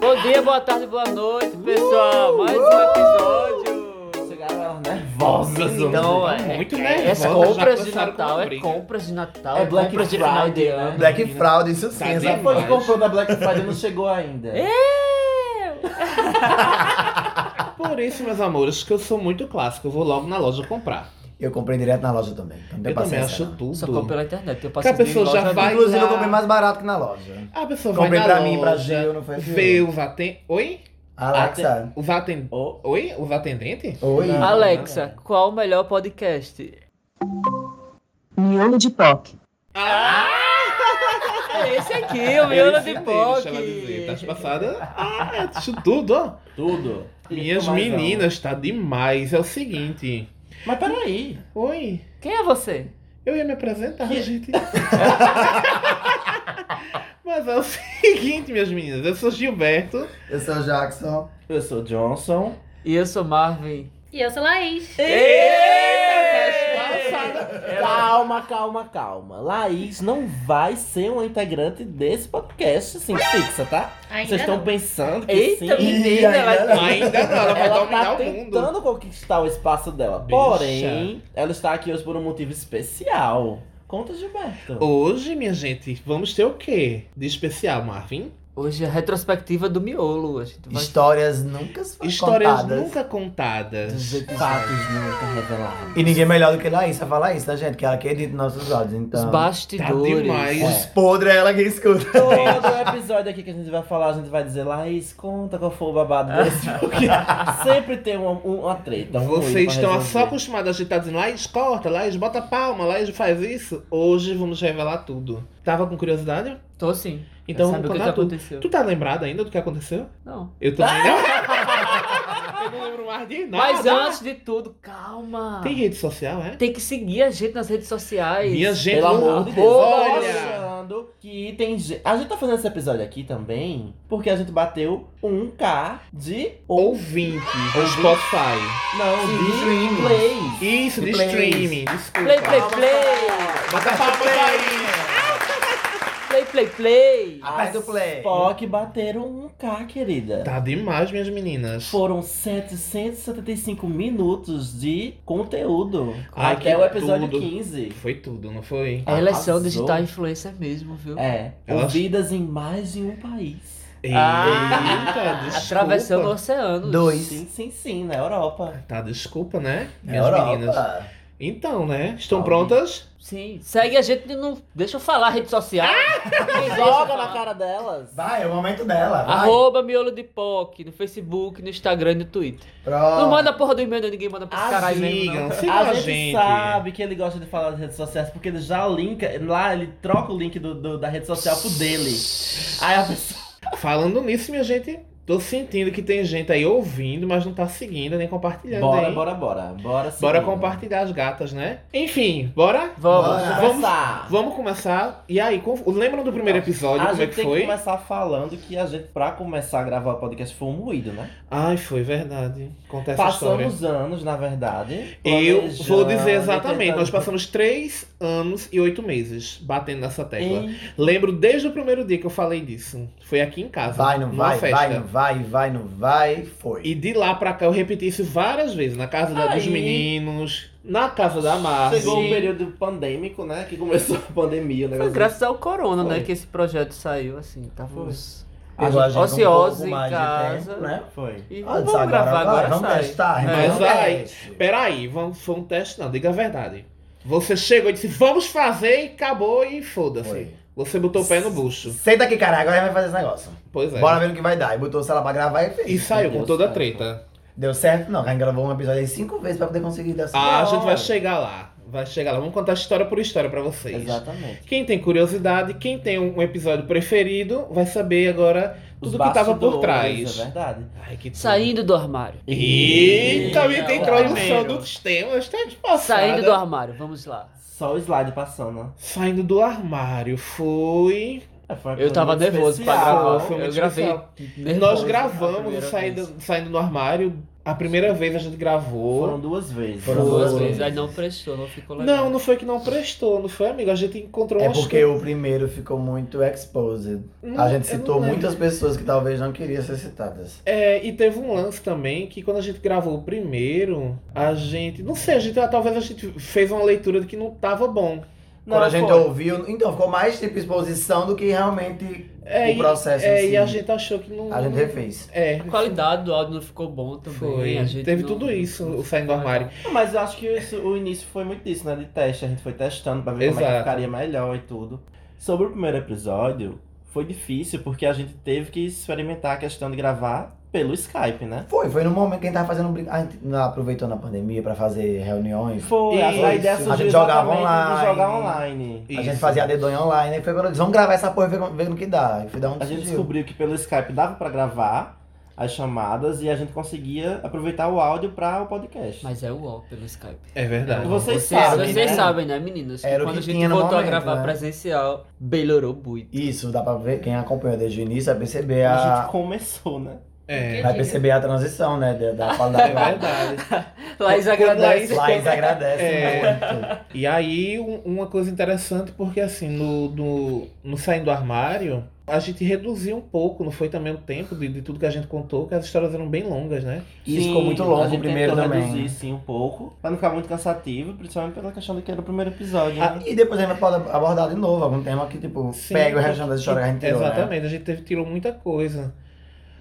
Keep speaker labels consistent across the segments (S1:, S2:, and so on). S1: Bom dia, boa tarde, boa noite, pessoal. Mais um episódio.
S2: galera
S3: nervosas hoje.
S1: Então, é,
S3: muito
S1: é,
S3: nervosas,
S1: Essa
S3: já
S1: compras de
S3: começaram com
S1: Natal,
S3: uma
S1: é
S3: briga.
S1: compras de Natal,
S2: É
S1: é
S2: Black
S1: compras de final de
S2: Friday,
S1: ano.
S2: né?
S4: Black Fraud, isso sim.
S3: Cadê?
S4: essa
S2: Quem foi que
S3: Mas-
S2: comprou na Black Friday não chegou ainda.
S1: É?
S3: Por isso, meus amores, que eu sou muito clássico. Eu vou logo na loja comprar.
S4: Eu comprei direto na loja também. Não tem
S3: eu também acho
S4: paciência. não.
S3: tudo.
S1: Só compro pela internet, eu
S3: Que
S1: passei
S3: a pessoa
S1: de
S3: já
S1: loja-
S3: vai
S4: Inclusive,
S3: lá.
S4: eu comprei mais barato que na loja.
S3: Ah, A pessoa
S4: comprei
S3: vai na
S4: pra
S3: loja.
S4: mim, pra Gil, não foi Gil.
S3: Vê o vaten... Oi?
S4: Alexa.
S3: Os aten... Oi? Os atendentes?
S4: Oi.
S2: Não.
S1: Alexa, qual o melhor podcast?
S5: Miolo de POC.
S3: Ah!
S1: É esse é aqui, o miolo de
S3: Tá
S1: POC.
S3: passada? Ah, eu acho tudo, ó.
S2: Tudo.
S3: Minhas
S2: Ficou mais
S3: meninas, tá demais. É o seguinte.
S2: alto. Mas peraí.
S3: Oi?
S1: Quem é você?
S3: Eu ia me apresentar, gente. Mas é o seguinte, minhas meninas. Eu sou Gilberto.
S4: Eu sou o Jackson.
S2: Eu sou Johnson.
S1: E eu sou Marvin.
S6: E eu sou Laís.
S2: Calma, calma, calma. Laís não vai ser uma integrante desse podcast, assim, fixa, tá?
S6: Ainda
S2: Vocês estão
S6: não.
S2: pensando que
S1: Eita,
S2: sim.
S4: Ih,
S1: menina,
S4: ainda
S1: ela...
S4: não.
S3: Ainda não, ela vai
S2: Ela
S3: dominar
S2: tá
S3: o mundo.
S2: tentando conquistar o espaço dela.
S3: Bicha.
S2: Porém, ela está aqui hoje por um motivo especial. Conta, Gilberto.
S3: Hoje, minha gente, vamos ter o quê? De especial, Marvin?
S1: Hoje é a retrospectiva do miolo. A gente vai...
S4: Histórias nunca foram
S3: Histórias
S4: Tá contadas.
S3: nunca contadas.
S2: Fatos nunca revelados.
S4: E ninguém é melhor do que Laís pra falar isso, tá, gente? Que ela que edita nossos áudios,
S1: Os
S4: então...
S3: Tá
S1: bastidores.
S3: demais.
S4: Os podres é ela que escuta.
S2: Todo episódio aqui que a gente vai falar, a gente vai dizer, Laís, conta qual foi o babado desse, porque sempre tem uma, um- uma treta. Um ruim pra
S3: Vocês estão
S2: resolver.
S3: só acostumados a gente tá dizendo, Laís, corta, Laís, bota palma, Laís, faz isso. Hoje vamos revelar tudo. Tava com curiosidade?
S1: Tô sim.
S3: Então
S1: sabe
S3: vamos
S1: o que, que
S3: contar tudo.
S1: aconteceu?
S3: Tu tá lembrado ainda do que aconteceu?
S1: Não.
S3: Eu também não. Eu não lembro mais de nada.
S1: Mas antes de tudo, calma.
S3: Tem rede social, é?
S1: Tem que seguir a gente nas redes sociais.
S3: Minha gente,
S2: Pelo amor de Deus, eu tô
S3: olha.
S2: achando que tem gente... A gente tá fazendo esse episódio aqui também porque a gente bateu 1k de...
S3: Ouvinte do Spotify.
S2: Não,
S4: Sim,
S2: de
S4: streaming.
S2: plays.
S3: Isso, de
S4: Play.
S3: streaming, desculpa.
S1: Play, play, play.
S3: Bota palma, Laís.
S1: Play, play, play.
S4: Aperta o play.
S2: POC bateram 1k, querida.
S3: Tá demais, minhas meninas.
S2: Foram 775 minutos de conteúdo.
S3: Ai,
S2: até
S3: que
S2: o episódio
S3: tudo.
S2: 15.
S3: Foi tudo, não foi?
S2: Ah,
S1: Elas são
S2: arrasou.
S1: digital influencer mesmo, viu?
S3: Então,
S2: É,
S3: Elas-
S2: ouvidas em mais de um país.
S1: Ah,
S3: Eita, desculpa.
S1: Atravessando o oceano.
S4: Dois.
S2: Sim, sim, sim, na Europa.
S3: Tá, desculpa, né?
S4: É
S3: Minhas
S4: Europa.
S3: meninas. Então, né? Estão
S2: Tá,
S3: prontas?
S1: Sim. Segue a gente no. Deixa eu falar, rede social. Ah!
S2: Joga na cara delas.
S4: Vai, é o momento dela. Vai.
S1: Arroba miolo de POC no Facebook, no Instagram e no Twitter.
S4: Pronto.
S1: Não manda porra do e-mail, ninguém manda pra esse
S2: Ah,
S1: caralho mesmo. não.
S3: Sigam, sigam
S2: A
S3: a
S2: gente,
S3: gente.
S2: sabe que ele gosta de falar das redes sociais, porque ele já linka. Lá ele troca o link do, do- da rede social pro dele. Aí a pessoa.
S3: Falando nisso, minha gente, tô sentindo que tem gente aí ouvindo, mas não tá seguindo nem compartilhando.
S2: Bora,
S3: hein?
S2: bora, né? bora. Bora sim.
S3: Bora compartilhar as gatas, né? Enfim, bora?
S1: Vamos.
S4: Bora.
S3: Vamos,
S2: Começar.
S3: vamos começar. E aí, com- lembram do primeiro episódio,
S2: A
S3: como é
S2: gente
S3: que
S2: tem
S3: foi?
S2: que começar falando que a gente, pra começar a gravar o podcast, foi um moído, né?
S3: Ai, foi verdade. Conta essa história.
S2: Passamos anos, na verdade.
S3: Eu vou dizer
S2: planejando,
S3: exatamente. Nós
S2: tentando-
S3: passamos três anos e oito meses batendo nessa tecla.
S2: Ei,
S3: Lembro desde o primeiro dia que eu falei disso. Foi aqui em casa.
S4: Vai, não
S3: numa
S4: vai,
S3: festa.
S4: vai, não vai, vai, não vai. Foi.
S3: E de lá pra cá eu repeti isso várias vezes. Na casa da- dos
S2: Aí.
S3: meninos, na casa da Márcia.
S2: Chegou o período pandêmico, né? Que começou a pandemia, né?
S1: Foi graças ao corona, né,
S2: Foi.
S1: que esse projeto saiu, assim, távamos
S4: Pegou a gente um
S1: ociosos
S4: pouco
S1: em
S4: mais de
S1: casa.
S4: tempo, né?
S2: Foi.
S1: E
S4: Antes,
S1: vamos gravar
S4: vai,
S1: Ah, agora,
S4: vamos
S1: sai.
S4: testar.
S1: É.
S3: Mas
S4: vamos
S3: aí-
S4: testar.
S3: Peraí, vamos, foi um teste, não, diga a verdade. Você chegou e disse, vamos fazer, e acabou e foda-se.
S4: Foi.
S3: Você botou o pé no bucho.
S4: Senta aqui, caralho, agora a gente vai fazer esse negócio.
S3: Pois é.
S4: Bora ver no que vai dar. E botou o celular pra gravar e fez.
S3: E saiu com
S2: Deus,
S3: toda a
S2: cara.
S3: treta.
S4: Deu certo? Não, a gente gravou um episódio aí cinco vezes pra poder conseguir dar certo.
S3: Ah, a gente
S2: Não.
S3: vai chegar lá. Vai chegar lá. Vamos contar história por história pra vocês.
S2: Exatamente.
S3: Quem tem curiosidade, quem tem um episódio preferido, vai saber agora
S2: Os
S3: tudo que tava por
S2: bastidores,
S3: trás.
S2: É verdade.
S3: Ai, que tudo.
S1: Saindo do armário.
S3: Eita, me tem introdução
S1: primeiro.
S3: dos temas, tá de passada.
S1: Saindo do armário, vamos lá.
S2: Só o slide passando, né?
S3: Saindo do armário, foi.
S2: É, foi uma
S1: Eu tava
S2: coisa
S1: nervoso pra
S2: especial.
S1: gravar,
S3: Foi
S1: eu
S3: muito
S1: gravei
S3: especial.
S1: nervoso
S3: Nós
S1: a
S3: gravamos o
S1: primeira
S3: saindo,
S1: vez.
S3: saindo do armário A primeira vez a gente gravou.
S2: Foram duas vezes.
S4: Foram
S1: Duas
S4: Foram.
S1: vezes, aí não prestou, não ficou legal.
S3: Não, não foi que não prestou, não foi, amigo? A gente encontrou
S4: É
S3: umas
S4: porque o primeiro ficou muito exposed.
S3: Não,
S4: A gente
S3: né? Hum, eu não
S4: citou
S3: lembro.
S4: muitas pessoas que talvez não queriam ser citadas.
S3: É, e teve um lance também que quando a gente gravou o primeiro, a gente. Não sei, a gente, ah, talvez a gente fez uma leitura de que não tava bom.
S4: Quando a gente
S2: foi.
S4: ouviu, então ficou mais tipo exposição do que realmente
S3: É,
S4: o processo
S3: e, é,
S4: em si.
S3: e a gente achou que não.
S4: A gente refez.
S3: É.
S1: A qualidade do áudio não ficou bom também.
S3: Foi.
S1: a gente
S3: Teve
S1: não-
S3: tudo isso, o saindo do armário.
S2: Não, Mas eu acho que isso- o início foi muito disso, né? De teste. A gente foi testando pra ver como é
S3: Exato.
S2: que ficaria melhor e tudo. Sobre o primeiro episódio, foi difícil porque a gente teve que experimentar a questão de gravar pelo Skype, né?
S4: Foi, foi no momento que a gente tava fazendo. brin- A gente não aproveitou na pandemia pra fazer reuniões.
S2: Foi, a-
S3: Isso.
S2: a ideia
S3: A
S2: surgiu
S4: gente jogava
S2: exatamente de jogar
S4: online.
S2: online.
S4: A gente
S3: Isso.
S4: fazia dedonha online. Aí foi quando eu disse, vamos gravar essa porra e ver como- ver no que dá. E fui dar um
S2: A gente
S4: desvio.
S2: descobriu que pelo Skype dava pra gravar as chamadas e a gente conseguia aproveitar o áudio pra o podcast.
S1: Mas é o pelo Skype.
S3: É verdade.
S2: Vocês
S1: Vocês,
S2: sabem,
S1: vocês
S2: né?
S1: sabem, né, meninas?
S4: Era o
S1: quando
S4: que
S1: a gente
S4: tinha no
S1: voltou a
S4: momento,
S1: gravar
S4: né?
S1: presencial, melhorou muito.
S4: Isso, dá pra ver. Quem acompanha desde o início vai perceber
S2: A
S4: a.
S2: gente começou, né?
S3: É.
S4: Vai perceber a transição, né? Da, da
S3: É
S4: qualidade.
S3: verdade.
S1: Laís
S3: Quando
S1: agradece.
S4: Laís agradece
S3: É.
S4: muito.
S3: E aí, um- uma coisa interessante, porque assim, no, no, no Saindo do Armário, a gente reduziu um pouco, não foi também o tempo de, de tudo que a gente contou, que as histórias eram bem longas, né?
S4: E isso ficou muito longo
S2: a gente
S4: o primeiro
S2: tentou
S4: também.
S2: reduzir, sim, um pouco. Pra não ficar muito cansativo, principalmente pela questão de que era o primeiro episódio,
S4: Ah,
S2: né?
S4: E depois a gente pode abordar de novo algum tema que, tipo,
S3: Sim,
S4: pega o resto da história que a gente tirou, né?
S3: Exatamente, a gente teve, tirou muita coisa.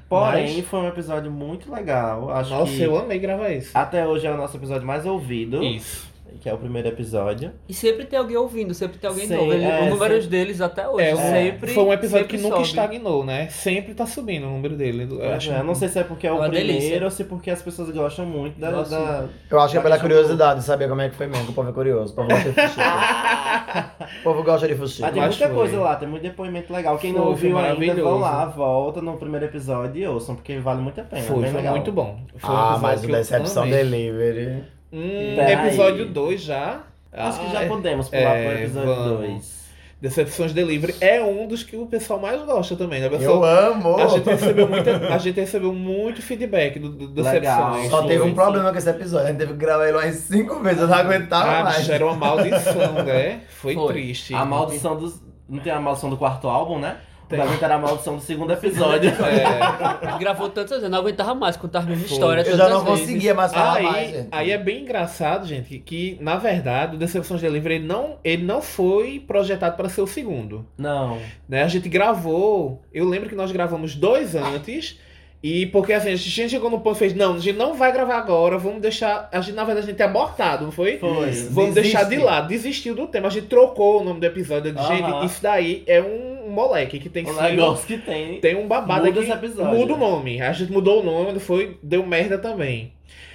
S2: Porém,
S3: Mas-
S2: foi um episódio muito legal. Acho
S3: Nossa,
S2: que
S3: eu amei gravar isso.
S2: até hoje é o nosso episódio mais ouvido,
S3: Isso.
S2: que é o primeiro episódio.
S1: E sempre tem alguém ouvindo, sempre tem alguém
S2: Sim,
S1: novo. Ele-
S2: é,
S1: os números
S2: sim.
S1: deles até hoje.
S3: É, um-
S1: sempre,
S3: foi um episódio
S1: sempre
S3: que nunca
S1: sobe.
S3: estagnou, né? Sempre tá subindo o número dele. Eu acho
S2: Eu não sei se é porque é o
S1: Uma
S2: primeiro
S1: delícia.
S2: ou se porque as pessoas gostam muito da.
S1: Nossa.
S2: da-
S4: Eu acho que é
S2: Já
S4: pela
S2: que chamou.
S4: curiosidade, saber como é que foi mesmo, que o povo é curioso. O povo gosta de fuxico. O povo gosta de fuxico.
S2: Ah, tem
S3: acho
S2: muita
S3: que
S2: coisa
S3: foi.
S2: lá, tem muito depoimento legal. Quem não
S3: Foi,
S2: ouviu
S3: foi
S2: ainda, vão
S3: maravilhoso.
S2: lá, volta no primeiro episódio e ouçam, porque vale muito a pena.
S3: Foi,
S2: é bem
S3: foi
S2: legal.
S3: muito bom. Foi um
S4: Ah,
S3: episódio
S4: mas o
S3: que eu
S4: Decepção
S3: amei.
S4: Delivery.
S3: Hum,
S2: Peraí.
S3: episódio 2 já.
S2: Acho que
S3: Ah,
S2: já
S3: é.
S2: podemos pular
S3: é,
S2: pro episódio
S3: vamos.
S2: 2.
S3: Decepções Delivery é um dos que o pessoal mais gosta também, né? O
S4: Eu
S3: pessoal-
S4: amo!
S3: A gente recebeu muita, a gente recebeu muito feedback do, do Decepções.
S2: Legal.
S4: Só teve
S2: Sim,
S4: um problema com esse episódio. A gente teve que gravar ele umas cinco vezes, eu não aguentava
S3: Ah,
S4: mais.
S3: bicho, era uma maldição, né? Foi,
S1: Foi.
S3: triste.
S2: A maldição dos. Não tem a maldição do quarto álbum, né?
S3: Tem.
S2: Pra mim era a maldição do segundo episódio.
S3: É.
S1: Ele gravou tantas vezes, eu não aguentava mais contar a mesma
S3: Foi.
S1: história
S4: Eu
S1: tantas
S4: já não
S1: vezes.
S4: conseguia mais falar mais,
S3: Aí,
S4: gente.
S3: aí é bem engraçado, gente, que na verdade o Decepções Delivery ele não, ele não foi projetado para ser o segundo.
S2: Não.
S3: né? A gente gravou. Eu lembro que nós gravamos dois antes. E porque assim, a gente chegou no ponto e fez, não, a gente não vai gravar agora, vamos deixar. A gente, na verdade, a gente tem abortado, não foi?
S2: Foi.
S3: Vamos
S4: Desiste.
S3: deixar de lado. Desistiu do tema. A gente trocou o nome do episódio. Eu disse,
S2: Aham.
S3: Gente, isso daí é um moleque que tem
S2: O
S3: filho,
S2: negócio que tem.
S3: Tem um babado
S2: Muda
S3: aqui.
S2: esse episódio.
S3: Muda o nome. A gente mudou o nome, foi, deu merda também.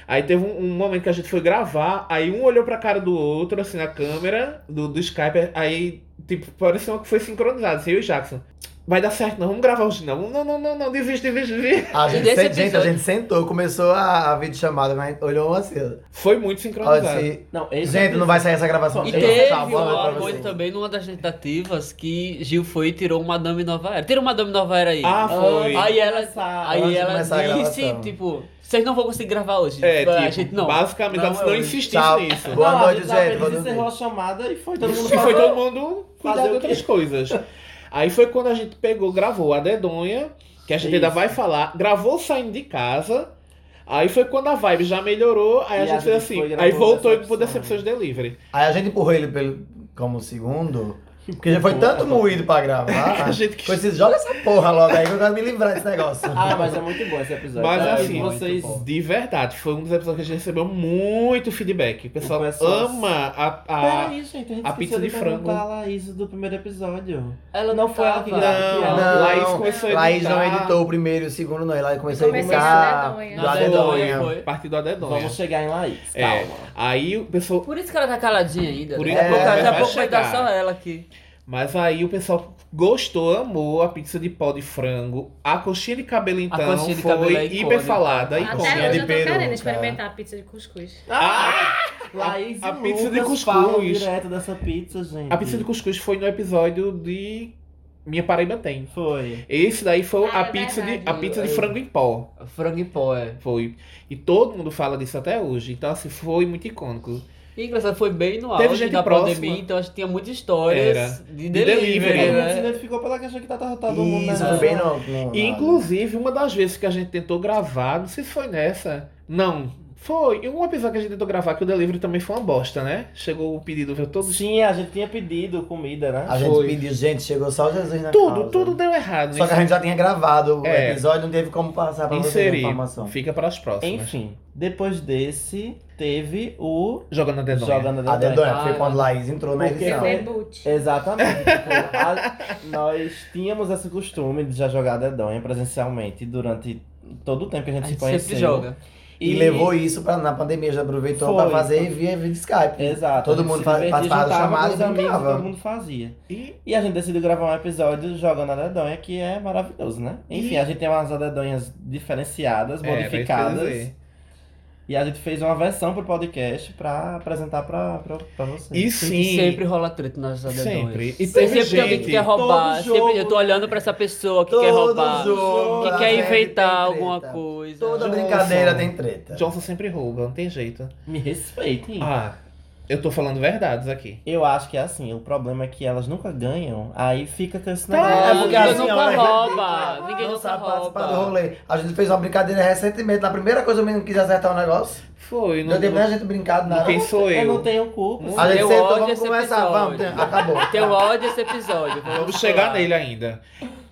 S3: Aí teve um, um momento que a gente foi gravar, aí um olhou pra cara do outro, assim, na câmera, do, do Skype, aí, tipo, pareceu que foi sincronizado, assim, eu e Jackson. Vai dar certo, não, vamos gravar hoje, não. Não, não, não, não, desiste, desiste, desiste.
S4: A gente,
S1: desse
S4: sen- gente, a
S1: episódio-
S4: gente sentou, começou a, a videochamada, mas olhou assim.
S3: Foi muito
S4: ó,
S3: sincronizado.
S4: assim
S2: Não, esse
S4: gente, não vai sair essa gravação.
S1: E
S4: Gente,
S1: teve
S4: tá, boa noite pra
S1: uma coisa
S4: vocês.
S1: também numa das tentativas que Gil foi e tirou o Madame Nova Era. Tira o Madame Nova Era aí.
S3: Ah, foi.
S1: aí ela,
S4: antes
S1: aí
S4: de
S1: ela
S4: começar a
S1: disse,
S4: gravação.
S1: tipo, vocês não vão conseguir gravar hoje.
S3: é,
S1: Tipo,
S3: tipo,
S1: a gente não.
S3: basicamente,
S1: Não,
S3: ela disse, não
S1: eu-
S3: insistisse
S4: Tchau.
S3: nisso.
S4: Boa
S2: não,
S4: noite,
S2: a gente apenas
S4: gente, boa noite.
S2: encerrou a chamada e foi todo mundo
S3: E foi
S2: falando.
S3: todo mundo
S2: Fazer
S3: cuidar de
S2: o quê?
S3: outras coisas. Aí foi quando a gente pegou, gravou a Dedonha, que a gente ainda
S2: Isso.
S3: vai falar, gravou saindo de casa. Aí foi quando a vibe já melhorou,
S2: E
S3: aí a gente fez assim,
S2: foi e
S3: aí
S2: gravou
S3: voltou
S2: Decepções.
S3: pro Decepções Delivery.
S4: Aí a gente empurrou ele pelo, como segundo, porque já foi tanto moído pra gravar.
S3: A gente que-
S4: Foi assim, joga essa porra logo aí que eu quero me livrar desse negócio.
S2: Ah, mas é muito bom esse episódio.
S3: Mas
S2: É,
S3: assim,
S2: muito
S1: vocês-
S2: bom.
S3: De verdade, foi um dos episódios que a gente recebeu muito feedback. O pessoal,
S2: O pessoal-
S3: ama a. a...
S2: Peraí, gente, então a gente
S3: a
S2: esqueceu
S3: pizza de frango.
S2: perguntar a Laís do primeiro episódio.
S1: Ela
S2: Não foi ela que
S1: tava.
S2: gravou, que ela-
S4: Não,
S3: Laís começou a
S4: Laís não
S3: editar.
S4: editou o primeiro e o segundo, não. Ela começou a
S6: Eu comecei
S4: editar.
S6: na Dedonha.
S4: do
S1: Na Dedonha,
S4: Dedonha.
S1: foi.
S3: A partir do Adedonha.
S2: Vamos chegar em Laís,
S3: É.
S2: calma.
S3: Aí o pessoal
S1: Por isso que ela tá caladinha ainda.
S3: Por
S1: né?
S3: isso
S1: Daqui a
S4: que
S1: pouco-
S4: ela
S1: daqui a
S4: vai
S1: pouco vai dar
S3: chegar.
S1: só ela aqui.
S3: Mas aí o pessoal gostou, amou a pizza de pau de frango. A coxinha de cabelo, então,
S1: coxinha de
S3: foi
S1: cabelo é icônica.
S3: hiper falada.
S6: Até
S4: coxinha
S6: hoje
S4: de
S6: eu tô
S4: peru,
S6: querendo
S4: cara.
S6: experimentar a pizza de cuscuz.
S3: Ah,
S2: Laís
S3: a
S2: e
S3: pizza de
S2: Lucas
S3: cuscuz.
S2: falam direto dessa pizza, gente.
S3: A pizza de cuscuz foi no episódio de Minha Paraíba tem.
S2: Foi.
S3: Esse daí foi
S6: Ah,
S3: a,
S6: é
S3: pizza de, a
S6: verdade.
S3: pizza de frango em pó.
S1: Frango em pó, é.
S3: Foi. E todo mundo fala disso até hoje. Então, assim, foi muito icônico.
S1: E engraçado, foi bem no
S3: Teve
S1: auge
S3: gente
S1: da
S3: próxima.
S1: pandemia, então acho que tinha muitas histórias
S3: Era.
S1: de
S3: delivery,
S1: delivery,
S2: Todo mundo se
S1: né?
S2: identificou pela questão que tá todo mundo
S4: Isso,
S2: né?
S4: foi bem no... no-
S3: E,
S4: na-
S3: inclusive, uma das vezes que a gente tentou gravar, não sei se foi nessa. Não. Foi. E um episódio que a gente tentou gravar, que o delivery também foi uma bosta, né? Chegou o pedido, veio todo.
S2: Sim, a gente tinha pedido comida, né?
S4: A gente
S3: Foi.
S4: pediu, gente, chegou só Jesus na
S3: Tudo,
S4: causa.
S3: tudo deu errado.
S4: é
S3: né?
S4: Só que a gente já tinha gravado o
S3: É.
S4: episódio, não teve como passar pra vocês a
S3: Inserir.
S4: informação.
S3: Fica para as próximas.
S2: Enfim, depois desse, teve o
S3: Jogando a dedonha.
S2: Jogando
S4: A
S2: Dedonha.
S4: Dedonha, foi quando Laís entrou na
S6: Assim,
S2: Porque
S4: edição.
S2: foi-
S6: boot.
S2: Exatamente. tipo, a- nós tínhamos esse costume de já jogar Dedonha presencialmente durante todo o tempo que a gente
S1: A
S2: se
S1: gente
S2: conheceu.
S1: sempre joga.
S4: E, levou isso pra, na pandemia, já aproveitou
S2: Foi.
S4: pra fazer via, via Skype.
S2: Exato.
S4: Todo
S2: a gente
S4: mundo
S2: se
S4: fa-
S2: divertia,
S4: participava da
S2: juntava
S4: chamada
S2: com os
S4: e
S2: amigos,
S4: brincava.
S2: Todo mundo fazia.
S3: E
S2: E a gente decidiu gravar um episódio jogando a dedonha, que é maravilhoso, né? Enfim,
S3: E-
S2: a gente tem umas dedonhas diferenciadas,
S3: É, era isso que eu ia
S2: modificadas.
S3: dizer.
S2: E a gente fez uma versão pro podcast pra apresentar pra, pra, pra vocês.
S3: E
S1: Sim.
S3: sim.
S1: sempre rola treta nas dedões.
S3: Sempre. E
S1: Sempre,
S3: teve
S1: tem alguém
S3: gente-
S1: que quer roubar.
S2: todo jogo-
S1: Sempre, eu tô olhando pra essa pessoa que
S4: Todo
S1: quer roubar.
S4: jogo,
S1: que
S4: a
S1: quer
S4: gente
S1: inventar
S4: tem
S1: alguma
S4: treta.
S1: coisa.
S4: Toda
S3: Johnson.
S4: brincadeira tem treta.
S3: Johnson sempre rouba, não tem jeito.
S2: Me respeitem.
S3: Ah, eu tô falando verdades aqui.
S2: Eu acho que é assim, o problema é que elas nunca ganham, aí fica com esse
S3: Tá,
S2: negócio.
S1: Ah,
S4: É, porque
S1: ninguém
S4: assim,
S1: nunca
S4: ó, né?
S1: rouba. Ninguém
S4: Não
S1: nunca
S4: sabe participar do
S1: rouba.
S4: rolê. A gente fez uma brincadeira recentemente. Na primeira coisa o menino quis acertar um negócio.
S3: Foi,
S4: Não
S3: não.
S4: deu nem a gente brincado nada.
S3: Quem sou eu?
S2: não tenho culpa.
S4: A gente
S1: Eu
S4: sentou,
S1: ódio
S4: vamos
S1: esse
S4: começar,
S1: episódio.
S4: vamos. tem- Acabou.
S1: Tenho um ódio esse episódio.
S3: Vamos chegar nele é ainda.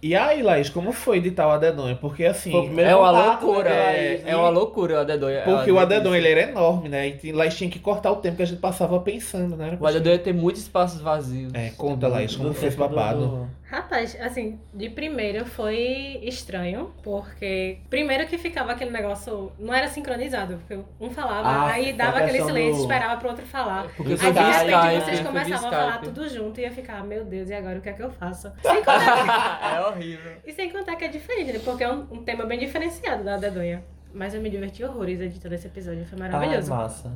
S3: E aí, Laís, como foi editar o Adedonha? Porque assim.
S2: Foi o primeiro
S1: É uma
S2: contato,
S1: loucura.
S2: né,
S1: É,
S2: Laís?
S1: é uma loucura o Adedonha. é
S3: Porque o
S1: uma
S3: Adedon
S1: delícia.
S3: ele era enorme, né? E t- Laís tinha que cortar o tempo que a gente passava pensando, né? Era
S1: O Adedonha tem muitos espaços vazios.
S3: É, conta, Laís, como
S2: Do
S3: foi esse
S2: tempo do-
S3: babado.
S6: Rapaz, assim, de primeiro foi estranho, porque primeiro que ficava aquele negócio, não era sincronizado, porque um falava,
S2: Ah,
S6: aí
S2: foi
S6: dava
S2: a
S6: aquele
S2: questão
S6: silêncio,
S2: do-
S6: esperava pro outro falar.
S1: Porque
S6: Aí
S1: foi
S6: de
S1: via Skype,
S6: repente vocês
S1: né? Foi via
S6: começavam a falar
S1: Skype.
S6: tudo junto e ia ficar, meu Deus, e agora o que é que eu faço?
S1: é horrível.
S6: E sem contar que é diferente, né? Porque é um, um tema bem diferenciado da Dedonha. Mas eu me diverti horrores editando esse episódio, foi maravilhoso.
S2: Ah, massa.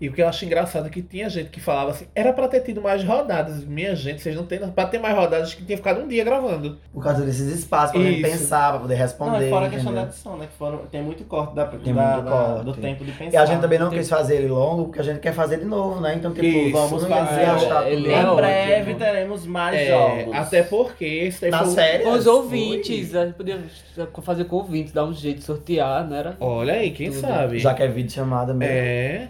S3: E o que eu acho engraçado é que tinha gente que falava assim, era pra ter tido mais rodadas. Minha gente, vocês não tem. Pra ter mais rodadas que tinha ficado um dia gravando.
S4: Por causa desses espaços, pra gente
S3: Isso.
S4: pensar, pra poder
S2: Não,
S4: responder.
S2: e fora a questão da
S4: entendeu?
S2: edição, né? Que foram, tem muito corte da,
S4: Tem
S2: da-
S4: muito
S2: da-
S4: corte.
S2: do tempo de pensar.
S4: E a gente também não
S2: Tem-
S4: quis fazer ele longo, porque a gente quer fazer de novo, né? Então, tipo,
S3: Isso,
S4: vamos
S2: Vamos
S4: fazer
S2: fazer.
S1: ele
S2: Em
S1: é ótimo.
S2: breve teremos mais jogos.
S3: É, até porque esse daí
S4: na
S3: foi o-
S4: série.
S1: Com os ouvintes, a gente podia fazer com ouvintes, dar um jeito de sortear, não era?
S3: Olha aí, quem
S1: Tudo.
S3: sabe?
S4: Já que é vídeo chamada mesmo.
S3: É.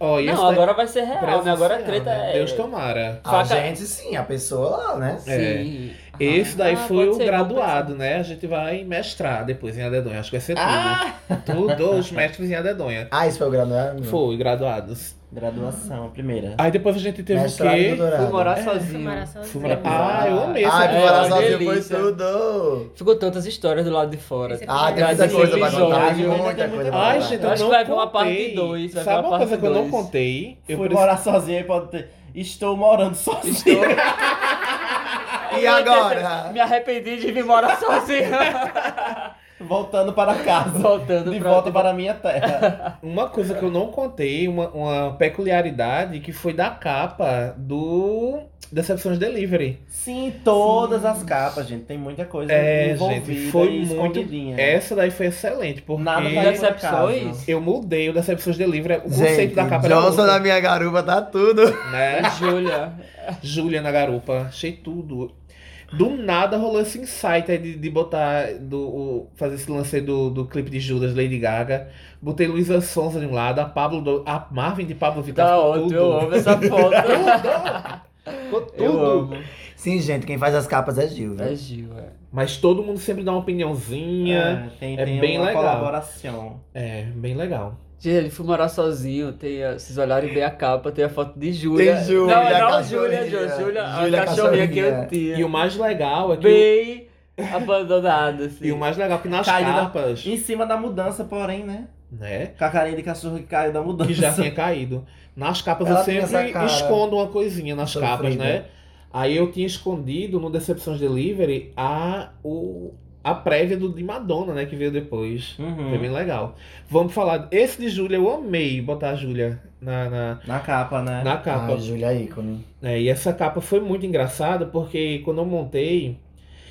S3: Ó, e esse
S1: Não,
S3: daí-
S1: agora vai ser real, né? Agora a treta
S3: né?
S1: é.
S3: Deus tomara.
S4: A
S1: Faca-
S4: gente sim, a pessoa lá, né?
S1: Sim.
S3: Esse daí
S1: Ah,
S3: foi
S1: pode
S3: o
S1: ser,
S3: graduado, né? A gente vai mestrar depois em Adedonha. Acho que vai ser tudo.
S1: Ah!
S3: Tudo os mestres em Adedonha.
S4: Ah, isso foi o graduado?
S3: Foi, graduados.
S2: Graduação, primeira.
S3: Aí depois a gente teve
S4: Mestrado
S3: o
S4: e
S3: quê?
S1: Fui
S4: doutorado.
S1: morar
S3: É,
S6: Fui
S1: sozinho.
S6: morar sozinho.
S3: Fumar- Ah, eu amei esse
S4: Ah,
S1: É,
S4: foi morar
S1: uma
S4: sozinho, foi
S1: delícia.
S4: tudo.
S1: Ficou tantas histórias do lado de fora.
S6: Esse
S4: Ah, tem muita
S1: Esse
S4: coisa pra contar.
S1: episódio.
S4: Muita coisa pra
S3: Ai,
S4: contar.
S3: gente, eu
S1: Acho
S3: não
S1: que vai vir
S3: contei.
S1: uma parte dois, vai vir
S3: Sabe
S1: uma
S3: uma coisa
S1: parte
S3: que eu
S1: dois.
S3: não contei? Eu
S2: Fui
S3: preciso-
S2: morar sozinha e pode ter. Estou morando sozinha.
S1: Estou...
S4: E agora?
S1: Me arrependi de vir morar sozinho.
S2: Voltando para casa.
S1: Voltando
S2: De
S1: pra-
S2: volta para a minha terra.
S3: Uma coisa que eu não contei, uma, uma peculiaridade que foi da capa do Decepções Delivery.
S2: Sim, todas as capas, gente. Tem muita coisa
S3: É,
S2: envolvida
S3: gente, foi
S2: e
S3: muito-
S2: escondidinha.
S1: É.
S3: Essa daí foi excelente, porque
S2: Nada tá aí por
S1: Decepções?
S2: acaso.
S3: eu mudei o Decepções Delivery, o conceito
S4: Gente,
S3: da capa era
S4: Johnson
S3: outro,
S4: na minha garupa tá tudo.
S3: né?
S1: É, Júlia.
S3: Júlia na garupa, achei tudo. Do nada rolou esse insight aí de, de botar, do, o- fazer esse lance aí do, do clipe de Judas, Lady Gaga. Botei Luísa Sonza de um lado, a Pablo, do- a Marvin de Pablo Vittar.
S1: Tá
S3: ficou
S1: outro,
S3: tudo.
S1: eu amo essa foto.
S3: Ficou
S1: Eu
S3: tudo.
S1: amo.
S4: Sim, gente, quem faz as capas é Gil,
S1: É
S4: viu?
S1: Gil, é.
S3: Mas todo mundo sempre dá uma opiniãozinha.
S2: É, tem,
S3: É
S2: tem
S3: bem
S2: uma
S3: legal.
S2: colaboração.
S3: É, bem legal.
S1: Gente, ele foi morar sozinho, tem a, vocês olharem bem a capa, tem a foto de Júlia.
S4: Tem Júlia, a
S1: não, não,
S4: cachorrinha.
S1: Júlia, Júlia,
S4: Júlia,
S1: Júlia,
S4: a
S1: a cachorrinha que
S4: cachorrinha.
S1: eu tinha.
S3: E o mais legal é que.
S1: Bem abandonada, assim.
S3: E o mais legal é que nas
S2: Caiu na-
S3: capas,
S2: Em cima da mudança, porém, né?
S3: né?
S2: Com a carinha de cachorro que caiu da mudança.
S3: Que já tinha caído. Nas capas
S4: Ela
S3: eu
S4: tem essa
S3: sempre
S4: cara
S3: escondo uma coisinha nas
S4: sofrida.
S3: capas, né? Aí eu tinha escondido no Decepções Delivery a, o, a prévia do, de Madonna, né? Que veio depois.
S2: Uhum.
S3: Foi
S4: Hum.
S3: bem legal. Vamos falar. Esse de Júlia, eu amei botar a Júlia na, na,
S2: Na capa, né?
S3: na capa.
S4: Ah, Júlia é ícone.
S3: É, e essa capa foi muito engraçada porque quando eu montei,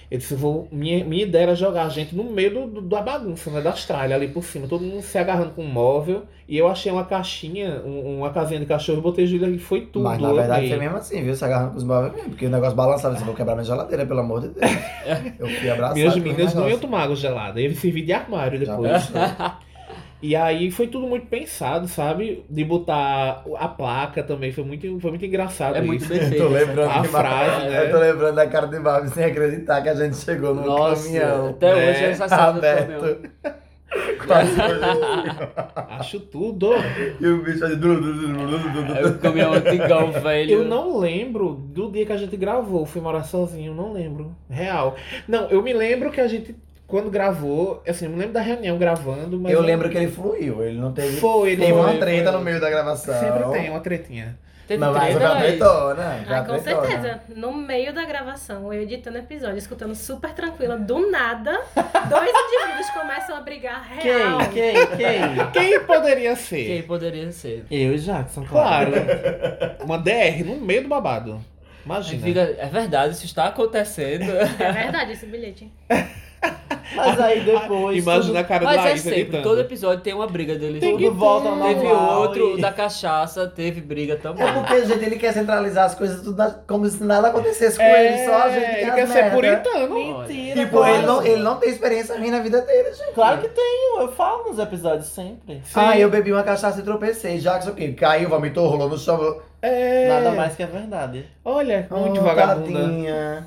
S3: Eu disse, vou, minha, minha ideia era jogar a gente no meio do, do- da bagunça, né? Das tralhas ali por cima, todo mundo se agarrando com um móvel. E eu achei uma caixinha, um- uma casinha de cachorro, eu botei Júlia e foi tudo.
S4: Mas na
S3: eu
S4: verdade
S3: amei.
S4: foi mesmo assim, viu? Se agarrando com os móveis mesmo, porque o negócio balançava, assim, vou quebrar minha geladeira, pelo amor de Deus. Eu fui abraçado.
S3: Minhas
S4: com o
S3: meninas não
S4: um negócio.
S3: iam tomar água gelada, ia servir de armário
S4: Já
S3: depois. E aí foi tudo muito pensado, sabe? De botar a placa também, foi muito, foi muito engraçado
S1: É muito
S3: isso.
S1: bem
S4: Eu tô
S1: feito.
S4: lembrando
S3: A
S4: de Mar-
S3: frase, né?
S4: Eu tô lembrando da cara de Barbie sem acreditar que a gente chegou num
S1: Nossa,
S4: caminhão.
S1: até hoje é engraçado
S4: Aberto. Quase
S3: Acho tudo.
S4: E o bicho fazendo. dru, dru, dru, dru, dru, dru.
S1: É o caminhão antigão, velho.
S3: Eu não lembro do dia que a gente gravou, fui morar sozinho, não lembro. Real. Não, eu me lembro que a gente, quando gravou, assim, eu me lembro da reunião gravando, mas. é
S4: Eu lembro que ele fluiu, ele não teve.
S3: Foi, ele
S4: Teve uma
S3: foi,
S4: treta
S3: foi.
S4: no meio da gravação.
S3: Sempre tem uma tretinha.
S1: Teve
S4: Não, mas né?
S1: treta,
S4: foi uma
S1: mas-
S4: tretona. foi
S6: Ah,
S4: uma
S6: com
S4: tretona.
S6: certeza. No meio da gravação, eu editando episódio, escutando super tranquila, do nada, dois indivíduos começam a brigar real.
S2: Quem? Quem? Quem?
S3: Quem poderia ser?
S1: Quem poderia ser?
S2: Eu e Jackson,
S3: Claro.
S2: claro.
S3: Uma DR no meio do babado.
S1: Aí
S3: Imagina.
S1: fica, é verdade, isso está acontecendo.
S6: É verdade esse bilhete.
S2: Mas aí depois.
S3: Imagina a cara da
S1: Mas é
S3: Laís
S1: sempre,
S3: gritando.
S1: todo episódio tem uma briga deles.
S2: Tudo, tudo volta ao normal.
S1: Teve outro
S2: e-
S1: da cachaça, teve briga também.
S4: É porque, gente, ele quer centralizar as coisas tudo na- como se nada acontecesse com ele, só a gente
S3: É,
S4: tem
S3: ele
S4: as
S3: quer ser
S4: merda.
S3: puritano.
S2: Mentira,
S4: Tipo,
S2: claro.
S4: ele não, ele não tem experiência ruim na vida dele, gente.
S2: Claro que tenho, eu falo nos episódios sempre.
S4: Ah, eu bebi uma cachaça e tropecei. Jackson, o quê? Caiu, vomitou, rolou no chão. rolou-
S3: É.
S2: Nada mais que a verdade.
S3: Olha, muito
S4: Oh,
S3: vagabunda.
S4: tadinha.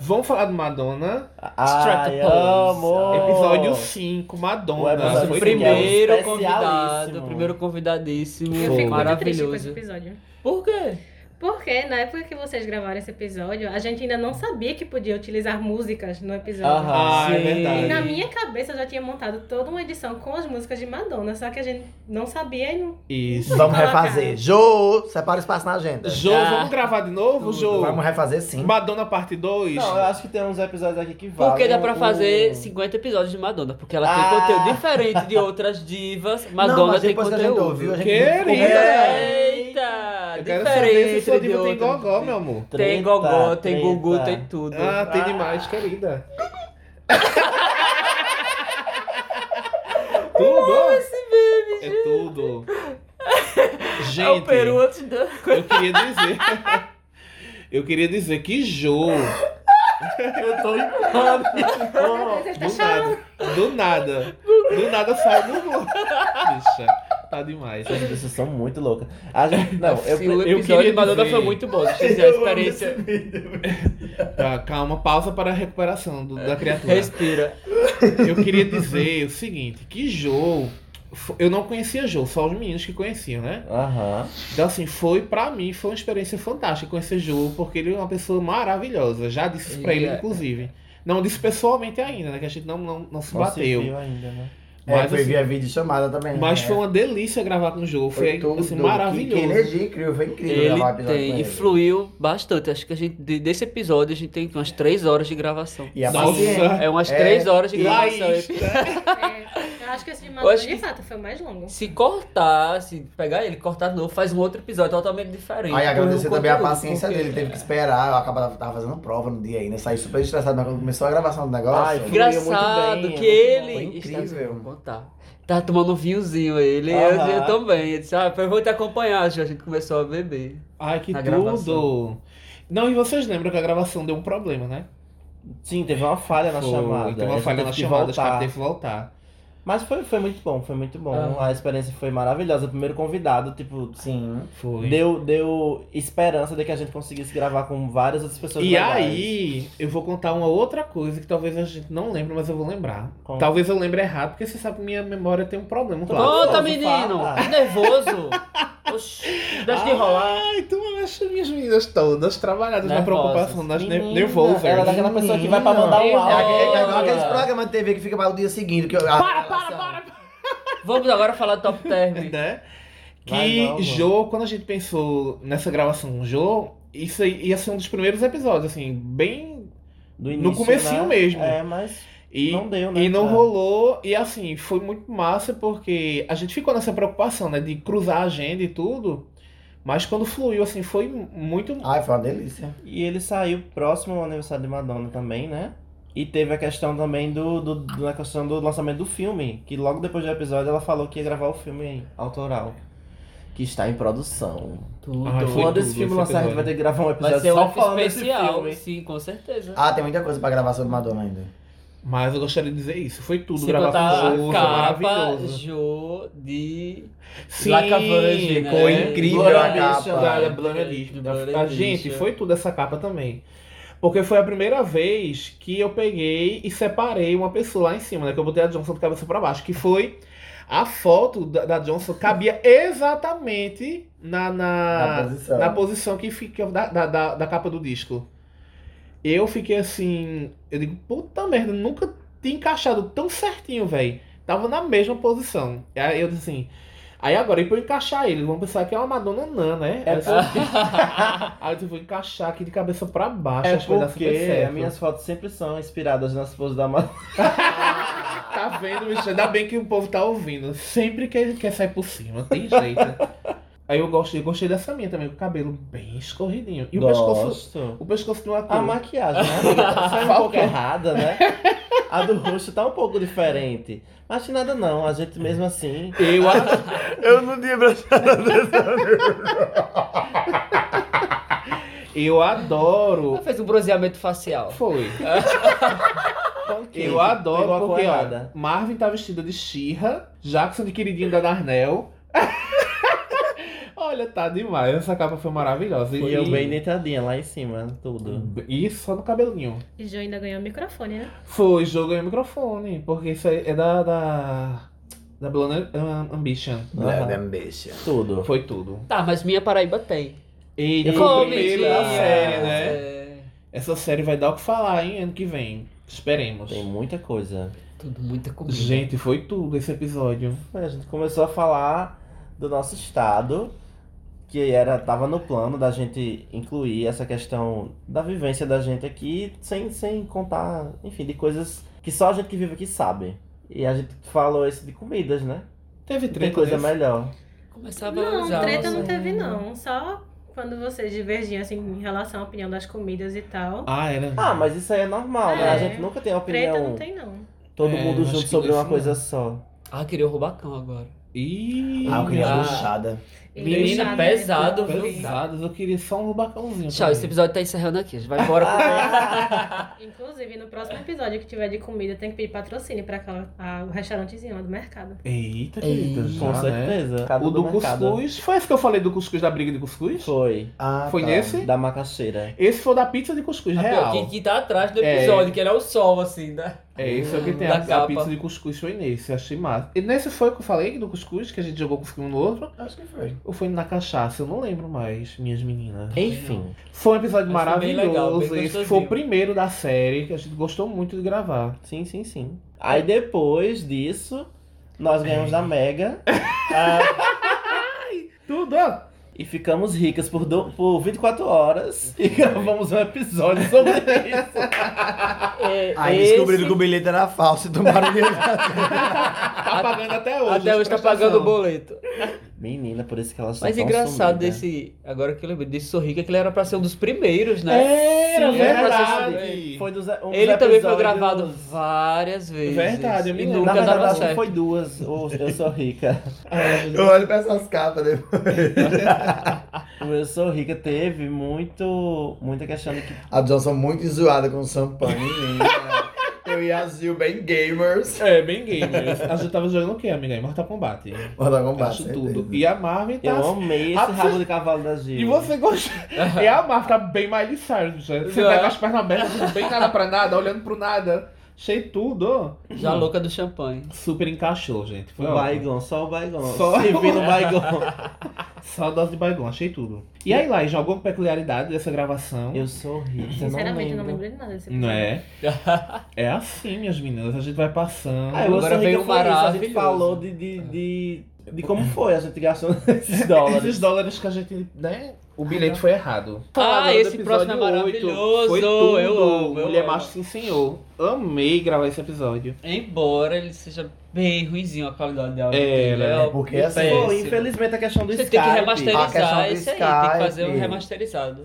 S3: Vamos falar de Madonna.
S2: Ai,
S1: Stratus.
S2: amor.
S3: Episódio 5, Madonna.
S2: O episódio
S3: Foi
S1: Nosso
S2: Esse
S3: tudo.
S1: primeiro
S2: é um
S1: convidado,
S2: especialíssimo.
S1: primeiro convidadíssimo,
S3: Eu
S6: Eu fico muito triste com esse
S1: maravilhoso.
S6: episódio.
S1: Por quê?
S6: Porque na época que vocês gravaram esse episódio, a gente ainda não sabia que podia utilizar músicas no episódio.
S2: Aham.
S3: Ah, é
S1: Sim.
S6: E na
S3: verdade.
S6: minha cabeça eu já tinha montado toda uma edição com as músicas de Madonna, só que a gente não sabia e não.
S3: Isso.
S4: Vamos refazer. Jô, separa o espaço na agenda.
S3: Jô,
S1: Ah.
S3: vamos gravar de novo,
S1: Tudo. assim.
S3: Jô?
S4: Vamos refazer sim.
S3: Madonna parte 2.
S2: Não, eu acho que tem uns episódios aqui que valem.
S1: Porque dá pra
S2: o-
S1: fazer 50 episódios de Madonna, porque ela tem
S2: um- Ah.
S1: conteúdo diferente de outras divas. Madonna
S4: não, mas
S1: tem
S4: depois que a gente
S1: conteúdo.
S4: ouviu, a gente
S3: Querida!
S4: ficou bem-
S1: Eita!
S3: Eu quero saber
S1: Tá diferente
S3: se sua
S1: de
S3: diva tem
S1: outras
S3: gogó,
S1: divas.
S3: meu amor.
S1: Tem
S2: Treta,
S1: gogó, tem
S2: treta.
S1: gugu, tem tudo.
S3: Ah, tem demais, querida. tudo! é tudo. Gente,
S1: É o peru antes da...
S3: eu queria dizer. eu queria dizer que Jô,
S2: Eu tô em pânico. Oh,
S6: Ele tá
S3: do nada, do
S6: chorando.
S3: nada, do nada sai do gol. Bicha, tá demais.
S2: Essas pessoas são muito loucas. A gente, não, eu,
S1: Sim, o
S3: eu
S1: episódio de
S3: queria
S1: Madonna
S3: dizer-
S1: foi muito bom. Vocês fizeram a experiência.
S3: Tá, calma, pausa para a recuperação do- da criatura.
S1: Respira.
S3: Eu queria dizer o seguinte, que Jô, fo- eu não conhecia Jô, só os meninos que conheciam, né?
S2: Aham.
S3: Então, assim, foi pra mim, foi uma experiência fantástica conhecer Jô, porque ele é uma pessoa maravilhosa. Já disse isso pra ele,
S1: Ele é.
S3: inclusive. Não disse pessoalmente ainda, né? Que a gente não, não, não se
S2: Não se
S3: bateu.
S2: viu ainda, né?
S4: É,
S3: mas,
S4: foi
S3: assim,
S4: via vídeo chamada também.
S3: mas
S4: É.
S3: foi uma delícia gravar com o Jô. Foi,
S4: tudo.
S3: assim,
S4: Que-
S3: maravilhoso.
S4: Que, energia incrível, foi incrível
S1: Ele
S4: gravar o episódio com
S1: tem,
S4: ele.
S1: e fluiu bastante. Acho que a gente, de- desse episódio, a gente tem umas 3 horas de gravação.
S4: E a
S3: Nossa.
S4: paciência.
S1: É umas
S4: É,
S1: 3 horas de
S3: E
S1: gravação.
S3: Laís, né?
S6: É, eu acho que esse de Madonna,
S1: acho
S6: de
S1: que-
S6: fato, foi o mais longo.
S1: Se cortar, se pegar ele, cortar de novo, faz um outro episódio totalmente diferente.
S4: Aí agradecer
S1: Por um
S4: também a
S1: conteúdo,
S4: paciência
S1: porque-
S4: dele, teve que esperar. Eu acabava tava fazendo prova no dia ainda, saí super estressado, mas quando começou a gravação do negócio. é
S2: Ai, fui-
S1: Engraçado
S2: Fluiu muito bem,
S1: que
S2: é muito
S1: ele.
S2: bom.
S4: Foi incrível.
S1: Está- vou contar. Tá tomando um vinhozinho ele, eu,
S2: Aham.
S1: eu também. Ele disse, ah, eu vou te acompanhar, Ju. a gente começou a beber.
S3: Ai, que
S1: Na
S3: tudo.
S1: gravação.
S3: Não, e vocês lembram que a gravação deu um problema, né?
S2: Sim, teve uma falha na
S3: Foi,
S2: chamada.
S3: Teve
S2: a
S3: uma
S2: gente
S3: falha na
S2: teve que
S3: chamada, acho que ela
S2: voltar.
S3: teve que voltar.
S2: Mas foi, foi muito bom, foi muito bom.
S1: Aham.
S2: A experiência foi maravilhosa. O primeiro convidado, tipo,
S4: Sim.
S3: Foi.
S2: deu, deu esperança de que a gente conseguisse gravar com várias outras pessoas.
S3: E
S2: legais.
S3: aí, eu vou contar uma outra coisa que talvez a gente não lembre, mas eu vou lembrar.
S2: Conta.
S3: Talvez eu lembre errado, porque você sabe que minha memória tem um problema, claro.
S2: Nossa,
S1: Conta,
S2: fala.
S1: tá menino! Nervoso! Oxi, deixa de rolar.
S3: Ai, tu acha minhas meninas todas trabalhadas na
S1: Nervosas.
S3: preocupação das ne
S2: Menina,
S3: nervosas.
S2: Ela é daquela pessoa que vai pra mandar um
S1: Menina.
S4: É, aquele- é igual
S1: Olha.
S4: aqueles programas de TV que fica para o dia seguinte. Que eu, para, para, para!
S1: Vamos agora falar do top term.
S3: né?
S2: Vai
S3: Que
S2: não, mano.
S3: Jô, quando a gente pensou nessa gravação com Jô, isso aí ia ser um dos primeiros episódios, assim, bem.
S2: Do
S3: No
S2: início,
S3: comecinho
S2: né?
S3: mesmo.
S2: É, mas
S3: E
S2: não deu, né?
S3: E não
S2: cara?
S3: rolou, e assim, foi muito massa porque a gente ficou nessa preocupação, né, de cruzar a agenda e tudo, Mas quando fluiu, assim, foi muito.
S2: Ah.
S4: Ai, foi uma delícia.
S2: E ele saiu próximo ao aniversário de Madonna também, né? E teve a questão também do, do, do- na questão do lançamento do filme, que logo depois do episódio ela falou que ia gravar o filme autoral, que está em produção.
S1: Tudo.
S3: Ai, foi
S2: Quando esse
S3: tudo
S2: filme
S3: esse
S2: lançar, a gente
S3: episódio.
S2: vai ter que gravar um
S1: Vai
S2: episódio
S1: ser
S2: só
S1: um
S2: falando desse
S1: especial,
S2: filme.
S1: sim, com certeza.
S4: Ah, tem muita coisa pra gravar sobre Madonna ainda.
S3: Mas eu gostaria de dizer isso. Foi tudo.
S1: Se
S3: gravar
S1: botar
S3: com
S1: a
S3: Jô, foi
S1: capa
S3: maravilhoso.
S1: Jo de
S3: Sim,
S1: La Cavanche, né?
S3: Foi incrível
S4: Blur
S3: a
S4: Ambition,
S3: capa. Da, da
S1: né?
S3: Blur
S1: Do
S3: Ambition.
S1: Blur
S3: Da- a gente,
S1: Ambition.
S3: foi tudo essa capa também. Porque foi a primeira vez que eu peguei e separei uma pessoa lá em cima, né? Que eu botei a Johnson de cabeça pra baixo. Que foi a foto da, da Johnson cabia exatamente na,
S4: Na
S3: na,
S4: posição.
S3: na posição que fica da, da, da, da capa do disco. Eu fiquei assim. Eu digo, puta merda, nunca tinha encaixado tão certinho, velho. Tava na mesma posição. Aí eu disse assim. Aí agora, e pra eu encaixar ele? Vão pensar que é uma Madonna Nã, né? Aí eu, disse, "Ah." aí eu disse, vou encaixar aqui de cabeça pra baixo.
S2: É
S3: acho que vai dar super
S2: porque as
S3: certo.
S2: minhas fotos sempre são inspiradas nas poses da Madonna.
S3: Tá vendo, bicho? Ainda bem que o povo tá ouvindo. Sempre quer, quer sair por cima, tem jeito. Aí eu gostei, eu gostei dessa minha também, com o cabelo bem escorridinho. E o pescoço.
S2: Gosto.
S3: O pescoço de uma
S2: A
S3: cor.
S2: maquiagem, né? Sai um pouco errada, né? A do rosto tá um pouco diferente. Mas que nada não, a gente mesmo assim.
S3: Eu acho.
S7: Eu não tinha prestado atenção.
S3: Eu adoro.
S1: Ela fez um bronzeamento facial.
S3: Foi. Eu
S2: Pegou a
S3: adoro
S2: cor
S3: porque,
S2: errada.
S3: ó, Marvin tá vestida de Xirra, Jackson de queridinho da Darnell. Olha, tá demais. Essa capa foi maravilhosa.
S2: E eu bem deitadinha lá em cima, tudo.
S3: E só no cabelinho.
S6: E Jo ainda ganhou o microfone, né?
S3: Foi jogo em microfone, porque isso aí é da. da. da Blonde Am- Ambition.
S2: Aham.
S3: é
S7: Nada, bicha.
S2: Tudo.
S3: Foi tudo.
S1: Tá, mas minha Paraíba tem.
S3: Eita, foi o
S1: Comedy.
S3: primeiro da série, né?
S1: É,
S3: Essa série vai dar o que falar, hein, ano que vem. Esperemos.
S2: Tem muita coisa.
S1: tudo muita comida.
S3: Gente, foi tudo esse episódio.
S2: A gente começou a falar do nosso estado, que era tava no plano da gente incluir essa questão da vivência da gente aqui, sem, sem contar, enfim, de coisas que só a gente que vive aqui sabe. E a gente falou isso de comidas, né?
S3: Teve
S2: Tem
S3: treta. né?
S2: coisa
S3: nesse?
S2: melhor.
S1: Começar a
S6: Não,
S1: valorizar.
S6: treta
S2: assim.
S6: não
S1: nossa-
S6: teve, não. Só quando vocês divergiam, assim, em relação à opinião das comidas e tal.
S3: Ah, era.
S2: Ah, mas isso aí é normal, né? A
S6: É.
S2: gente nunca tem a
S6: Treta não
S2: opinião.
S6: tem, não.
S2: Todo
S3: É,
S2: mundo
S3: eu acho
S2: junto
S3: que
S2: sobre uma
S3: desse
S2: coisa só.
S1: Ah, queria roubar cão agora.
S3: Ih,
S4: Ah, eu queria
S1: Ah.
S4: bruxada.
S1: Menino,
S6: Inchado,
S1: pesado,
S6: né?
S1: viu?
S3: pesados. Eu queria só um rubacãozinho.
S1: Tchau, esse
S3: também.
S1: episódio tá encerrando aqui. A gente vai embora com
S6: Inclusive, no próximo episódio que tiver de comida, tem que pedir patrocínio pra aquela, a- o restaurantezinho lá do mercado.
S3: Eita, querida.
S1: Eita.
S3: já,
S2: Com
S3: né?
S2: certeza.
S3: O do
S2: um mercado.
S3: cuscuz. Foi esse que eu falei do cuscuz da briga de cuscuz?
S2: Foi.
S4: Ah,
S3: Foi
S4: tá.
S3: nesse?
S2: Da macaxeira.
S3: Esse foi o da pizza de cuscuz, real.
S1: Que, que tá atrás do
S3: É.
S1: episódio, que ele é o sol, assim, né?
S3: É, isso é o que tem.
S1: Da
S3: A, a
S1: capa.
S3: pizza de cuscuz foi nesse, eu achei massa. E nesse foi o que eu falei do cuscuz, que a gente jogou cuscuz um no outro.
S4: Acho que foi.
S3: Ou foi na cachaça? Eu não lembro mais, minhas meninas.
S2: Enfim.
S3: Foi um episódio
S1: Mas foi bem
S3: maravilhoso.
S1: legal, bem
S3: Esse
S1: gostosinho.
S3: foi o primeiro da série, que a gente gostou muito de gravar.
S2: Sim, sim, sim. Aí depois disso, nós ganhamos da Mega Ah,
S3: Tudo! ó.
S2: e ficamos ricas por, do- por 24 horas e gravamos um episódio sobre isso.
S1: É,
S4: Aí
S1: esse-
S4: descobriram que o bilhete era falso e tomaram dinheiro.
S3: Tá pagando até hoje.
S1: Até hoje tá pagando o boleto.
S2: Menina, por isso que elas são
S1: Mas engraçado
S2: consumidas.
S1: desse. Agora que eu lembro desse sorrica, que ele era pra ser um dos primeiros, né?
S3: Era
S1: Sim,
S3: verdade.
S2: Foi dos, um dos
S1: ele também foi
S2: episódios-
S1: gravado várias vezes.
S3: Verdade, eu me
S1: E
S3: lembro.
S2: Na
S1: nunca
S2: verdade,
S1: dava
S2: acho que
S1: certo.
S2: foi duas. ou Eu sou rica.
S4: Eu olho pra essas capas né? depois.
S2: O Eu sou rica teve muito, muita questão de que
S4: A Johnson muito zoada com champanhe. menina. Eu e a Zil bem gamers.
S3: É, bem gamer. A gente tava jogando o quê, amiga? Mortal Kombat.
S4: Mortal Kombat.
S3: Acho
S4: um certeza.
S3: tudo. E a Marvel tá.
S2: eu amei esse
S3: Ah,
S2: rabo de cavalo da Gil.
S3: E você gostou. E a Marvel tá bem Miley Cyrus, né? Você
S1: Já.
S3: tá com as pernas abertas, não tem nada pra nada, olhando pro nada. Achei tudo.
S1: Já louca do champanhe.
S3: Super encaixou, gente.
S2: O
S3: Foi ótimo.
S2: Baigon, só o Baigon.
S3: Só-
S2: Se vir no Baigon.
S3: Saudade de Baigon, achei tudo. E aí, Laís, alguma peculiaridade dessa gravação?
S2: Eu sou rica,
S6: Sinceramente, eu não
S2: não lembro.
S6: lembro de nada desse
S3: Não
S6: episódio.
S3: é? É assim, minhas meninas. A gente vai passando.
S2: Ah, eu
S1: Agora
S2: sou rica
S1: veio um
S2: foi isso. A gente
S1: maravilhoso.
S2: falou É. de, de, de, de como foi a gente gastou esses dólares.
S3: Esses dólares que a gente, né? O bilhete foi errado.
S1: Ah,
S3: Agora do
S1: esse
S3: episódio
S1: próximo é
S3: oito.
S1: maravilhoso.
S3: Foi tudo.
S1: Eu amo, eu
S3: Mulher
S1: amo.
S3: Macho Sim Senhor. Amei gravar esse episódio.
S1: Embora ele seja bem ruizinho a qualidade da áudio
S3: É,
S1: dele,
S3: né?
S4: Porque
S1: é
S4: assim,
S1: péssimo.
S2: Pô, infelizmente a questão do
S1: Você tem
S2: Skype.
S1: que
S2: Ah,
S1: remasterizar
S4: A questão do
S1: esse aí, tem que fazer um
S4: Skype.
S1: remasterizado.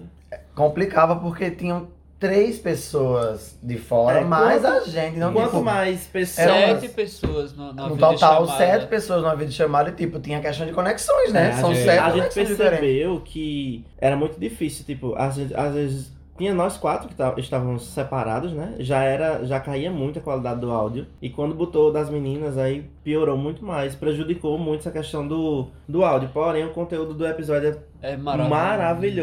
S4: Complicava porque tinham três pessoas de fora,
S2: É,
S4: mais
S2: quanto-
S4: a gente. Não,
S2: Quanto
S4: tipo,
S2: mais pessoas.
S4: Era uma-
S1: Sete pessoas no, na
S4: No total,
S1: videochamada.
S4: sete pessoas numa videochamada e, tipo, tinha questão de conexões, né?
S2: É, a
S4: São
S2: gente-
S4: sete
S2: A gente
S4: conexões diferentes.
S2: percebeu que era muito difícil, tipo, às vezes, às vezes tinha nós quatro que tá- estávamos separados, né? Já era, já caía muito a qualidade do áudio. E quando botou das meninas, aí piorou muito mais, prejudicou muito essa questão do, do áudio. Porém, o conteúdo do episódio é
S1: É maravilhoso.
S2: maravilhoso.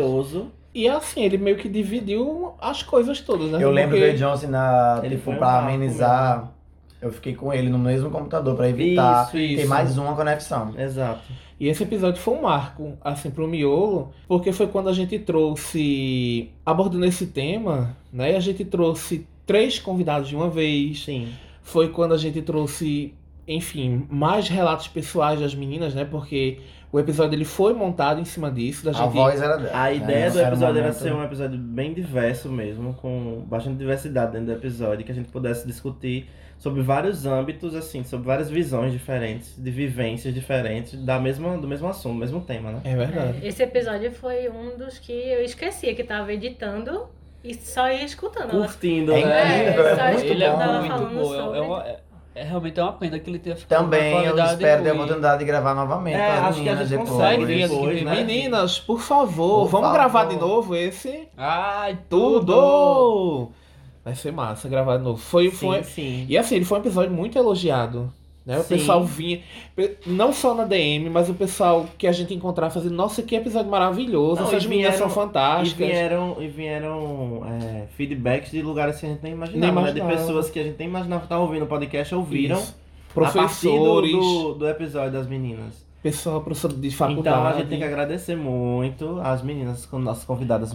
S3: E assim, ele meio que dividiu as coisas todas, né?
S4: Eu lembro do
S3: Porque-
S4: Ed Johnson na,
S2: Ele
S4: tipo,
S2: foi um né?
S4: pra
S2: barco
S4: amenizar. Eu fiquei com ele no mesmo computador pra evitar
S2: Isso, isso.
S4: ter mais uma conexão.
S2: Exato.
S3: E esse episódio foi um marco, assim, pro miolo, porque foi quando a gente trouxe, abordando esse tema, né? A gente trouxe três convidados de uma vez.
S2: Sim.
S3: Foi quando a gente trouxe, enfim, mais relatos pessoais das meninas, né? Porque o episódio ele foi montado em cima disso, da
S4: A
S3: gente
S4: voz era dela.
S2: A
S3: É,
S4: né?
S2: ideia do
S4: Era um
S2: episódio era
S4: momento-
S2: ser um episódio bem diverso mesmo, com bastante diversidade dentro do episódio, que a gente pudesse discutir sobre vários âmbitos, assim, sobre várias visões diferentes, de vivências diferentes, da mesma, do mesmo assunto, do mesmo tema, né?
S3: É verdade.
S6: Esse episódio foi um dos que eu esquecia que tava editando e só ia escutando. ela
S2: Curtindo,
S4: É
S2: né?
S4: incrível, é
S6: só
S4: muito
S1: ele é
S4: bom.
S6: Ela
S1: muito
S6: falando
S1: bom. É,
S6: sobre-
S1: é uma- é- é realmente uma pena que ele tenha ficado com
S4: Também
S1: a
S4: eu
S1: qualidade
S4: espero ter a
S1: ruim.
S4: oportunidade de gravar novamente
S2: É,
S4: com as
S2: acho que a
S4: meninas
S2: gente
S4: depois.
S2: consegue,
S1: Depois,
S2: depois,
S1: né?
S3: Meninas, por favor,
S4: Por
S3: vamos
S4: favor.
S3: gravar de novo esse
S1: Ai, tudo!
S3: tudo. Vai ser massa gravar de novo. Foi,
S2: Sim,
S3: foi,
S2: sim.
S3: E assim, ele foi um episódio muito elogiado. Né? O
S2: Sim.
S3: pessoal vinha, pe- não só na DM, mas o pessoal que a gente encontrava fazendo, nossa, que episódio maravilhoso,
S2: Não,
S3: essas
S2: e
S3: meninas são
S2: vieram- E
S3: fantásticas.
S2: vieram, e vieram é, feedbacks de lugares que a gente nem imaginava,
S3: Nem
S2: né?
S3: imaginava.
S2: De pessoas que a gente nem imaginava que estavam ouvindo o podcast, ouviram.
S3: Isso. Professores,
S2: A partir do- do- do episódio das meninas.
S3: pessoal, professor de
S2: Então a
S3: faculdade.
S2: gente tem que agradecer muito as meninas, com nossas convidadas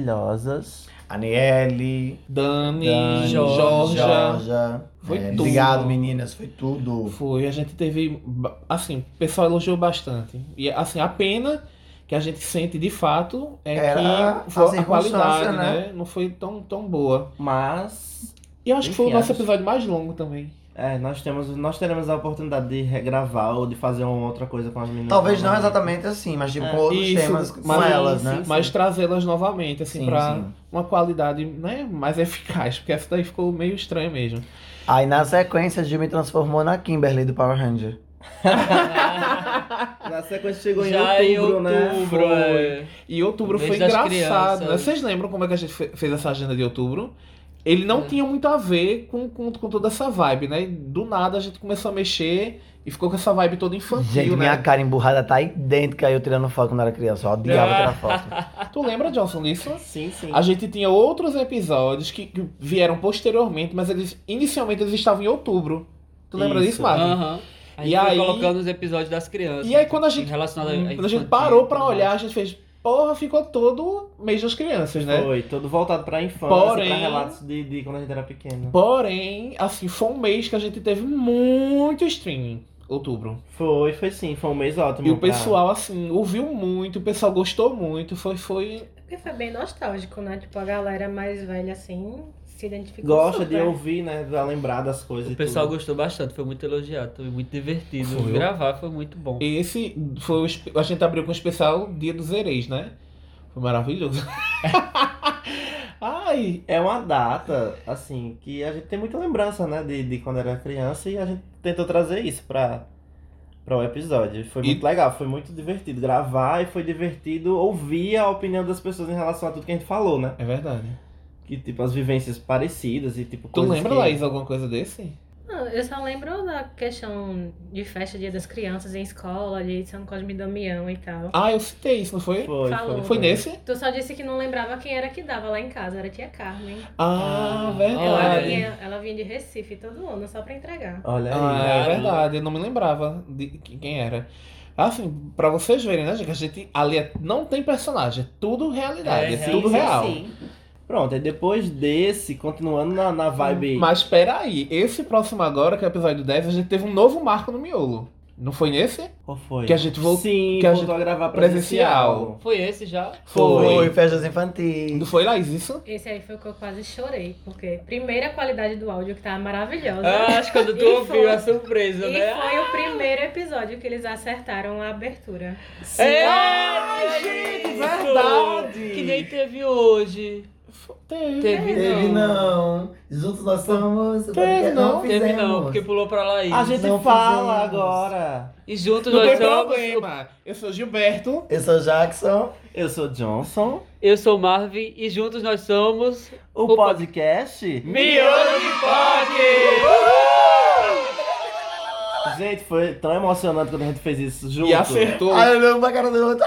S2: maravilhosas.
S4: Aniele,
S3: Dani,
S4: Dani,
S3: Jorge.
S4: Georgia.
S3: Foi
S4: É,
S3: tudo.
S4: Obrigado, meninas. Foi tudo.
S3: Foi, a gente teve. ba- Assim, o pessoal elogiou bastante. E assim, a pena que a gente sente de fato é
S4: Era
S3: que
S4: a
S3: foi- a,
S4: circunstância,
S3: qualidade,
S4: né?
S3: né? Não foi tão, tão boa.
S2: Mas
S3: E eu acho que foi o
S2: Enfim,
S3: nosso
S2: acho-
S3: episódio mais longo também.
S2: é, nós temos, nós teremos a oportunidade de regravar ou de fazer uma outra coisa com as meninas.
S4: Talvez não
S2: novamente.
S4: exatamente assim, mas tipo com outros
S3: Isso,
S4: temas com
S3: mas-
S4: elas,
S2: sim,
S4: né?
S2: sim.
S3: Mas trazê-las novamente, assim,
S4: Sim,
S3: pra
S4: sim.
S3: uma qualidade né, mais eficaz, porque essa daí ficou meio estranha mesmo.
S4: Aí na sequência, Gil me transformou na Kimberly do Power Ranger.
S2: Na sequência chegou em
S1: Já em
S2: outubro, né?
S1: outubro,
S2: Foi.
S1: é.
S3: E outubro
S1: Mês
S3: foi
S1: das
S3: engraçado, né?
S1: crianças.
S3: Vocês lembram como é que a gente fe- fez essa agenda de outubro? Ele não
S1: É.
S3: tinha muito a ver com, com, com toda essa vibe, né? E Do nada a gente começou a mexer e ficou com essa vibe toda infantil,
S4: Gente,
S3: né?
S4: minha cara emburrada tá idêntica a eu tirando foto quando era criança. Eu odiava tirar foto.
S3: Tu lembra, Johnson, disso?
S2: Sim, sim.
S3: A gente tinha outros episódios que, que vieram posteriormente, mas eles inicialmente eles estavam em outubro. Tu lembra
S2: Isso.
S3: disso, Marcos?
S1: Aham. A gente
S3: E
S1: foi
S3: aí-
S1: colocando os episódios das crianças.
S3: E aí, quando a gente-
S1: Relacionado a,
S3: Quando a gente
S1: é infantil,
S3: parou pra
S1: tudo mais.
S3: olhar, a gente fez, porra, ficou todo mês das crianças, né?
S2: Foi, todo voltado pra infância,
S3: Porém-
S2: pra relatos de, de quando a gente era pequeno.
S3: Porém, assim, foi um mês que a gente teve muito streaming, outubro.
S2: Foi, foi sim, foi um mês ótimo.
S3: E o
S2: pra-
S3: pessoal, assim, ouviu muito, o pessoal gostou muito, foi, foi...
S6: Porque foi bem nostálgico, né? Tipo, a galera mais velha, assim, se identificou
S2: gosta de
S6: super.
S2: ouvir, né? Pra lembrar das coisas.
S1: O
S2: e
S1: pessoal
S2: tudo.
S1: gostou bastante, foi muito elogiado, foi muito divertido.
S3: Foi.
S1: Gravar foi muito bom.
S3: Esse foi o... espe- A gente abriu com o especial Dia dos Ereis, né? Foi maravilhoso. Ai,
S2: É uma data, assim, que a gente tem muita lembrança, né, de, de quando era criança e a gente tentou trazer isso pra, pra o episódio. Foi
S3: E-
S2: muito legal, foi muito divertido gravar e foi divertido ouvir a opinião das pessoas em relação a tudo que a gente falou, né?
S3: é verdade.
S2: Que, tipo, as vivências parecidas e, tipo,
S3: Tu
S2: coisas
S3: lembra,
S2: que...
S3: Laís, alguma coisa desse?
S6: Não, Ah, eu só lembro da questão de festa Dia das Crianças em escola, de São Cosme e Damião e tal.
S3: Ah, eu citei isso, não foi?
S2: Foi,
S6: Falou.
S2: foi,
S3: Foi nesse?
S6: Tu só disse que não lembrava quem era que dava lá em casa, era a tia Carmen.
S1: Ah,
S3: Ah,
S6: Ela
S1: olha
S3: verdade.
S1: aí.
S6: vinha, ela vinha de Recife todo ano, só pra entregar.
S2: Olha aí.
S3: Ah, é
S2: né?
S3: verdade, eu não me lembrava de que- quem era. Assim, pra vocês verem, né, gente, que a gente ali é- não tem personagem, é tudo realidade, é,
S1: É,
S3: tudo
S1: sim,
S3: real.
S2: Pronto, aí depois desse, continuando na, na vibe...
S3: Mas peraí, esse próximo agora, que é o episódio 10, a gente teve um novo marco no miolo. Não foi nesse?
S2: Qual foi?
S3: Que a gente voltou.
S2: Sim,
S3: que a
S2: voltou a gravar
S3: presencial.
S2: presencial.
S1: Foi esse já?
S4: Foi,
S3: Foi.
S4: festas
S3: Não
S4: infantis.
S3: foi, Laís, isso?
S6: Esse aí foi o que eu quase chorei, porque primeira qualidade do áudio que tava maravilhosa.
S1: Ah, acho que quando tu
S6: E
S1: ouviu
S6: foi.
S1: a surpresa,
S6: E
S1: né?
S6: foi o primeiro episódio que eles acertaram a abertura.
S1: É,
S2: gente,
S1: isso!
S2: verdade!
S1: Que nem teve hoje. Teve,
S4: Teve
S1: não.
S4: não. Juntos nós somos.
S3: Teve não,
S1: Teve não,
S4: fizemos.
S1: porque pulou pra Laís.
S2: A gente
S4: Não
S2: fala
S4: fizemos.
S2: agora.
S1: E juntos
S3: Não tem
S1: nós somos.
S3: problema. Eu sou Gilberto.
S4: Eu sou Jackson.
S2: Eu sou Johnson.
S1: Eu sou Marvin e juntos nós somos.
S2: O,
S1: O pod-
S2: podcast.
S1: Miolo de Pode!
S2: Gente, foi tão emocionante quando a gente fez isso junto.
S3: E acertou.
S4: Aí eu olhando pra cara do outro.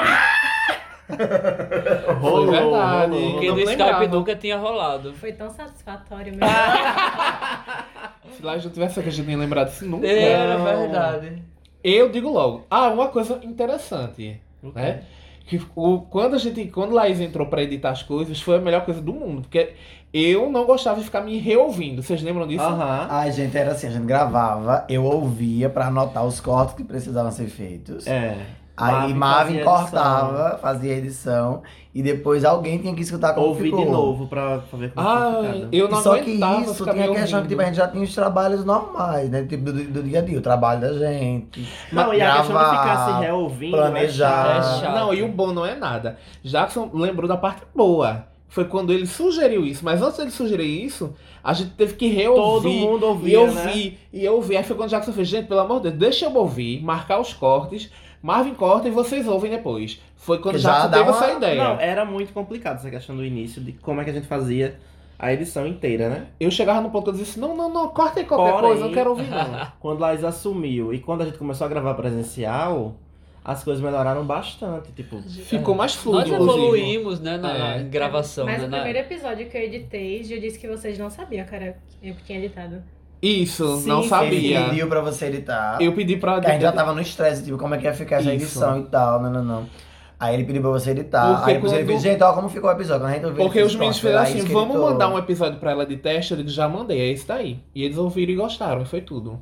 S2: Rolou,
S3: Foi verdade.
S2: rolou.
S1: Porque
S3: Eu
S1: no
S3: não
S1: Skype
S3: lembrava.
S1: nunca tinha rolado.
S6: Foi tão satisfatório mesmo.
S1: Ah,
S3: Se Laís não tivesse aqui, a gente nem lembrado disso nunca.
S1: Era
S2: Não.
S1: verdade.
S3: Eu digo logo. Ah, uma coisa interessante, né?
S2: É?
S3: Que o, quando a gente, quando Laís entrou pra editar as coisas, foi a melhor coisa do mundo, porque eu não gostava de ficar me reouvindo. Vocês lembram disso?
S2: Aham.
S4: Ai, gente, era assim, a gente gravava, eu ouvia pra anotar os cortes que precisavam ser feitos.
S2: É.
S4: Aí
S2: Marvin
S4: Marvin
S2: fazia
S4: cortava, fazia a edição, e depois alguém tinha que escutar como
S2: Ouvi
S4: ficou.
S2: de novo pra, pra ver como
S3: Ah,
S2: tinha ficado.
S3: eu não
S4: Só que
S3: aguentava
S4: isso
S3: ficar me
S4: tinha a questão que
S3: ouvindo.
S4: tipo, a gente já tinha os trabalhos normais, né? Tipo, do, do dia a dia, o trabalho da gente.
S2: Não, e a questão de ficar se
S4: gravar,
S2: reouvindo.
S4: planejar.
S2: é chato.
S1: chato.
S3: Ah, Não, e o bom não é nada. Jackson lembrou da parte boa. Foi quando ele sugeriu isso, mas antes dele sugerir isso, a gente teve que
S2: Todo
S3: reouvir.
S2: mundo
S3: E
S2: ouvia,
S3: eu
S2: né?
S3: vi, e eu vi. Aí foi quando o Jackson fez, gente, pelo amor de Deus, deixa eu ouvir, marcar os cortes. Marvin corta e vocês ouvem depois. Foi quando o
S4: Que já
S3: Jackson
S4: dá
S3: teve
S4: uma-
S3: essa ideia.
S2: né? Não, era muito complicado essa questão do início, de como é que a gente fazia a edição inteira, né?
S3: Eu chegava no ponto que eu disse, não, não, não, corta aí qualquer
S2: Porém-
S3: coisa, eu não quero ouvir não.
S2: Quando Laís assumiu e quando a gente começou a gravar presencial, as coisas melhoraram bastante. Tipo,
S3: Ficou mais fluido,
S1: Nós
S3: inclusive.
S1: evoluímos, né, na na
S3: É.
S1: gravação,
S6: Mas
S1: né?
S6: o
S1: na-
S6: primeiro episódio que eu editei, eu disse que vocês não sabiam, cara, eu que tinha editado.
S3: Isso,
S2: Sim,
S3: não
S2: sim,
S3: sabia.
S4: Ele pediu pra você editar.
S3: Eu pedi pra...
S4: Porque a gente já tava no estresse, tipo, como é que ia ficar essa
S3: Isso.
S4: edição e tal, não, não, não. Aí ele pediu pra você editar.
S3: Porque
S4: aí depois ele
S3: quando-
S4: fez, gente, ó, como ficou o episódio. Quando a gente ouviu,
S3: Porque
S4: ele
S3: os meninos
S4: pronto,
S3: fizeram
S4: era
S3: assim,
S4: isso que
S3: vamos
S4: editou.
S3: mandar um episódio pra ela de teste, eu digo, já mandei, é esse daí. E eles ouviram e gostaram, e foi tudo.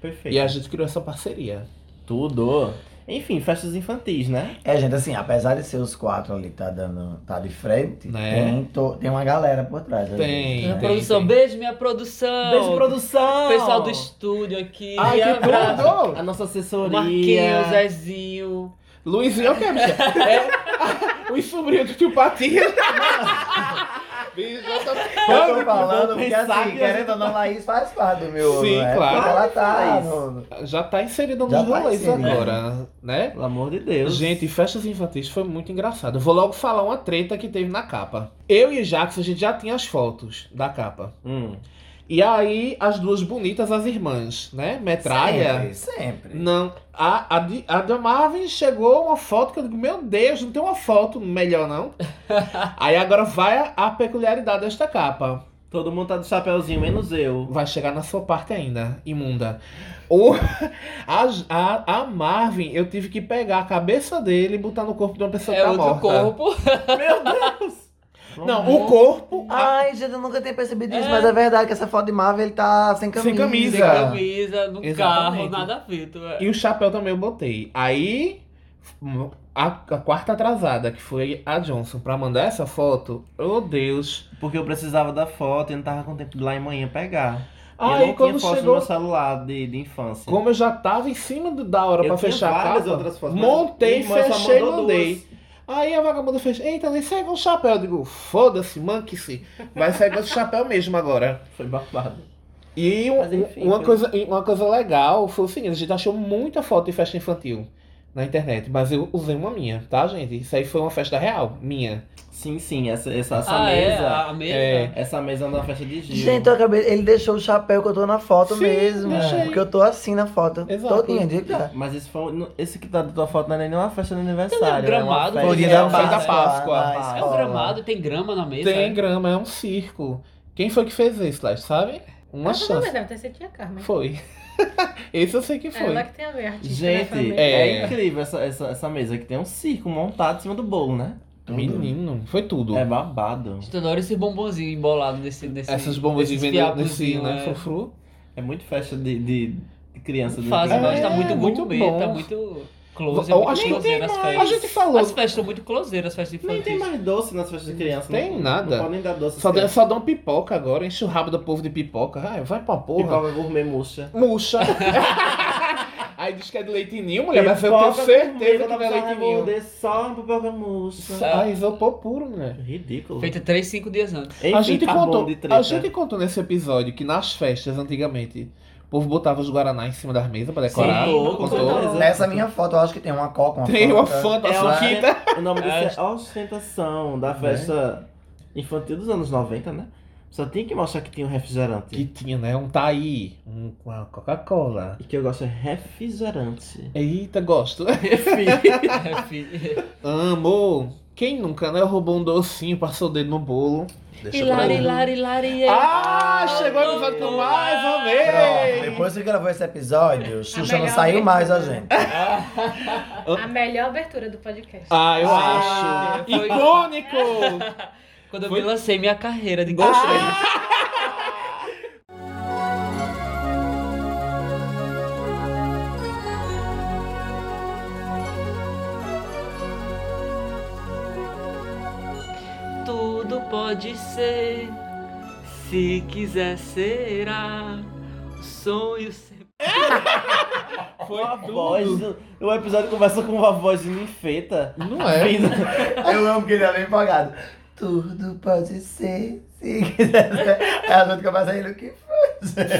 S2: perfeito.
S3: E a gente criou essa parceria.
S2: Tudo. Enfim, festas infantis, né?
S4: É, gente, assim, apesar de ser os quatro ali, tá dando, tá de frente,
S3: Né?
S4: tem, um to- tem uma galera por trás. ali,
S3: Tem,
S1: Minha
S4: né?
S3: tem.
S1: produção. Beijo, minha produção.
S2: Beijo, produção!
S1: Pessoal do estúdio aqui.
S3: Ai, que
S1: Abraço.
S2: A
S3: tudo!
S2: nossa assessoria.
S1: Marquinhos,
S3: é.
S1: Zezinho.
S3: Luizinho, eu quero, bicha. É, os sobrinhos do tio Patinha. Bicho, eu tô-
S4: Eu tô falando porque
S2: pensar
S4: assim,
S2: que-
S4: querendo ou não, Laís faz parte do meu.
S3: Sim,
S4: né?
S3: claro.
S4: Porque Ela tá.
S2: Faz.
S4: no-
S3: Já tá inserida nos
S4: Já tá
S3: rolês
S4: inserida.
S3: agora, né?
S2: Pelo amor de Deus.
S3: Gente, festas infantis foi muito engraçado. Eu vou logo falar uma treta que teve na capa. Eu e o Jackson, a gente já tinha as fotos da capa.
S2: Hum.
S3: E aí, as duas bonitas, as irmãs, né? Metralha.
S4: Sempre, sempre.
S3: Não, a, a, de- a da Marvin chegou uma foto que eu digo, meu Deus, não tem uma foto melhor, não. aí agora vai a, a peculiaridade desta capa.
S2: Todo mundo tá de chapéuzinho, menos eu.
S3: Vai chegar na sua parte ainda, imunda. O, a, a, a Marvin, eu tive que pegar a cabeça dele e botar no corpo de uma pessoa
S1: É
S3: que tá
S1: outro
S3: morta.
S1: corpo.
S2: Meu Deus!
S3: Não, o corpo. a-
S4: Ai, gente, eu nunca tinha percebido isso, mas é verdade que essa foto de Marvel ele tá sem camisa.
S3: Sem camisa.
S1: Sem camisa, no carro,
S3: Exatamente.
S1: nada feito. é.
S3: E o chapéu também eu botei. Aí, a, a quarta atrasada, que foi a Johnson, pra mandar essa foto, oh Deus.
S2: Porque eu precisava da foto e não tava com tempo de ir lá em manhã pegar. E eu
S3: Aí
S2: não tinha
S3: quando
S2: foto no
S3: chegou.
S2: meu celular de, de infância.
S3: Como eu já tava em cima do- da hora
S2: eu
S3: pra
S2: tinha
S3: fechar a
S2: várias
S3: capa,
S2: outras fotos. mas minha
S3: montei,
S2: irmã só
S3: fechei e
S2: mandou
S3: mandei.
S2: duas.
S3: Aí a vagabunda fez, eita, nem sai com o chapéu. Eu digo, foda-se, manque-se. Vai sair com esse chapéu mesmo agora.
S2: Foi babado.
S3: E um-
S2: Mas enfim,
S3: uma,
S2: foi-
S3: coisa, e uma coisa legal foi o seguinte, a gente achou muita foto de festa infantil na internet. Mas eu usei uma minha, tá, gente? Isso aí foi uma festa real, minha.
S2: Sim, sim, essa, essa, essa
S1: Ah, é?
S2: mesa.
S1: A mesa?
S3: É.
S2: Essa mesa é uma festa de Gil.
S4: Gente, eu acabei. Ele deixou o chapéu que eu tô na foto
S3: Sim,
S4: mesmo.
S3: deixei.
S4: Porque eu tô assim na foto.
S3: Exato.
S4: Todinha, de cara.
S2: Mas esse, foi, um- esse que tá da tua foto não é nem uma festa de aniversário.
S1: Tem um gramado,
S2: é
S1: Foi
S2: uma
S1: o dia
S2: festa.
S1: da Páscoa.
S4: na
S2: É um
S1: É um
S4: escola.
S1: gramado, tem grama na mesa.
S3: Ah, Tem grama, é um circo. Quem foi que fez isso, Lash, sabe? Uma
S6: Provavelmente
S3: chance.
S6: deve ter sido tia Carmen.
S3: Foi. Esse eu sei que foi.
S6: né? Ela É, que tem a ver artista da
S1: né,
S2: Gente,
S6: família.
S2: é,
S3: É.
S2: incrível essa, essa, essa mesa que tem um circo montado em cima do bolo, né?
S3: Menino, foi tudo.
S2: É babado.
S1: Estudou esse bombonzinho embolado nesse. nesse
S3: Essas bombas de
S1: nesses
S3: venda nesse,
S1: fiapozinho,
S3: né,
S1: é.
S3: frufru.
S2: É muito festa de, de criança do
S1: Fazem,
S2: interior.
S1: mas tá muito,
S3: É,
S1: muito
S3: muito
S1: bem,
S3: bom.
S1: tá muito close, é
S3: Eu
S1: muito
S3: acho que não
S1: closeiro as
S3: A
S1: festas.
S3: gente falou.
S1: As festas são muito closeiras, as festas
S2: Nem
S1: infantis.
S2: tem mais doce nas festas de criança.
S3: Tem
S2: não,
S3: nada.
S2: Não podem dar doce. assim,
S3: Só,
S2: às
S3: dão-
S2: crianças.
S3: só dão pipoca agora, enche o rabo do povo de pipoca. Ai, vai pra porra.
S2: Pipoca gourmet murcha.
S3: Murcha. Aí diz que é de leite ninho, mulher, mas eu tenho
S2: Pipoca
S3: certeza
S2: gourmet,
S3: que não é
S2: dá pra
S3: leite ninho.
S2: remover Só uma pipoca murcha.
S3: Ah, isopor puro, mulher.
S2: Ridículo.
S1: Feita 3, 5 dias antes.
S2: Enfim,
S3: a gente
S2: tá bom
S3: contou,
S2: de treta.
S3: a gente contou nesse episódio que nas festas antigamente o povo botava os guaraná em cima das mesas pra decorar.
S2: Sim, contou,
S3: contou.
S2: contou.
S4: Nessa minha foto, eu acho que tem uma coca, uma
S3: Tem uma assim
S4: coca.
S3: fanta,
S2: É
S3: uma
S2: uma-
S3: suquita.
S2: O nome disso é Né? ostentação da festa infantil dos anos 90, né? Só tem que mostrar que tinha um refrigerante.
S3: Que tinha, né? Um Thaí, um, uma Coca-Cola.
S2: E que eu gosto é refrigerante.
S3: Eita, gosto.
S1: É, filho.
S3: Amo. Quem nunca, né? Roubou um docinho, passou o dedo no bolo.
S4: Deixa pra
S1: Hilari,
S4: lá.
S1: hilari, hilari. é.
S3: Ah, chegou o episódio que eu mais amei!
S4: Pronto, depois que gravou esse episódio, Xuxa não
S6: melhor
S4: saiu
S6: vez.
S4: mais a gente.
S6: A melhor abertura do podcast.
S3: Ah, eu
S1: Ah,
S3: acho.
S1: foi-
S3: Icônico!
S1: Quando eu
S3: Foi- Ah!
S1: me lancei minha carreira de gostei. Tudo pode ser, se quiser será. O sonho sempre.
S3: Foi
S2: Uma
S3: tudo.
S2: voz do- O episódio começa com uma voz um infeita.
S3: Não é?
S4: Eu amo que ele é bem empolgado. Tudo pode ser, se quiser ser. Aí a gente começa a ir no que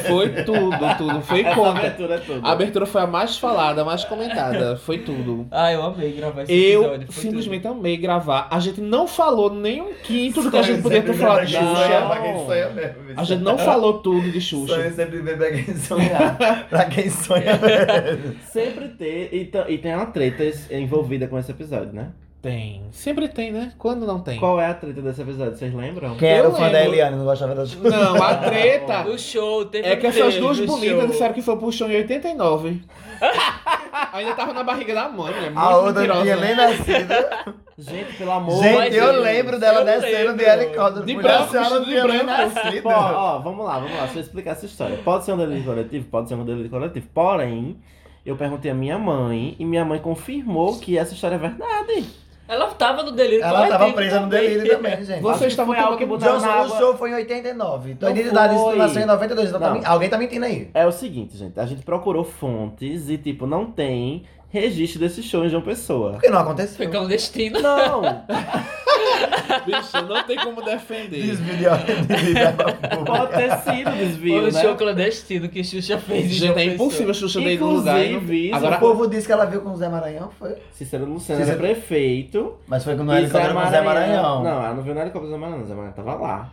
S3: Foi tudo, tudo. Foi
S2: Essa
S3: icônico.
S2: abertura é tudo.
S3: A abertura foi a mais falada, a mais comentada. Foi tudo.
S1: Ah, eu amei gravar esse
S3: Eu
S1: episódio. foi
S3: simplesmente amei gravar. A gente não falou nem um quinto do que a gente podia ter
S4: Sempre
S3: falado de
S4: bebe quem sonha, é pra quem
S3: Xuxa.
S4: sonha mesmo, bicho.
S3: A gente não falou tudo de
S4: Sonho
S3: Xuxa.
S4: sempre bebe pra quem sonha. pra quem sonha mesmo.
S2: Sempre tem. E, ta- e tem uma treta es- envolvida com esse episódio, né?
S3: Tem. Sempre tem, né? Quando não tem?
S2: Qual é a treta desse episódio? Vocês lembram?
S4: Quem era
S3: Eu
S4: o fã da
S3: lembro.
S4: Eliane, não gostava da Xuxa.
S3: Não, a treta
S1: tudo. O show teve
S3: é que essas
S1: inteiro,
S3: duas
S1: do
S3: bonitas
S1: show.
S3: disseram que foi pro show em 89. Ainda tava na barriga da mãe, né? Muito
S4: A outra não
S3: mentirosa.
S4: tinha nem nascido.
S2: Gente, pelo amor
S4: Gente,
S1: mas
S4: eu
S1: eu-
S4: lembro dela
S1: eu
S4: descendo
S1: lembro.
S4: de helicóptero.
S3: De
S4: Mulher,
S3: branco,
S4: a senhora não
S3: vestido de
S4: tinha nem
S3: branco.
S2: Ó,
S4: nascido.
S2: ó, vamos lá, vamos lá. Deixa eu explicar essa história. Pode ser um delírio coletivo? Pode ser um delírio coletivo. Porém, eu perguntei à minha mãe e minha mãe confirmou que essa história é verdade.
S1: Ela tava no delírio
S4: Ela tava
S1: coletivo
S4: presa no
S1: também.
S4: delírio né? também, gente.
S3: Vocês
S2: Acho que
S3: estavam
S2: foi algo que
S3: tomando-
S2: botaram na
S4: Johnson, o
S2: água.
S4: show foi em 89. Então,
S2: Não
S4: de idade, isso
S2: foi.
S4: nasceu em 92. Então, tá
S2: Não.
S4: men- alguém tá mentindo aí.
S2: É o seguinte, gente. A gente procurou fontes e, tipo, não tem registro desse show em João Pessoa.
S4: Por que não aconteceu?
S1: Foi clandestino.
S2: Não!
S3: Bicho, não tem como defender.
S4: Desvio de ordem de vida pública.
S2: Pode ter sido
S1: Foi
S2: desvio,
S1: o
S2: né?
S1: show clandestino que Xuxa fez. em João
S3: Gente, é
S1: Pessoa.
S3: impossível a Xuxa dentro do lugar. e não-
S2: Inclusive, isso
S4: O
S3: Agora,
S4: povo disse que ela viu com o Zé Maranhão, foi?
S2: Cícero Lucena
S4: Cícero-
S2: era prefeito.
S4: Mas foi com o
S2: e
S4: helicóptero com o Zé Maranhão. Então
S2: Não, ela não viu nada com o Zé Maranhão. O Zé Maranhão tava lá.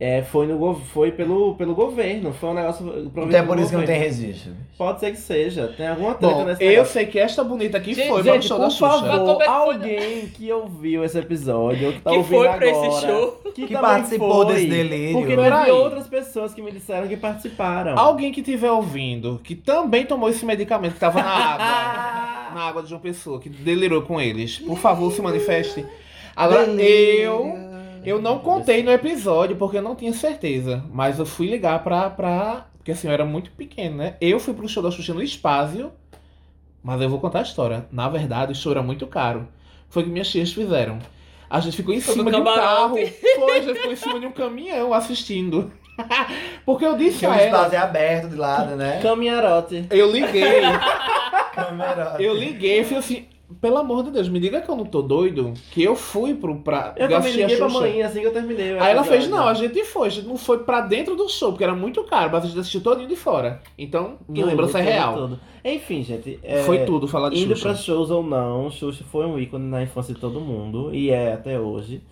S2: É, foi no, gov- foi pelo, pelo governo. Foi um negócio...
S4: Então é por isso que não tem registro.
S2: Pode ser que seja. Tem alguma treta
S3: bom,
S2: nesse
S3: eu
S2: negócio.
S3: sei que esta bonita aqui
S1: Gente,
S3: foi,
S2: Gente,
S3: mas show da
S2: por
S3: Xuxa.
S1: Mas como
S2: favor,
S1: é que foi?
S2: alguém que ouviu esse episódio, ou que tá
S1: Que
S2: ouvindo
S1: foi pra esse
S2: agora,
S1: show?
S2: que,
S4: Que
S2: também
S4: participou
S2: foi,
S4: desse delírio.
S2: Porque
S3: Peraí.
S2: teve outras pessoas que me disseram que participaram.
S3: Alguém que estiver ouvindo, que também tomou esse medicamento que tava na
S1: Ah!
S3: água, na água de uma pessoa, que delirou com eles, por favor, se manifeste. Agora, eu. Eu não contei no episódio porque eu não tinha certeza, mas eu fui ligar pra. pra porque assim, eu era muito pequeno, né? Eu fui pro show da Xuxa no Espásio, mas eu vou contar a história. Na verdade, o show era muito caro. Foi o que minhas tias fizeram. A gente ficou em
S1: Foi
S3: cima
S1: no
S3: de um carro.
S1: camarote.
S3: Foi, a gente ficou em cima de um caminhão assistindo. porque eu disse
S4: Tinha um
S3: a ela.
S4: espaço aberto de lado, né?
S2: Caminharote.
S3: Eu liguei,
S4: Câmera.
S3: eu liguei e falei assim, pelo amor de Deus, me diga que eu não tô doido, que eu fui pro pra
S2: Eu também
S3: eu assistir a
S2: liguei pra
S3: Xuxa.
S2: mãe assim que eu terminei. o
S3: Aí ela
S2: episódio.
S3: fez, não, a gente foi, a gente não foi pra dentro do show, porque era muito caro, mas a gente assistiu todinho de fora. Então, quem
S2: Tudo,
S3: lembra essa é
S2: tudo,
S3: real.
S2: tudo. Enfim, gente. é,
S3: Foi tudo falar de
S2: Indo
S3: Xuxa.
S2: pra shows ou não, Xuxa foi um ícone na infância de todo mundo, e é até hoje.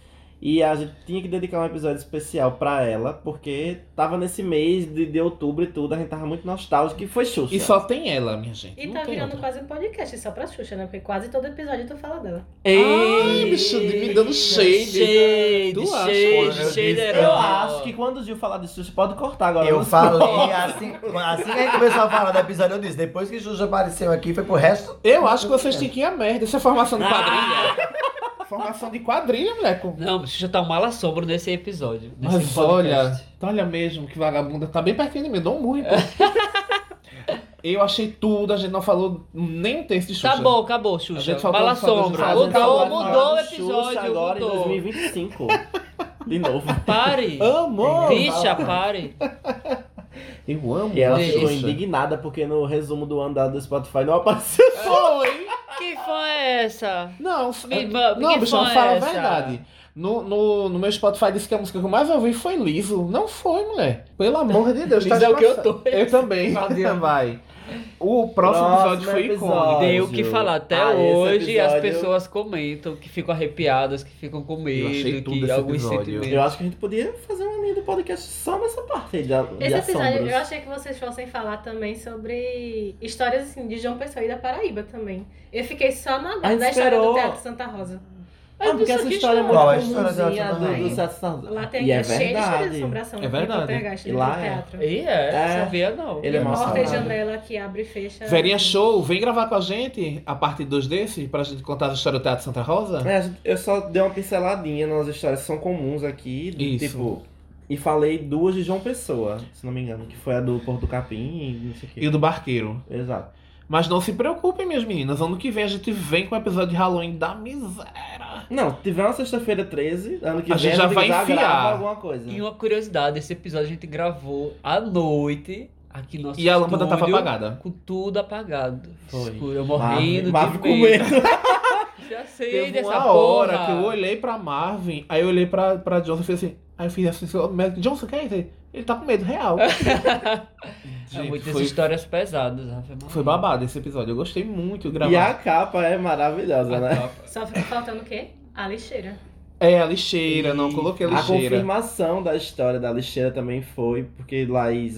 S2: E a gente tinha que dedicar um episódio especial pra ela, porque tava nesse mês de, de outubro e tudo, a gente tava muito nostálgico, e foi Xuxa.
S3: E só tem ela, minha gente.
S6: E
S3: não
S6: tá
S3: tem
S6: virando
S3: outra.
S6: quase um podcast só pra Xuxa, né? Porque quase todo episódio tu fala dela.
S3: Ai, bicho, me dando shade.
S1: Shade,
S3: Tu acha?
S1: shade,
S4: Eu
S1: shade.
S4: disse,
S1: era
S2: Eu
S1: uma-
S2: acho que é quando o Gil falar de Xuxa, pode cortar agora.
S4: Eu
S2: Não-
S4: falei assim, assim que a gente começou a falar do episódio, eu disse, depois que Xuxa apareceu aqui, foi pro resto.
S3: Eu acho que
S6: né?
S3: vocês têm que ir a merda. Isso é formação de quadrilha.
S2: Ah!
S3: formação de quadrilha, moleque.
S1: Não, já tá um mala sombra nesse episódio. nesse
S3: Mas então
S1: podcast.
S3: olha, olha mesmo que vagabunda. Tá bem pertinho de mim, eu dou um murro. em tudo. Eu achei tudo, a gente não falou nem um texto de Xuxa.
S1: Acabou, Tá acabou,
S3: A
S1: Xuxa.
S3: gente só
S1: Bala
S3: tá falando
S1: Sombra.
S3: Xuxa.
S1: Mudou,
S3: Acabou,
S1: mudou
S3: acabou.
S1: o episódio,
S2: agora
S1: mudou.
S2: em 2025. De novo.
S1: Pare.
S3: Amor!
S1: Bicha, pare.
S3: Eu amo.
S2: E ela
S1: Isso.
S2: ficou indignada porque no resumo do andado do Spotify não apareceu.
S3: Foi!
S1: Que foi essa?
S3: Não,
S1: Me-
S3: é-
S1: ba-
S3: não,
S1: que
S3: bicho, ela
S1: foi
S3: fala
S1: essa?
S3: a verdade. No, no, no meu Spotify disse que a música que eu mais ouvi foi Liso. Não foi, mulher. Pelo amor de Deus, tá
S1: Liso é o que eu tô.
S3: desgraçado. Eu também. Vai. O
S2: Próximo
S3: próximo episódio foi
S2: episódio.
S3: icônico.
S1: Deu o que falar. Até
S2: Ah, esse
S1: hoje as
S2: episódio-
S1: pessoas comentam que ficam arrepiadas, que ficam com medo,
S3: achei tudo
S1: que
S3: esse
S1: alguns
S3: episódio.
S1: sentimentos.
S2: Eu acho que a gente podia fazer uma linha do podcast só nessa parte aí de, a- de
S6: Esse episódio
S2: assombros.
S6: eu achei que vocês fossem falar também sobre histórias assim de João Pessoa e da Paraíba também. Eu fiquei só na,
S2: gente
S6: na história do
S2: esperou.
S6: Teatro Santa Rosa.
S2: Ah, porque essa história é muito
S4: Qual é a história da
S2: comumzinha
S4: outra
S2: do, do
S6: mãe?
S2: Seth Sandler.
S6: né? Lá tem
S2: E é
S6: aquela cheia de história de
S2: verdade.
S6: assombração.
S3: É verdade.
S2: E
S6: E
S2: lá
S6: lá
S2: é.
S6: teatro.
S1: E é,
S2: É.
S1: sabia não.
S2: Ele é mal
S6: Porta e
S2: falado.
S6: janela que abre e fecha.
S3: Verinha Show, vem gravar com a gente a parte 2 desse, pra gente contar a história do Teatro Santa Rosa.
S2: É, a gente- eu só dei uma pinceladinha nas histórias que são comuns aqui, do
S3: Isso.
S2: tipo. E falei duas de João Pessoa, se não me engano, que foi a do Porto do Capim e não sei o
S3: E
S2: quê.
S3: o do Barqueiro.
S2: Exato.
S3: Mas não se preocupem, minhas meninas. Ano que vem a gente vem com o episódio de Halloween da miséria.
S2: Não, tiver uma sexta-feira 13, ano que
S3: A
S2: vem
S3: gente já vai
S2: grava
S3: enfiar.
S2: alguma coisa.
S1: E uma curiosidade, esse episódio a gente gravou à noite aqui no nosso
S3: E a lâmpada
S1: estúdio,
S3: tava apagada.
S1: Com tudo apagado.
S2: Foi.
S1: Escuro, eu
S2: Marvin,
S1: morrendo
S2: Marvin
S1: de
S2: com
S1: medo.
S2: medo.
S1: Já sei
S3: Teve
S1: dessa
S3: uma
S1: porra.
S3: hora que eu olhei pra Marvin, aí eu olhei pra, pra Johnson e fiz assim. Aí eu fiz assim, seu- mas Johnson, quer dizer? Ele tá com medo real.
S1: É
S3: Gente,
S1: muitas
S3: foi,
S1: histórias pesadas. né? Foi,
S3: foi
S1: babado.
S3: babado esse episódio. Eu gostei muito de
S2: E a
S3: gravar.
S2: capa é maravilhosa, né?
S6: Só ficou faltando o quê? A lixeira.
S3: É, a lixeira, não coloquei a
S2: A
S3: lixeira.
S2: confirmação da história da lixeira também foi, porque Laís.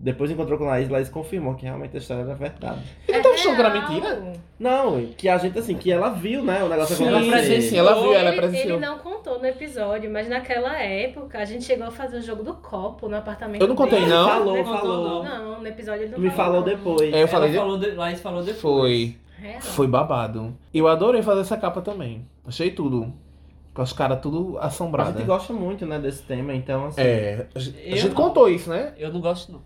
S2: Depois encontrou com Laís, Laís confirmou que realmente a história era verdade.
S6: Eu
S3: tava achando que
S1: É.
S3: era mentira?
S2: Não, que a gente, assim, que ela viu, né? O negócio
S3: Sim,
S2: acontecer.
S1: ela presenciou.
S3: sim, ela viu,
S2: é
S3: ela
S6: ele, ele
S3: presenciou.
S6: não contou no episódio, mas naquela época a gente chegou a fazer o jogo do copo no apartamento.
S3: Eu não contei,
S6: dele.
S3: não.
S2: Falou,
S6: Não,
S2: falou.
S6: Não, no episódio ele não
S2: Me falou
S6: falou. não.
S2: depois.
S3: É, eu falei.
S1: Ela falou, de... Laís falou depois.
S3: Foi.
S6: Real.
S3: Foi babado. Eu adorei fazer essa capa também. Achei tudo. Com os caras tudo
S2: A gente
S3: assombrados.
S2: gosta muito, né, desse tema, então, assim.
S3: É. A gente, a
S1: Eu
S3: gente
S1: não.
S3: contou isso, né?
S1: Eu não gosto não.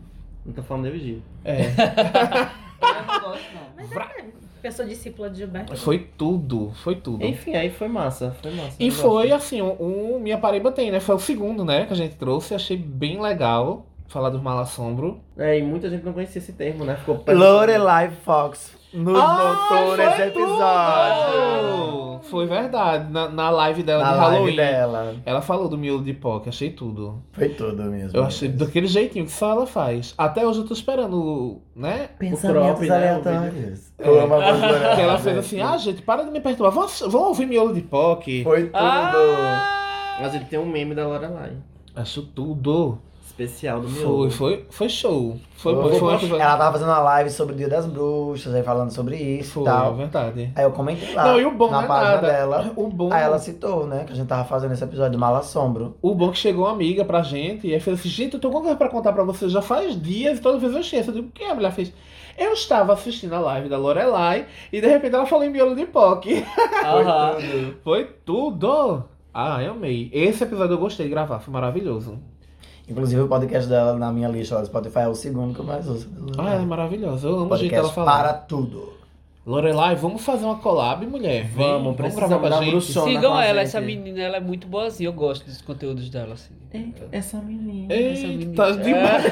S2: Não tô falando de vigília.
S3: É.
S1: Eu não gosto não.
S6: Mas é, eu sou discípula de Gilberto.
S3: Foi tudo. Foi tudo.
S2: Enfim, aí foi massa, foi massa.
S3: E
S2: eu
S3: foi
S2: gosto.
S3: assim, um, um Minha Paraíba tem, né? Foi o segundo, né? Que a gente trouxe. Achei bem legal falar dos malassombro.
S2: É, e muita gente não conhecia esse termo, né? Ficou
S4: Lorelai Fox nos
S3: Ah,
S4: notou
S3: foi
S4: nesse
S3: tudo!
S4: episódio.
S3: Foi verdade. Na, na live dela
S4: Na
S3: de
S4: live
S3: Halloween.
S4: dela.
S3: Ela falou do miolo de POC, achei tudo.
S4: Foi tudo mesmo.
S3: Eu achei daquele jeitinho que só ela faz. Até hoje eu tô esperando, né?
S2: Pensamentos
S4: Pensamentos aleatórios. Eu amo a voz do Lorelai.
S3: Que ela fez assim,
S4: é.
S3: ah, gente, para de me perturbar. Vão, vão ouvir miolo de POC.
S4: Foi tudo.
S3: ah,
S2: Mas ele tem um meme da Lorelai.
S3: Acho tudo.
S2: Especial do meu.
S3: Foi, foi, foi show. Foi,
S4: Foi.
S3: foi, foi um episódio.
S4: Ela tava fazendo uma live sobre o Dia das Bruxas, aí falando sobre isso
S3: Foi,
S4: e
S3: é
S4: tal.
S3: verdade.
S4: Aí eu comentei lá
S3: Não, e o bom
S4: na
S3: não é
S4: página
S3: nada.
S4: dela.
S3: O bom,
S4: Aí ela citou, né, que a gente tava fazendo esse episódio de Mal Assombro.
S3: o bom é que chegou uma amiga pra gente e aí fez assim, gente, eu tenho alguma coisa pra contar pra vocês já faz dias e toda vez eu esqueço. Eu digo, o que a mulher fez? Eu estava assistindo a live da Lorelai e de repente ela falou em miolo de POC.
S1: Aham.
S3: Foi tudo. Ah, eu amei. Esse episódio eu gostei de gravar, foi maravilhoso.
S4: Inclusive o podcast dela na minha lista lá do Spotify é o segundo que eu mais ouço.
S3: Ah, é maravilhoso. Eu amo o jeito que ela
S4: podcast
S3: fala.
S4: para tudo.
S3: Lorelai, vamos fazer uma collab, mulher? Vem,
S2: Vamos, precisamos
S3: gravar com a
S2: dar um
S3: gente.
S2: bruxão.
S1: Sigam
S2: com a
S1: ela,
S2: gente.
S1: essa menina, ela é muito boazinha. Eu gosto dos conteúdos dela, assim.
S2: Essa menina.
S1: Essa menina.
S3: Eita, tá demais.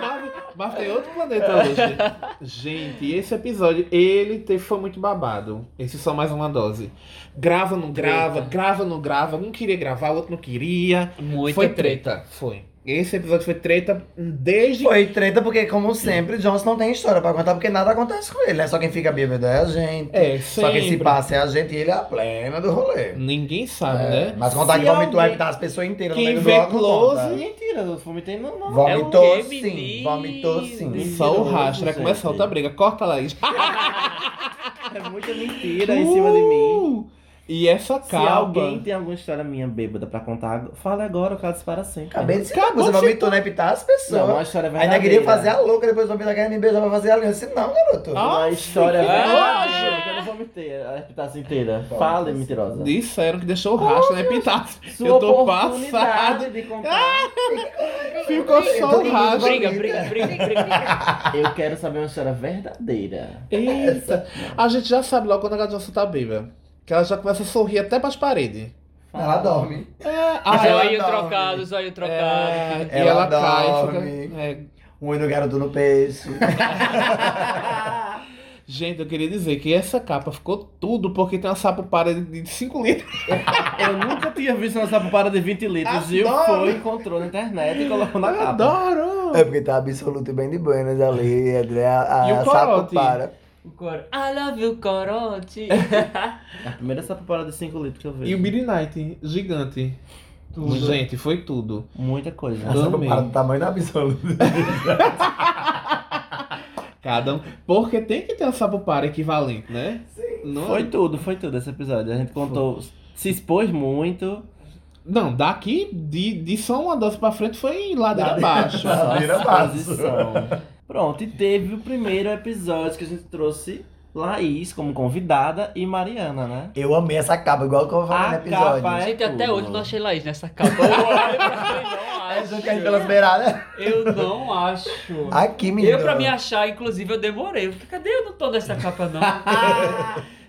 S3: Marvel- Marvel tem outro planeta hoje. Gente, esse episódio, ele te- foi muito babado. Esse é só mais uma dose. Grava, não grava,
S1: Treta.
S3: grava, não grava. Um queria gravar, o outro não queria.
S1: Muita
S3: foi treta. Foi. Esse episódio foi treta desde
S4: Foi treta porque, como sempre, o Johnson não tem história pra contar, porque nada acontece com ele, né? Só quem fica bêbado é a gente.
S3: É,
S4: Só quem se
S3: sempre.
S4: passa é a gente e ele é a plena do rolê.
S3: Ninguém sabe,
S4: É,
S3: né?
S4: Mas contar
S3: Se
S4: que vomitou
S3: alguém-
S4: é as pessoas inteiras no
S3: Quem
S4: meio do
S3: vê
S4: bloco, não
S3: close,
S4: conta.
S2: Mentira, eu vomitei não, não.
S4: Vomitou
S1: É o quê,
S4: sim,
S1: menino?
S4: vomitou sim.
S3: Só o
S2: Mentiroso,
S3: rastro, vai começar
S2: gente.
S3: outra briga. Corta, Laís.
S4: Uh!
S2: É muita mentira em cima de mim.
S3: Uh! E essa
S2: Se
S3: capa.
S2: alguém tem alguma história minha bêbada pra contar, fale agora, eu caso para sempre.
S4: Acabei de citar,
S3: Acabou
S4: você
S3: de
S4: vai me tornepitar as
S2: Não, uma
S4: pessoas.
S2: história verdadeira.
S4: Ainda queria
S3: né?
S4: fazer a louca depois do Vampiro da Guerra me beijar pra fazer a linha. Eu disse, não, garoto.
S3: Ah.
S2: Uma história
S1: Ah!
S2: verdadeira, que eu não vou meter a epitácia inteira.
S4: Pode.
S2: Fale, mentirosa.
S3: Disseram que deixou o rastro, né? Pintado.
S2: Sua
S3: eu tô
S2: oportunidade
S3: passado.
S2: de contar.
S3: Ficou só o rastro.
S1: Briga, briga, briga, briga.
S2: Eu quero saber uma história verdadeira.
S3: Eita. A gente já sabe logo quando a Gadiossa tá bêbada. Que ela já começa a sorrir até pras paredes.
S4: Ela dorme.
S3: Ah, ela-
S1: Zóio
S4: dorme.
S1: trocado, zóio
S3: É,
S1: trocado.
S3: e ela,
S4: Ela
S3: cai
S4: dorme.
S3: e fica. é.
S4: Um olho do garoto no peixe.
S3: Gente, eu queria dizer que essa capa ficou tudo porque tem uma sapo para de 5 litros.
S2: Eu nunca tinha visto uma sapopara de 20 litros. E
S3: Adoro.
S2: foi, encontrou na internet e colocou na capa.
S3: Adoro!
S4: É porque tá absoluto e bem de buenas ali, André. A,
S3: E o
S4: a
S3: corote?
S4: sapo para.
S1: O coro. I love you, corote.
S2: A primeira sapopara de 5 litros que eu vi.
S3: E o Billy Knight, gigante. Gente, foi tudo.
S2: Muita coisa.
S4: A sapo
S3: Amei.
S4: para do tamanho da absoluta.
S3: Cada um. Porque tem que ter um sapo para equivalente, né? Não,
S2: Foi tudo, foi tudo esse episódio. A gente contou, se expôs muito.
S3: não daqui de, de só uma dose pra frente foi ladeira
S4: Ladeira
S3: abaixo.
S4: abaixo. Vira baço.
S2: Exposição. Pronto, e teve o primeiro episódio que a gente trouxe Laís como convidada e Mariana, né?
S4: Eu amei essa capa, igual que eu falei
S2: A
S4: no episódio.
S2: capa é-
S1: Gente, até
S2: tudo.
S1: hoje eu não achei Laís nessa capa. Eu olho pra mim, não
S4: É
S1: acho.
S4: isso que a gente pelas beiradas.
S1: Eu não acho.
S4: Aqui, menino.
S1: Eu, pra me achar, inclusive, eu demorei. Porque cadê eu não tô nessa capa, não?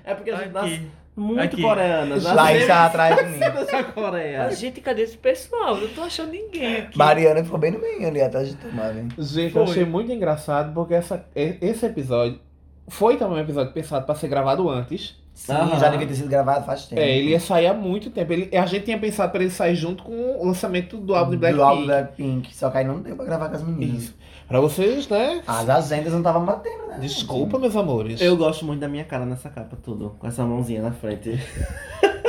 S2: É porque a gente
S1: Aqui.
S2: nasce muito
S1: Aqui.
S2: coreana.
S3: é
S4: Lá está atrás de mim.
S2: da Coreia.
S1: Ah, Gente, cadê esse pessoal? Eu não tô achando ninguém aqui.
S4: Mariana ficou bem no meio ali, atrás de tu, Marvin.
S3: Gente, eu
S1: Foi.
S3: achei muito engraçado porque essa, e- esse episódio foi também um episódio pensado pra ser gravado antes.
S4: Sim,
S2: Aham.
S4: já devia ter sido gravado faz tempo.
S3: É, ele ia sair há muito tempo. Ele, a gente tinha pensado pra ele sair junto com o lançamento do álbum de
S4: Do
S3: Blackpink.
S4: álbum Blackpink. Só que aí não deu pra gravar com as meninas.
S3: Isso. Pra vocês, né?
S4: As agendas não estavam batendo, né?
S3: Desculpa, meus amores.
S2: Eu gosto muito da minha cara nessa capa, tudo. Com essa mãozinha na frente.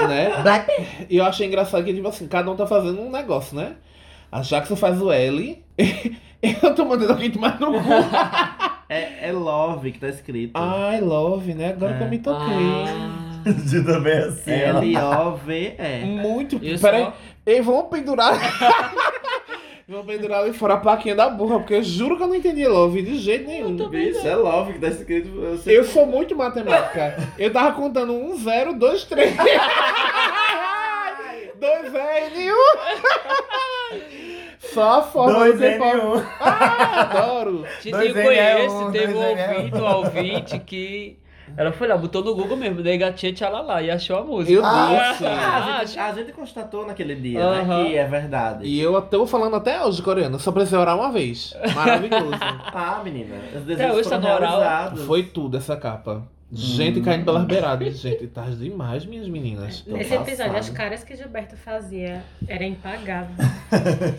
S3: Né?
S4: Blackpink.
S3: E eu achei engraçado que, tipo assim, cada um tá fazendo um negócio, né? A Jackson faz o L. eu tô mandando alguém tomar no cu.
S2: É, é love que tá escrito.
S3: I love, né? Agora que eu me toquei.
S1: Ah,
S4: De também assim.
S2: É
S3: É,
S4: ó.
S2: L-O-V-E.
S3: Muito.
S1: eu só-
S3: Peraí. Ei, vamos pendurar. vamos pendurar ali fora a plaquinha da burra, porque eu juro que eu não entendi love de jeito nenhum.
S2: Bicho, é love que tá escrito. Eu sei-
S3: Eu sou muito matemática. Eu tava contando um, zero, dois, três. dois N, um. Só a forma
S4: Dois
S3: você pode-
S4: N1.
S3: Ah, adoro.
S1: Gente,
S4: Dois
S1: eu
S4: NL1,
S1: conheço, teve um
S4: dois NL1.
S1: ouvinte, um ouvinte que. Ela foi lá, botou no Google mesmo, Negatia Tchalala, e achou a música.
S3: Meu
S1: Ah,
S3: Deus.
S2: Ah, a, gente,
S1: acho-
S2: a gente constatou naquele dia,
S1: Aham.
S2: né? Que é verdade.
S3: E eu tô falando até hoje coreano, só precisei orar uma vez. Maravilhoso.
S2: Tá, menina. Os
S1: Até hoje
S2: desejos foram
S1: tá na oral.
S2: realizados.
S3: Foi tudo essa capa. Gente caindo pelas beiradas. Gente, tá demais, minhas meninas.
S2: Tô
S6: Nesse episódio,
S2: passado.
S6: as caras que Gilberto fazia era impagável.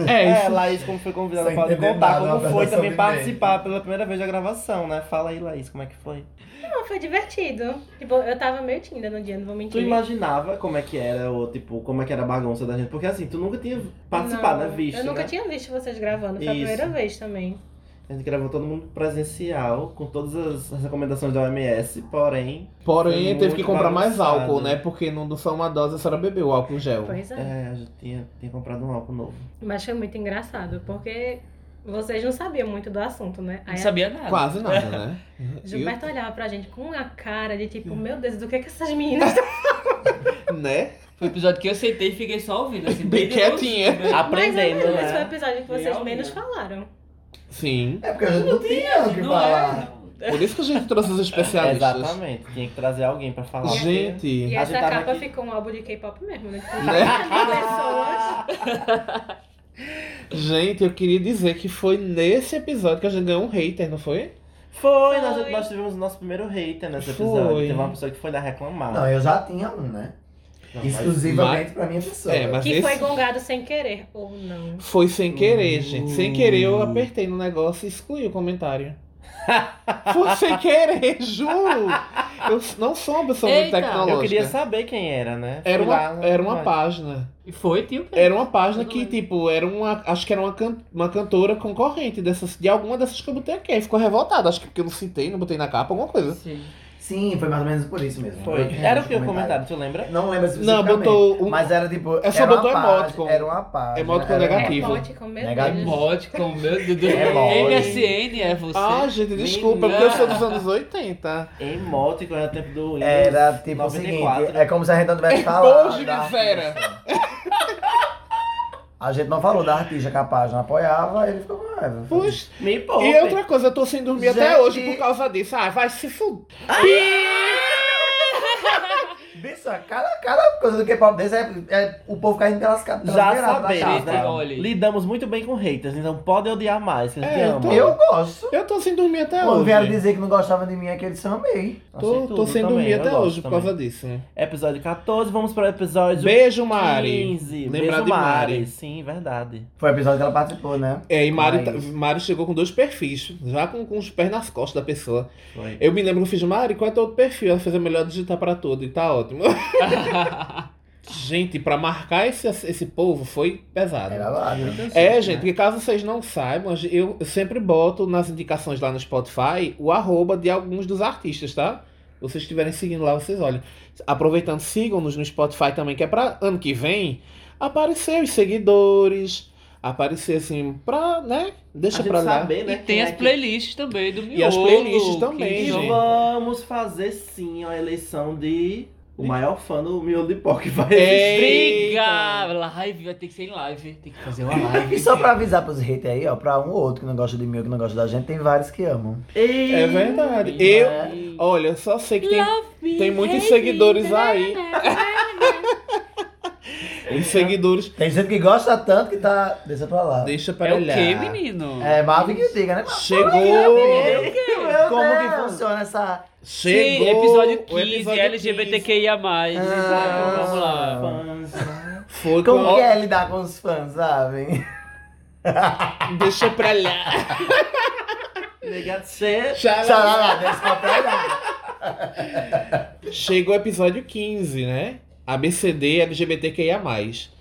S2: É,
S3: É, isso.
S2: Laís, como foi convidada,
S4: Sem
S2: pode
S4: entender
S2: contar
S4: nada,
S2: como
S4: uma
S2: foi
S4: apresentação
S2: também
S4: de
S2: participar pela primeira vez da gravação, né? Fala aí, Laís, como é que foi?
S6: Não, foi divertido. Tipo, eu tava meio tímida no dia, não vou
S2: Tu
S6: mentir.
S2: imaginava como é que era, ou tipo, como é que era a bagunça da gente? Porque assim, tu nunca tinha participado,
S6: Não,
S2: né? Visto,
S6: Eu nunca
S2: né?
S6: tinha visto vocês gravando, foi a
S2: Isso.
S6: primeira vez também.
S2: A gente gravou todo mundo presencial, com todas as as recomendações da OMS, porém,
S3: Porém,
S2: Foi
S3: teve que
S2: muito
S3: comprar mais
S2: bagunçado.
S3: álcool, né? Porque não do só uma dose a senhora bebeu álcool gel.
S6: Pois é.
S2: é, a gente tinha, tinha comprado um álcool novo.
S6: Mas foi muito engraçado, porque vocês não sabiam muito do assunto, né?
S1: Ah, Não
S6: Aí
S1: sabia nada.
S3: Quase nada, né?
S6: Gilberto olhava pra gente com uma cara de tipo, meu Deus, do que que essas meninas estão
S3: Eu- né?
S1: Foi o episódio que eu sentei e fiquei só ouvindo. Assim,
S3: Bem quietinha.
S6: Mas,
S2: Aprendendo,
S6: é, esse foi o
S2: né?
S6: episódio que vocês
S1: Real,
S6: menos
S1: né?
S6: falaram.
S3: Sim.
S4: É porque a gente não tinha o que
S1: Não é?
S4: falar.
S3: Por isso que a gente trouxe os especialistas.
S2: Exatamente, tinha que trazer alguém pra falar.
S6: E
S3: Gente.
S2: A
S6: essa
S2: gente tava
S6: capa
S2: aqui-
S6: ficou um álbum de K-pop mesmo, né? Tipo,
S3: Né?
S6: pessoas.
S3: Gente, eu queria dizer que foi nesse episódio que a gente ganhou um hater, não foi?
S2: Foi, Nós,
S6: Foi.
S2: nós tivemos o nosso primeiro hater nesse
S3: Foi.
S2: episódio. Teve uma pessoa que foi lá reclamar.
S4: Não, eu já tinha um, né?
S2: Não, mas-
S4: Exclusivamente pra minha pessoa.
S3: É, mas
S6: Que foi
S3: esse
S6: gongado sem querer, ou não.
S3: foi sem querer, gente. Sem querer, eu
S2: Hum.
S3: apertei no negócio e excluí o comentário. foi sem querer, juro! Eu não sou uma pessoa muito
S1: Eita, eu
S3: tecnológica.
S2: Eu queria saber quem era, né?
S3: Era
S2: Fui
S3: uma,
S2: lá,
S3: era uma
S2: mas-
S3: página.
S1: E foi, tio.
S3: Era uma página
S1: Eu não
S3: que,
S1: lembro.
S3: tipo, era uma. Acho que era uma, can- uma cantora concorrente dessas, de alguma dessas que eu botei aqui. Aí ficou revoltada. Acho que porque eu não citei, não botei na capa, alguma coisa.
S1: Sim.
S4: Sim, foi mais ou menos por isso mesmo.
S2: Foi.
S4: Eu tinha
S2: Era o
S4: uns
S2: que eu
S4: comentários.
S2: comentário, tu lembra?
S4: Não lembro se
S3: Não, botou um-
S4: Mas era tipo.
S3: É, só
S4: era uma
S3: botou
S4: página-
S3: emoticon.
S4: Era uma página.
S3: Emoticon
S4: era-
S3: negativo.
S6: Emoticon, É meu
S4: Negativo.
S6: Deus.
S1: Emoticon, meu Deus do céu.
S2: É lógico.
S1: MSN é você.
S3: Ah, gente, desculpa, porque eu sou dos anos 80.
S2: Emoticon era tempo do Windows
S4: Era tipo o
S2: 94.
S4: seguinte: é como se a gente não tivesse falado.
S3: Hoje,
S4: da
S3: miséria.
S4: A gente não falou da artista que a página apoiava, ele ficou com raiva.
S3: Puxa.
S4: é-
S2: Me poupe.
S3: E outra coisa, eu tô sem dormir até
S4: Gente.
S3: hoje por causa disso. Ah, vai se fuder.
S4: Bicho, cada, cada coisa do K-pop desse é, é o povo caindo pelas capas.
S2: Já
S4: tá
S2: sabemos,
S1: Gente,
S2: né?
S1: olha.
S2: Lidamos muito bem com haters, então podem odiar mais, que eles
S3: É,
S2: te amam.
S3: então-
S4: Eu gosto.
S3: Eu tô sem dormir até
S4: Quando vieram
S3: hoje.
S4: dizer que não gostavam de mim, é que eles são amei.
S3: Tô,
S2: Achei tudo
S3: tô sem
S2: também,
S3: dormir
S2: eu
S3: até
S2: gosto
S3: hoje por
S2: também.
S3: causa disso.
S2: Episódio 14, vamos para o episódio
S3: Beijo, Mari.
S2: 15.
S3: Lembrar
S2: Beijo,
S3: de Mari.
S2: Sim, verdade.
S4: Foi o episódio que ela participou, né?
S3: É, e Mari,
S4: Mas-
S3: tá- Mari chegou com dois perfis, já com, com os pés nas costas da pessoa.
S2: Foi.
S3: Eu me lembro que eu fiz, Mari, qual é teu outro perfil? Ela fez a melhor digitar pra todo e tá ótimo. gente, pra marcar esse, esse povo foi pesado.
S4: Era lá. né?
S3: É, gente, porque caso vocês não saibam, eu sempre boto nas indicações lá no Spotify o arroba de alguns dos artistas, tá? Se vocês estiverem seguindo lá, vocês olham. Aproveitando, sigam-nos no Spotify também, que é pra ano que vem aparecer os seguidores, aparecer assim, pra, né?
S2: A
S3: Deixa
S2: gente
S3: pra lá.
S2: saber, né?
S1: E
S2: quem
S1: tem
S2: é
S1: as
S2: que-
S1: playlists também do Miolo.
S3: E as playlists também,
S2: E
S1: que-
S3: gente.
S2: vamos fazer sim a eleição de o maior fã do Miolo de Pó que vai
S3: É.
S1: Briga! Live, vai ter que ser em live. Tem que fazer uma live.
S4: E É só pra avisar pros haters aí, ó, pra um ou outro que não gosta de mim ou que não gosta da gente, tem vários que amam.
S2: existir.
S3: É verdade. Eu, olha, eu só sei que tem, tem muitos seguidores aí. Os seguidores.
S4: Tem gente que gosta tanto que tá. Deixa pra lá.
S3: Deixa pra
S1: É o
S3: olhar.
S1: quê, menino?
S4: É Marvin que diga, né?
S3: Chegou!
S4: Como que
S2: Deus.
S4: funciona essa.
S1: Sim,
S3: Chegou!
S1: episódio
S3: o
S1: 15,
S3: episódio
S1: LGBTQIA+.
S4: Ah.
S1: então, Vamos lá.
S2: Fãs.
S3: Foi com...
S4: Como que é lidar com os fãs, sabe?
S3: Deixa pra lá.
S2: Negado ser.
S3: é
S4: Tcharam lá, é deixa pra lá.
S3: Chegou o episódio 15, né? ABCD LGBTQIA.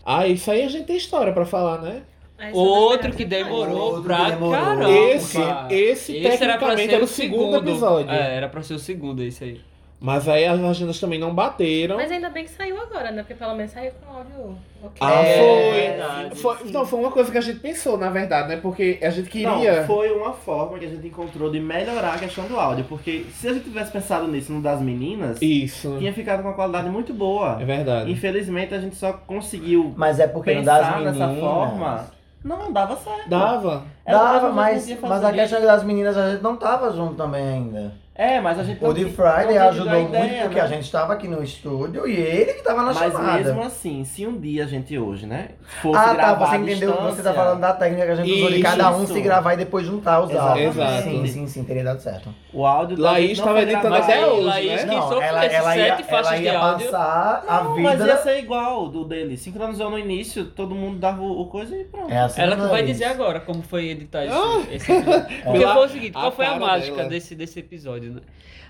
S3: Ah, isso aí a gente tem história pra falar, né?
S6: Aí só
S1: Outro
S6: vai
S1: que
S6: esperar.
S1: demorou
S4: Outro que
S1: pra
S4: demorou.
S1: caramba.
S3: esse, esse, tecnicamente era o segundo, episódio.
S1: É, era pra ser o segundo, esse aí.
S3: Mas aí as agendas também não bateram.
S6: Mas ainda bem que saiu agora, né? Porque pelo menos saiu com áudio. ok.
S3: Ah,
S4: É,
S3: foi.
S2: verdade,
S3: foi.
S2: sim.
S3: Não, foi uma coisa que a gente pensou, na verdade, né? Porque a gente queria.
S2: Não, foi uma forma que a gente encontrou de melhorar a questão do áudio, porque se a gente tivesse pensado nisso no das meninas,
S3: Isso.
S2: tinha ficado com uma qualidade muito boa.
S3: É verdade.
S2: Infelizmente a gente só conseguiu
S4: Mas é porque não das
S2: pensar
S4: meninas.
S2: dessa forma. um Não dava certo.
S3: Dava.
S2: Era
S4: Dava,
S2: uma coisa que
S4: mas,
S2: podia
S4: mas
S2: fazer.
S4: a questão das meninas a gente não tava junto também ainda.
S2: É, mas a gente
S4: O
S2: não-
S4: de
S2: não
S4: Friday
S2: tinha tido a
S4: ajudou
S2: ideia,
S4: muito porque
S2: né?
S4: a gente tava aqui no estúdio e ele que tava na
S2: Mas
S4: chamada.
S2: mesmo assim, se um dia a gente hoje, né, fosse
S4: Ah, tá,
S2: gravar
S4: você
S2: à
S4: entendeu que você tá
S2: distância,
S4: falando da técnica que a gente usou de
S3: Isso.
S4: cada um se gravar e depois juntar os áudios.
S3: Exato.
S4: Sim, sim, sim, teria dado certo.
S2: O áudio da
S3: Laís
S2: gente não
S3: tava
S2: foi
S3: editando
S2: gravado.
S3: até hoje,
S1: é Laís
S3: né?
S1: que sofreu essas sete faixas
S4: ela ia
S1: de áudio.
S4: passar a
S2: Não,
S4: vida...
S2: mas é assim. ia ser igual do dele. Sincronizou no início, todo mundo dava o, o coisa e pronto.
S4: É assim,
S1: Ela que vai
S4: Laís.
S1: dizer agora como foi editar esse,
S3: Ah!
S1: esse episódio. Porque
S3: Pela-
S1: foi o seguinte,
S3: a
S1: qual foi a
S3: cara
S1: mágica
S3: dela.
S1: desse, desse episódio, né?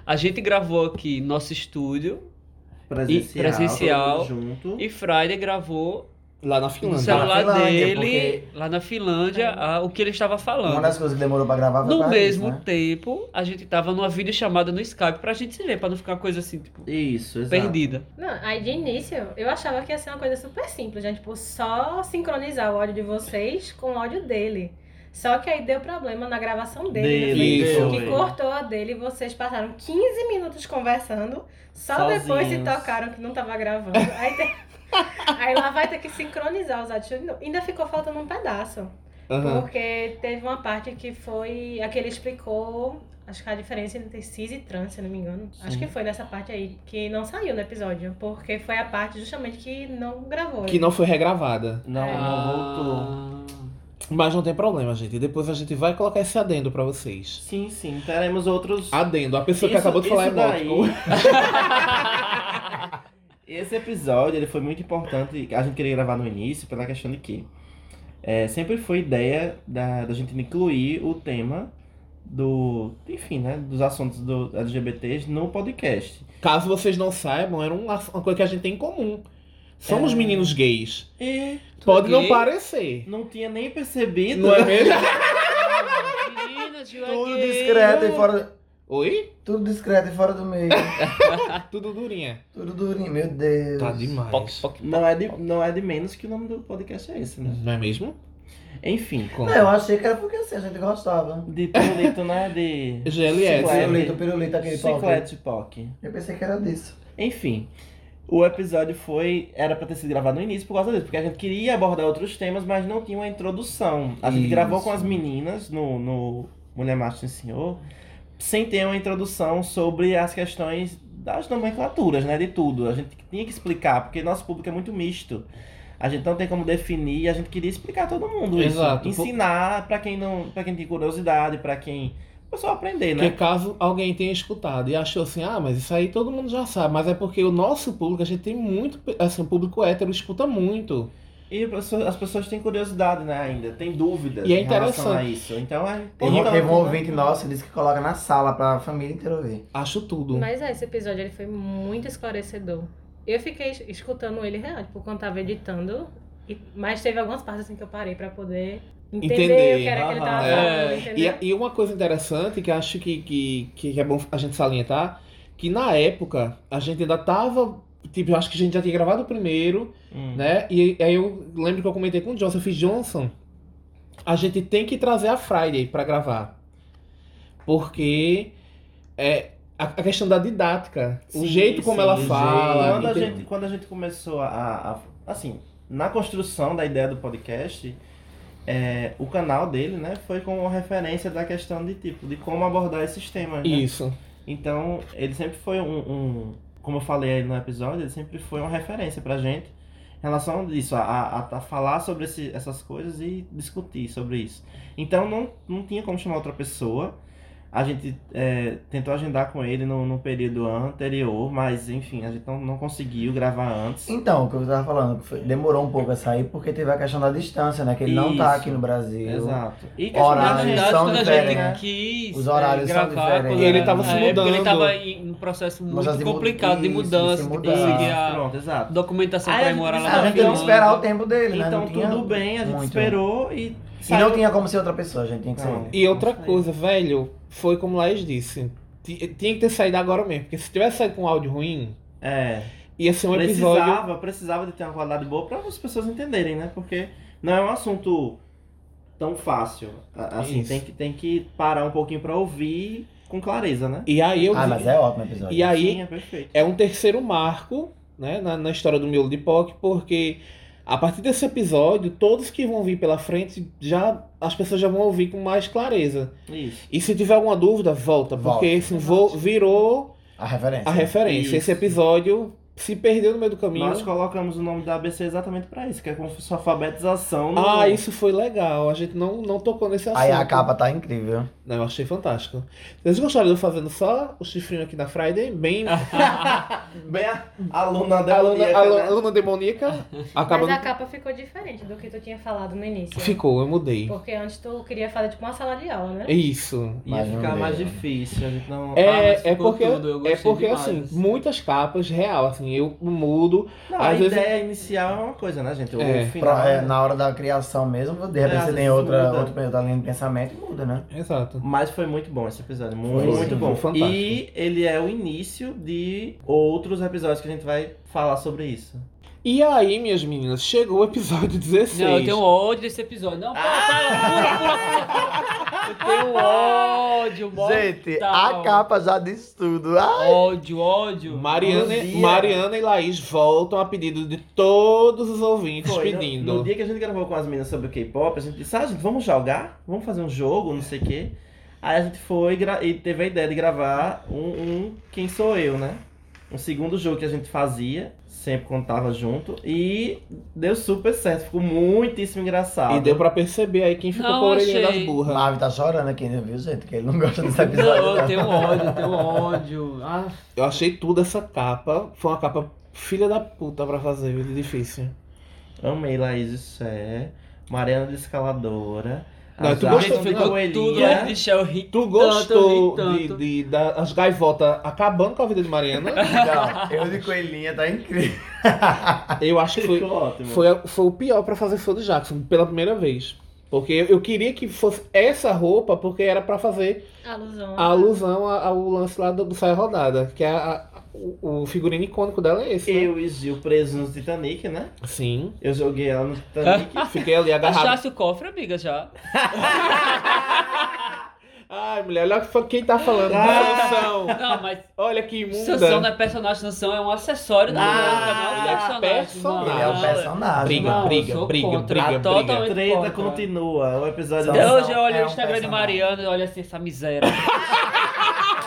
S1: A gente gravou aqui em nosso estúdio
S2: Presencial,
S1: presencial.
S2: todo mundo junto.
S1: e Friday gravou
S3: Lá tá na
S1: no
S2: é
S3: Finlândia. É.
S1: celular
S4: Na Finlândia,
S1: dele, lá na Finlândia, ah, o que ele estava
S4: Uma
S1: falando.
S4: das coisas que demorou pra gravar foi
S1: No
S4: pra
S1: mesmo
S4: isso, né?
S1: tempo, a gente tava numa videochamada no Skype pra gente se ver, pra não ficar coisa assim, tipo,
S2: Isso, exato.
S1: perdida.
S6: Não, aí de início eu achava que ia ser uma coisa super simples, gente. Tipo, só sincronizar o áudio de vocês com o áudio dele. Só que aí deu problema na gravação dele.
S2: Dele,
S6: né?
S3: isso,
S6: que
S2: dele.
S6: cortou a dele e vocês passaram 15 minutos conversando. Só
S2: Sozinhos.
S6: depois se tocaram que não tava gravando. Aí, tem- aí lá vai ter que sincronizar os áudios. de novo. Ainda ficou faltando um pedaço.
S3: Aham.
S6: Porque teve uma parte que foi. Aquele explicou. Acho que a diferença entre cis e trans, se não me engano. Acho que foi nessa parte aí que não saiu no episódio. Porque foi a parte justamente que não gravou.
S3: Que não foi regravada.
S2: Não,
S4: É, Ah.
S3: Ah.
S2: não voltou.
S3: Mas não tem problema, gente. Depois a gente vai colocar esse adendo pra vocês.
S2: Sim, sim, teremos outros.
S3: Adendo. A pessoa que
S2: Isso-
S3: acabou de falar é
S2: isso daí-
S3: mótico.
S2: Esse episódio ele foi muito importante. A gente queria gravar no início pela questão de que é, sempre foi ideia da, da gente incluir o tema do, enfim, né, dos assuntos do LGBTs no podcast.
S3: Caso vocês não saibam, era uma, uma coisa que a gente tem em comum. Somos
S2: É.
S3: meninos gays.
S2: E
S3: Pode não
S1: gay?
S3: parecer.
S2: não tinha nem percebido.
S3: Não é mesmo?
S1: Menina, Gil é
S4: Tudo
S1: gay.
S4: discreto e fora...
S3: Oi?
S4: Tudo discreto e fora do meio.
S3: Tudo durinha.
S4: Tudo durinho, meu Deus.
S3: Tá demais.
S1: Poc, poc,
S2: Não é, de, não é de menos que o nome do podcast é esse, né?
S3: Não é mesmo?
S2: Enfim,
S4: Não, eu achei que era porque assim, a gente gostava.
S2: de pirulito, né? De
S3: GLS.
S4: Pirulito, pirulito, aquele pau.
S2: chiclete poc.
S4: Eu pensei que era disso.
S2: Enfim, o episódio foi. Era pra ter sido gravado no início por causa disso, porque a gente queria abordar outros temas, mas não tinha uma introdução. A gente
S3: Isso.
S2: gravou com as meninas no, no Mulher Macho e Senhor, sem ter uma introdução sobre as questões das nomenclaturas, né? De tudo. A gente tinha que explicar, porque nosso público é muito misto. A gente não tem como definir, a gente queria explicar a todo mundo
S3: Exato.
S2: isso. Ensinar pra quem não, para quem tem curiosidade, pra quem o pessoal aprender,
S3: Porque
S2: né?
S3: caso alguém tenha escutado e achou assim, ah, mas isso aí todo mundo já sabe, mas é porque o nosso público, a gente tem muito, assim, o público hétero escuta muito.
S2: E as pessoas- as pessoas têm curiosidade, né, ainda, têm dúvidas
S3: E é
S2: em relação a
S3: interessante.
S2: isso. Então é.
S4: Teve, um-
S2: então,
S4: teve um ouvinte nosso que disse que coloca na sala pra família inteira ouvir.
S3: Acho tudo.
S6: Mas é, esse episódio ele foi muito esclarecedor. Eu fiquei es- escutando ele real, tipo, quando tava editando. e- mas teve algumas partes assim que eu parei pra poder entender,
S3: Entender,
S6: o que era que ele tava
S2: aham.
S6: falando,
S1: É,
S3: E,
S6: entendeu?
S3: e uma coisa interessante que acho que, que, que é bom a gente salientar, que na época a gente ainda tava. Tipo, eu acho que a gente já tinha gravado o primeiro,
S2: Hum.
S3: né? E aí eu lembro que eu comentei com o Johnson, eu fiz Johnson, a gente tem que trazer a Friday pra gravar. Porque é, a, a questão da didática, o
S2: Sim,
S3: jeito como
S2: sim,
S3: ela
S2: o
S3: fala.
S2: Quando a,
S3: entende?
S2: gente, quando a gente começou a, a- a- Assim, na construção da ideia do podcast, é, o canal dele, né, foi com referência da questão de tipo, de como abordar esses temas. né?
S3: Isso.
S2: Então, ele sempre foi um, um- Como eu falei aí no episódio, ele sempre foi uma referência pra gente em relação disso, a, a, a falar sobre esse- essas coisas e discutir sobre isso. Então, não, não tinha como chamar outra pessoa. A gente é, tentou agendar com ele no, no período anterior, mas enfim, a gente não, não conseguiu gravar antes.
S4: Então, o que eu tava falando, foi- demorou um pouco a sair porque teve a questão da distância, né? Que ele não tá
S2: Isso.
S4: aqui no Brasil.
S2: Exato. E
S1: Na
S4: Horários
S1: verdade,
S4: são
S1: quando a
S4: diferentes,
S1: gente
S4: né?
S1: quis
S4: Os horários
S1: eh,
S4: são
S1: gravar,
S4: diferentes. né?
S1: quando
S4: E
S3: ele
S1: era-
S3: tava se
S1: na época,
S3: mudando.
S1: Ele tava em um processo
S4: Mudança
S1: muito
S4: de mu-
S1: complicado de
S4: isso, de
S1: mudança,
S4: se
S1: de
S4: mudar.
S1: conseguir a
S2: Pronto, exato.
S3: Ah,
S1: documentação
S2: Aí a
S1: pra ir
S2: gente
S1: morar lá na
S4: A gente teve que
S1: Finlândia.
S4: esperar o tempo dele, né?
S2: Então,
S4: Não tinha
S2: tudo bem, a gente
S4: muito.
S2: esperou e.
S4: E não
S2: saiu-
S4: tinha como ser outra pessoa, a gente tinha que ser
S2: Não.
S4: ele.
S3: E outra
S2: Isso aí.
S3: coisa, velho, foi como Laís disse. ti- Tinha que ter saído agora mesmo. Porque se tivesse saído com um áudio ruim,
S2: É.
S3: ia ser um episódio.
S2: precisava, precisava de ter uma qualidade boa para as pessoas entenderem, né? Porque não é um assunto tão fácil. A- Assim,
S3: Isso.
S2: tem que, tem que parar um pouquinho para ouvir com clareza, né?
S3: E aí eu
S4: Ah,
S3: vi-
S4: mas é ótimo o episódio.
S3: E aí
S2: Sim, é perfeito.
S3: é um terceiro marco né, na, na história do miolo de POC, porque a partir desse episódio, todos que vão vir pela frente, já as pessoas já vão ouvir com mais clareza.
S2: Isso.
S3: E se tiver alguma dúvida, volta,
S4: Volta.
S3: porque esse vo- virou
S4: A referência.
S3: a referência.
S2: Isso.
S3: Esse episódio se perdeu no meio do caminho.
S2: Nós colocamos o nome da ABC exatamente para isso, que é como se fosse alfabetização. no-
S3: Ah, isso foi legal. A gente não, não tocou nesse assunto.
S4: Aí a capa tá incrível.
S3: Não, eu achei fantástico. Vocês gostaram de eu fazendo só o chifrinho aqui na Friday? Bem.
S2: Bem, a aluna da
S3: aluna,
S2: Dieta,
S3: aluna,
S2: né?
S3: aluna demoníaca. Acaba.
S6: Mas a capa ficou diferente do que tu tinha falado no início.
S3: Ficou, eu mudei.
S6: Porque antes tu queria fazer tipo uma sala de aula, né?
S3: É isso.
S2: Ia
S4: Mas não
S2: ficar
S4: deu.
S2: mais difícil, a gente não.
S1: Ah, mas
S3: É, é
S1: ficou
S3: porque,
S1: tudo, eu
S3: é
S1: gostei
S3: porque
S1: demais.
S3: assim, muitas capas, real, assim, eu mudo.
S2: Não,
S3: às
S2: a
S3: vezes-
S2: ideia inicial é uma coisa, né, gente? O
S3: É.
S2: final.
S4: Pro- é, na hora da criação mesmo, de repente
S2: É,
S4: você tem
S2: isso
S4: outra,
S2: muda.
S4: outra, outra linha de pensamento e muda, né?
S3: Exato.
S2: Mas foi muito bom esse episódio,
S4: Foi,
S2: muito,
S4: sim,
S2: muito bom.
S3: foi fantástico.
S2: e ele é o início de outros episódios que a gente vai falar sobre isso.
S3: E aí, minhas meninas, chegou o episódio 16.
S1: Não, eu tenho ódio desse episódio. Não, pula, pula, pula, pula. Eu tenho ódio, mortal.
S4: Gente, a capa já disse tudo. Ah,
S1: Ódio, ódio.
S3: Mariana,
S2: Bom dia.
S3: Mariana e Laís voltam a pedido de todos os ouvintes
S2: Foi, no-
S3: pedindo.
S2: No, dia que a gente gravou com as meninas sobre o K-pop, a gente disse, ah, gente, vamos jogar? Vamos fazer um jogo, não sei o quê. Aí a gente foi gra- e teve a ideia de gravar um, um Quem Sou Eu, né? Um segundo jogo que a gente fazia, sempre contava junto, e deu super certo, ficou muitíssimo engraçado.
S3: E deu pra perceber aí quem ficou
S1: Não,
S3: com a orelhinha
S1: achei.
S3: das burras.
S4: Mavi tá chorando aqui, né, viu, gente? Que ele não gosta desse episódio. né?
S1: Não,
S4: não.
S1: eu tenho ódio, eu tenho ódio. Ah,
S3: Eu achei tudo essa capa. Foi uma capa filha da puta pra fazer, muito difícil.
S2: Amei Laís de Sé, Mariana de Escaladora.
S3: Não,
S2: a
S3: tu
S2: Jaque
S3: gostou,
S2: de
S3: ficou
S2: Coelhinha.
S1: tudo é de Shell ri
S3: Tu
S1: tanto,
S3: gostou
S1: eu ri
S3: de,
S1: tanto.
S3: de- da- as gaivotas acabando com a vida de Mariana?
S4: Não, eu de coelhinha tá incrível.
S3: Eu acho que foi,
S2: Ficou ótimo.
S3: foi, foi o pior pra fazer Flor de Jackson, pela primeira vez. Porque eu- eu queria que fosse essa roupa, porque era pra fazer
S6: Alusão.
S3: a alusão a- ao lance lá do, do Saia Rodada, que é a- a- o, o figurino icônico dela é esse. né?
S2: Eu e Gil presos no Titanic, né?
S3: Sim.
S2: Eu joguei ela no Titanic.
S3: Fiquei ali agarrado.
S1: Achasse o cofre, amiga, já.
S3: Ai, mulher, olha só quem tá falando.
S2: Ah.
S3: Sansão.
S1: Não, mas
S3: Olha que imunda.
S1: Sansão não é personagem, Sansão é um acessório da
S2: Ah,
S1: música, não
S3: ele é
S1: é personagem. não.
S3: personagem.
S4: Ele é um personagem.
S3: Briga,
S1: Não, eu
S3: briga,
S1: sou
S3: briga,
S1: contra.
S3: briga,
S1: Ah,
S3: briga.
S1: totalmente.
S2: A treta
S1: Porra.
S2: continua. O episódio
S1: Até
S4: Sansão
S2: da...
S1: hoje eu olho
S4: é
S1: o
S4: um
S1: Instagram de
S4: personagem.
S1: Mariana e olho assim, essa miséria.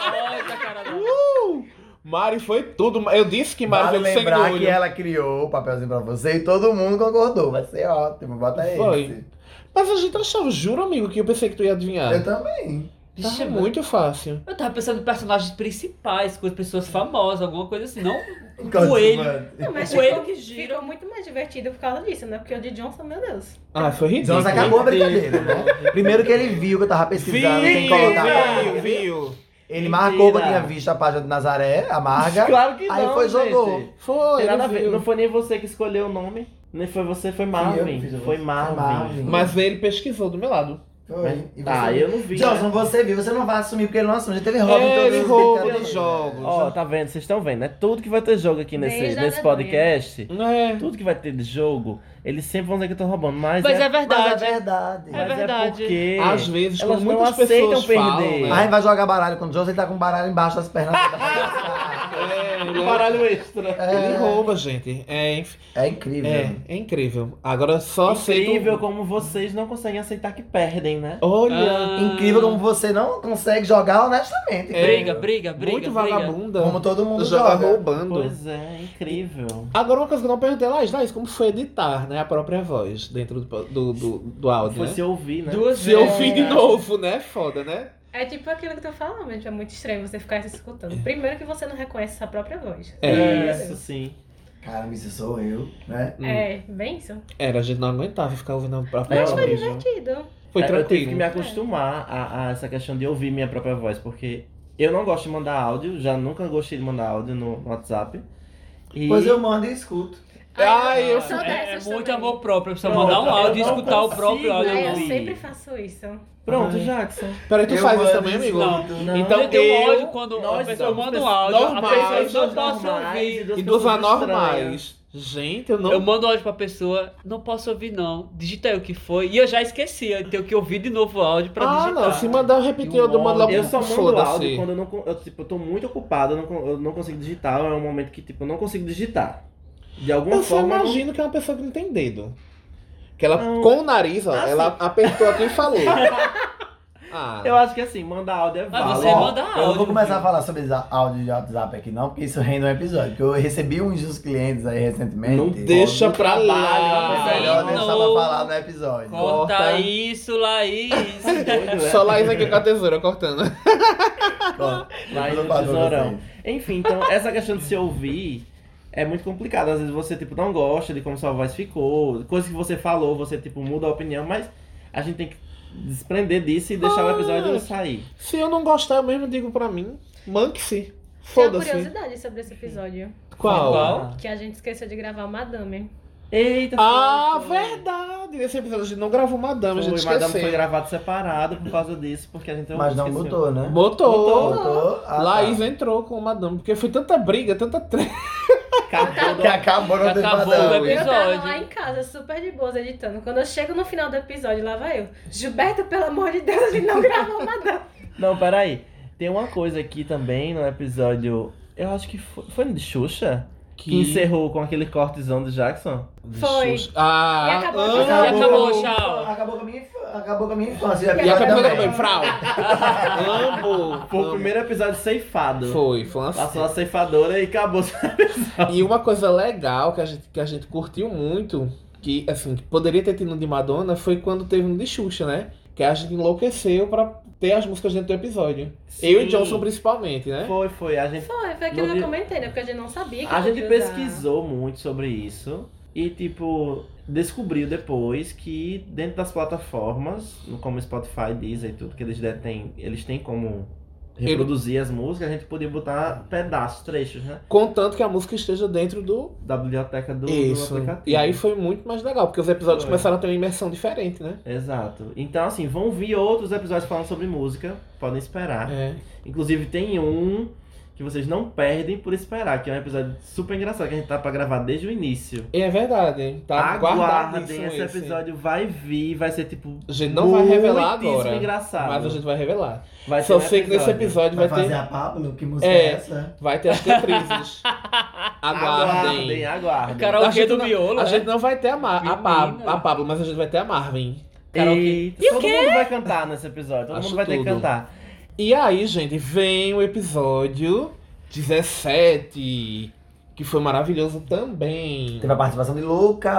S1: Olha essa cara dela.
S3: tá Uh! Mari foi tudo. Eu disse que Mari
S4: Vale
S3: foi sangue no
S4: lembrar que
S3: olho.
S4: ela criou o papelzinho pra você e todo mundo concordou. Vai ser ótimo, bota
S3: Foi.
S4: esse.
S3: Mas a gente achava, juro, amigo, que eu pensei que tu ia adivinhar.
S4: Eu também.
S1: Vixe,
S3: Tava
S1: mano.
S3: muito fácil.
S1: Eu tava pensando em personagens principais, com pessoas famosas, alguma coisa assim. Não
S6: Não, mas
S1: O coelho
S6: ficou,
S1: que gira.
S6: ficou muito mais divertido por causa disso, né? Porque o de Johnson, meu Deus.
S3: Ah, foi ridículo.
S4: Jonas acabou a brincadeira, né? Primeiro que ele viu que eu tava pesquisando, tem que colocar.
S3: Viu, viu, viu.
S4: Ele marcou que eu
S2: Mentira.
S4: tinha visto a página de Nazaré, a Marga.
S2: Claro que
S4: Aí
S2: não,
S4: foi,
S2: gente.
S4: jogou.
S3: Foi,
S2: Tem
S3: ele
S2: nada a ver.
S3: viu.
S2: Não foi nem você que escolheu o nome. Nem foi você, foi Marvin.
S4: fiz, eu
S2: foi
S4: fiz.
S2: Marvin.
S4: Marvin.
S3: Mas ele pesquisou do meu lado.
S4: Foi. E
S2: Tá,
S4: você-
S2: eu não vi.
S4: Johnson, você viu, você não vai assumir porque ele não assumiu. Já teve roubo em todos
S3: Ele
S4: os
S3: rouba
S4: brincadeiras.
S3: de jogos.
S2: Ó, tá vendo? Vocês estão vendo, né? Tudo que vai ter jogo aqui nesse,
S6: Desde a
S2: nesse
S6: vergonha.
S2: podcast,
S3: É.
S2: tudo que vai ter de jogo, eles sempre vão dizer que eu tô roubando. Mas,
S1: Mas é
S4: Mas
S1: verdade.
S4: é verdade.
S1: É
S2: mas
S1: verdade.
S2: porque...
S3: Às vezes,
S2: Elas
S3: quando
S2: não
S3: muitas
S2: aceitam
S3: pessoas
S2: perder.
S3: falam,
S4: Aí
S3: né?
S4: vai jogar baralho com o Johnson, ele tá com o baralho embaixo das pernas.
S3: É,
S2: Um
S3: mulher,
S2: baralho extra.
S3: ele rouba, gente. É, enfim,
S4: É incrível.
S3: é, é incrível. Agora só aceito...
S2: Incrível como vocês não conseguem aceitar que perdem, né?
S3: Olha,
S1: Ah,
S4: Incrível como você não consegue jogar honestamente.
S1: Briga, briga, briga.
S3: muito
S1: briga.
S3: vagabunda.
S4: Como todo mundo
S3: Joga
S4: joga.
S3: roubando.
S2: Pois é, incrível.
S3: Agora, uma coisa que eu não perguntei, Laís, Laís, como foi editar né, a própria voz dentro do, do, do, do áudio,
S2: Foi
S3: né?
S2: se ouvir, né?
S1: Duas
S3: Se eu
S1: vezes.
S3: fiz de novo, né? Foda, né?
S6: É tipo aquilo que tu falou, mas é muito estranho você ficar se escutando. Primeiro que você não reconhece sua própria voz.
S3: É. Hum.
S6: Meu
S2: Isso,
S6: Deus.
S2: sim.
S4: Caramba, isso sou eu, né?
S6: É, bem isso.
S3: Era, a gente não aguentava ficar ouvindo a própria
S2: É
S6: Mas
S3: voz.
S6: foi
S2: horrível.
S6: divertido.
S3: Foi
S2: É, Eu tive que
S3: tranquilo.
S2: me acostumar a, a essa questão de ouvir minha própria voz, porque eu não gosto de mandar áudio, já nunca gostei de mandar áudio no, no WhatsApp. E...
S4: Pois eu mando e escuto.
S3: Ai, eu
S6: sou
S1: É- É,
S6: Ah, dessas
S1: muito
S6: também.
S1: amor próprio. Eu preciso
S2: Pronto,
S1: mandar um
S2: eu
S1: áudio e
S2: não
S1: escutar o
S2: consigo.
S1: próprio áudio.
S2: eu
S3: né?
S6: Ai, eu
S2: ouvi.
S6: sempre faço isso.
S2: Pronto,
S3: Ai.
S2: Jackson.
S3: Peraí, tu
S4: Eu
S3: faz isso
S4: mando
S3: também,
S4: e
S3: amigo?
S1: Não.
S4: escuto.
S3: Então
S1: eu tenho
S3: eu-
S1: um ódio quando a
S2: nós
S1: pessoa
S2: somos
S1: manda um áudio,
S3: normais,
S1: a pessoa tá não
S2: pessoas
S1: posso
S2: normais
S1: ouvir.
S2: duas
S3: E dos
S2: pessoas
S3: anormais. Gente, eu não.
S1: Eu mando áudio pra pessoa, não posso ouvir não, digita aí o que foi. E eu já esqueci, eu tenho que ouvir de novo o áudio pra
S3: ah,
S1: digitar.
S3: não. Se mandar, eu repeti, eu,
S1: Eu
S3: mando logo. assim.
S2: Eu só mando
S3: Foda-se.
S2: áudio quando eu não. con- Eu, tipo, eu tô muito ocupado, eu não, con- eu não consigo digitar. É um momento que, tipo, eu não consigo digitar. De alguma
S3: Eu só
S2: forma. eu não-
S3: imagino que é uma pessoa que não tem dedo. Que ela,
S2: Não.
S3: com o nariz, ó,
S2: Ah,
S3: ela apertou aqui e falou. ah,
S2: Eu acho que assim, mandar áudio é
S1: Mas
S2: válido.
S1: Ah, você
S4: Ó,
S1: manda
S4: Eu
S1: áudio.
S4: vou começar a
S1: viu?
S4: falar sobre za- áudio de WhatsApp aqui não, porque isso rende um episódio. Porque eu recebi uns dos clientes aí recentemente.
S3: não deixa pra
S4: É melhor
S1: Não.
S3: lá.
S4: deixar pra falar no episódio.
S1: Corta,
S3: Corta. Tá
S1: isso, Laís.
S2: Doido, né?
S3: Só Laís aqui com a tesoura cortando.
S4: Ó,
S2: Lá
S4: depois
S2: no
S4: eu falo pra
S2: um
S1: assim.
S2: tesourão.
S4: vocês.
S2: Enfim, então essa questão de se ouvir é muito complicada. Às vezes você, tipo, não gosta de como sua voz ficou, coisa que você falou, você, tipo, muda a opinião, mas a gente tem que desprender disso e deixar o episódio sair.
S3: Se eu não gostar, eu mesmo digo pra mim. Manque-se.
S6: Tenho uma
S3: Foda-se.
S6: curiosidade sobre esse episódio.
S3: Qual?
S1: Qual?
S6: Que a gente esqueceu de gravar o Madame.
S2: Eita,
S3: Ah,
S2: foi-
S3: verdade! Nesse episódio a gente não gravou Madame, a
S2: Foi,
S3: gente
S2: o Madame
S3: esqueceu.
S2: foi gravado separado por causa disso, porque a gente
S4: Mas não
S2: Então, esqueceu.
S4: botou, né?
S3: Botou.
S4: Botou.
S2: tá.
S4: Ah,
S3: Laís entrou com o Madame, porque foi tanta briga, tanta treta.
S4: tá. Que acabou não
S1: Já
S4: ter
S1: acabou
S4: padrão.
S1: o
S6: Eu tava
S1: episódio.
S6: lá em casa, super de boas, editando. Quando eu chego no final do episódio, lá vai eu. Gilberto, pelo amor de Deus, ele não gravou o Madame.
S2: Não, peraí. Tem uma coisa aqui também no episódio. Eu acho que foi, foi no de Xuxa? Que... encerrou com aquele cortezão do Jackson.
S6: Foi.
S3: Ah,
S6: E acabou a
S3: amo.
S6: briga.
S1: Já acabou, tchau.
S4: Acabou com a minha infância. Acabou com a minha infância.
S3: E acabou
S4: Também.
S3: também, Frau. Amo.
S2: Foi o
S3: amo.
S2: primeiro episódio ceifado.
S3: Foi, foi uma
S2: Passou a ceifadora e acabou.
S3: E uma coisa legal que a gente, que a gente curtiu muito, que assim, que poderia ter tido no de Madonna, foi quando teve no de Xuxa, né? Que a gente enlouqueceu pra ter as músicas dentro do episódio. Eu e
S2: Sim.
S3: Johnson principalmente, né?
S2: Foi, foi. A gente,
S6: Foi, foi aquilo
S2: Não vi-
S6: que eu comentei, né? Porque a gente não sabia que
S2: a
S6: não
S2: gente
S6: ia usar.
S2: pesquisou muito sobre isso e, tipo, descobriu depois que dentro das plataformas, no- como Spotify, Deezer e tudo que eles detêm, eles têm como reproduzir as músicas, a gente podia botar pedaços, trechos, né?
S3: Contanto que a música esteja dentro do.
S2: Da biblioteca do, do
S3: Isso.
S2: aplicativo.
S3: E aí foi muito mais legal, porque os episódios
S2: Foi.
S3: começaram a ter uma imersão diferente, né?
S2: Exato. Então, assim, vão vir outros episódios falando sobre música, podem esperar.
S3: É.
S2: Inclusive, tem um que vocês não perdem por esperar, que é um episódio super engraçado que a gente tá pra gravar desde o início.
S3: E é verdade, hein? Tá guardado
S2: Aguardem,
S3: isso,
S2: esse
S3: esse.
S2: episódio vai vir, vai ser tipo.
S3: A gente não vai revelar
S2: muitíssimo
S3: agora.
S2: engraçado.
S3: Mas a gente vai revelar.
S2: vai
S3: Só
S2: ter um
S3: sei que nesse episódio vai,
S4: Vai fazer
S3: ter,
S4: a Pablo? Que música
S3: É.
S4: é essa?
S3: vai ter as cantrizes. Aguardem.
S2: Aguardem, aguardem.
S1: O karaokê
S3: gente
S1: do
S3: não-
S1: miolo,
S3: A
S1: né?
S3: gente não vai ter a, Ma a, Pa-
S1: Menina.
S3: a Pablo, mas a gente vai ter a Marvin.
S1: Karaokê.
S2: Eita, todo mundo vai cantar nesse episódio, todo
S3: Acho
S2: mundo vai ter que
S3: tudo.
S2: cantar.
S3: E aí, gente, vem o episódio 17, que foi maravilhoso também.
S4: Teve a participação de Lucas.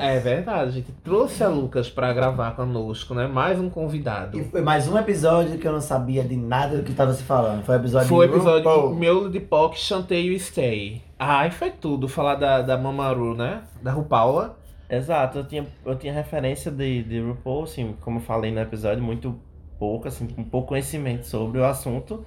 S3: É verdade, a gente trouxe a Lucas pra gravar conosco, né? Mais um convidado.
S4: E foi mais um episódio que eu não sabia de nada do que tava se falando. Foi o episódio
S3: Foi o
S4: de
S3: episódio
S4: RuPaul.
S3: Meu de Pock, Chanteio e Stay. Ai, foi tudo falar da, da Mamaru, né? Da Rupaula.
S2: Exato, eu tinha, eu tinha referência de, de RuPaul, assim, como eu falei no episódio, muito pouco, assim, com pouco conhecimento sobre o assunto,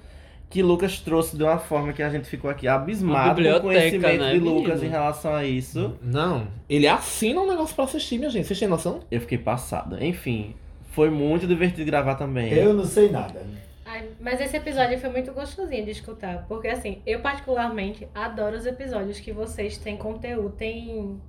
S2: que Lucas trouxe de uma forma que a gente ficou aqui
S1: Uma
S2: abismado com o
S1: biblioteca,
S2: conhecimento
S1: né,
S2: de Lucas
S1: menino?
S2: em relação a isso.
S3: Não, ele assina um negócio pra assistir, minha gente. Vocês têm noção?
S2: Eu fiquei passado. Enfim, foi muito divertido gravar também.
S4: Eu não sei nada.
S6: Ai, mas esse episódio foi muito gostosinho de escutar, porque assim, eu particularmente adoro os episódios que vocês têm conteúdo, têm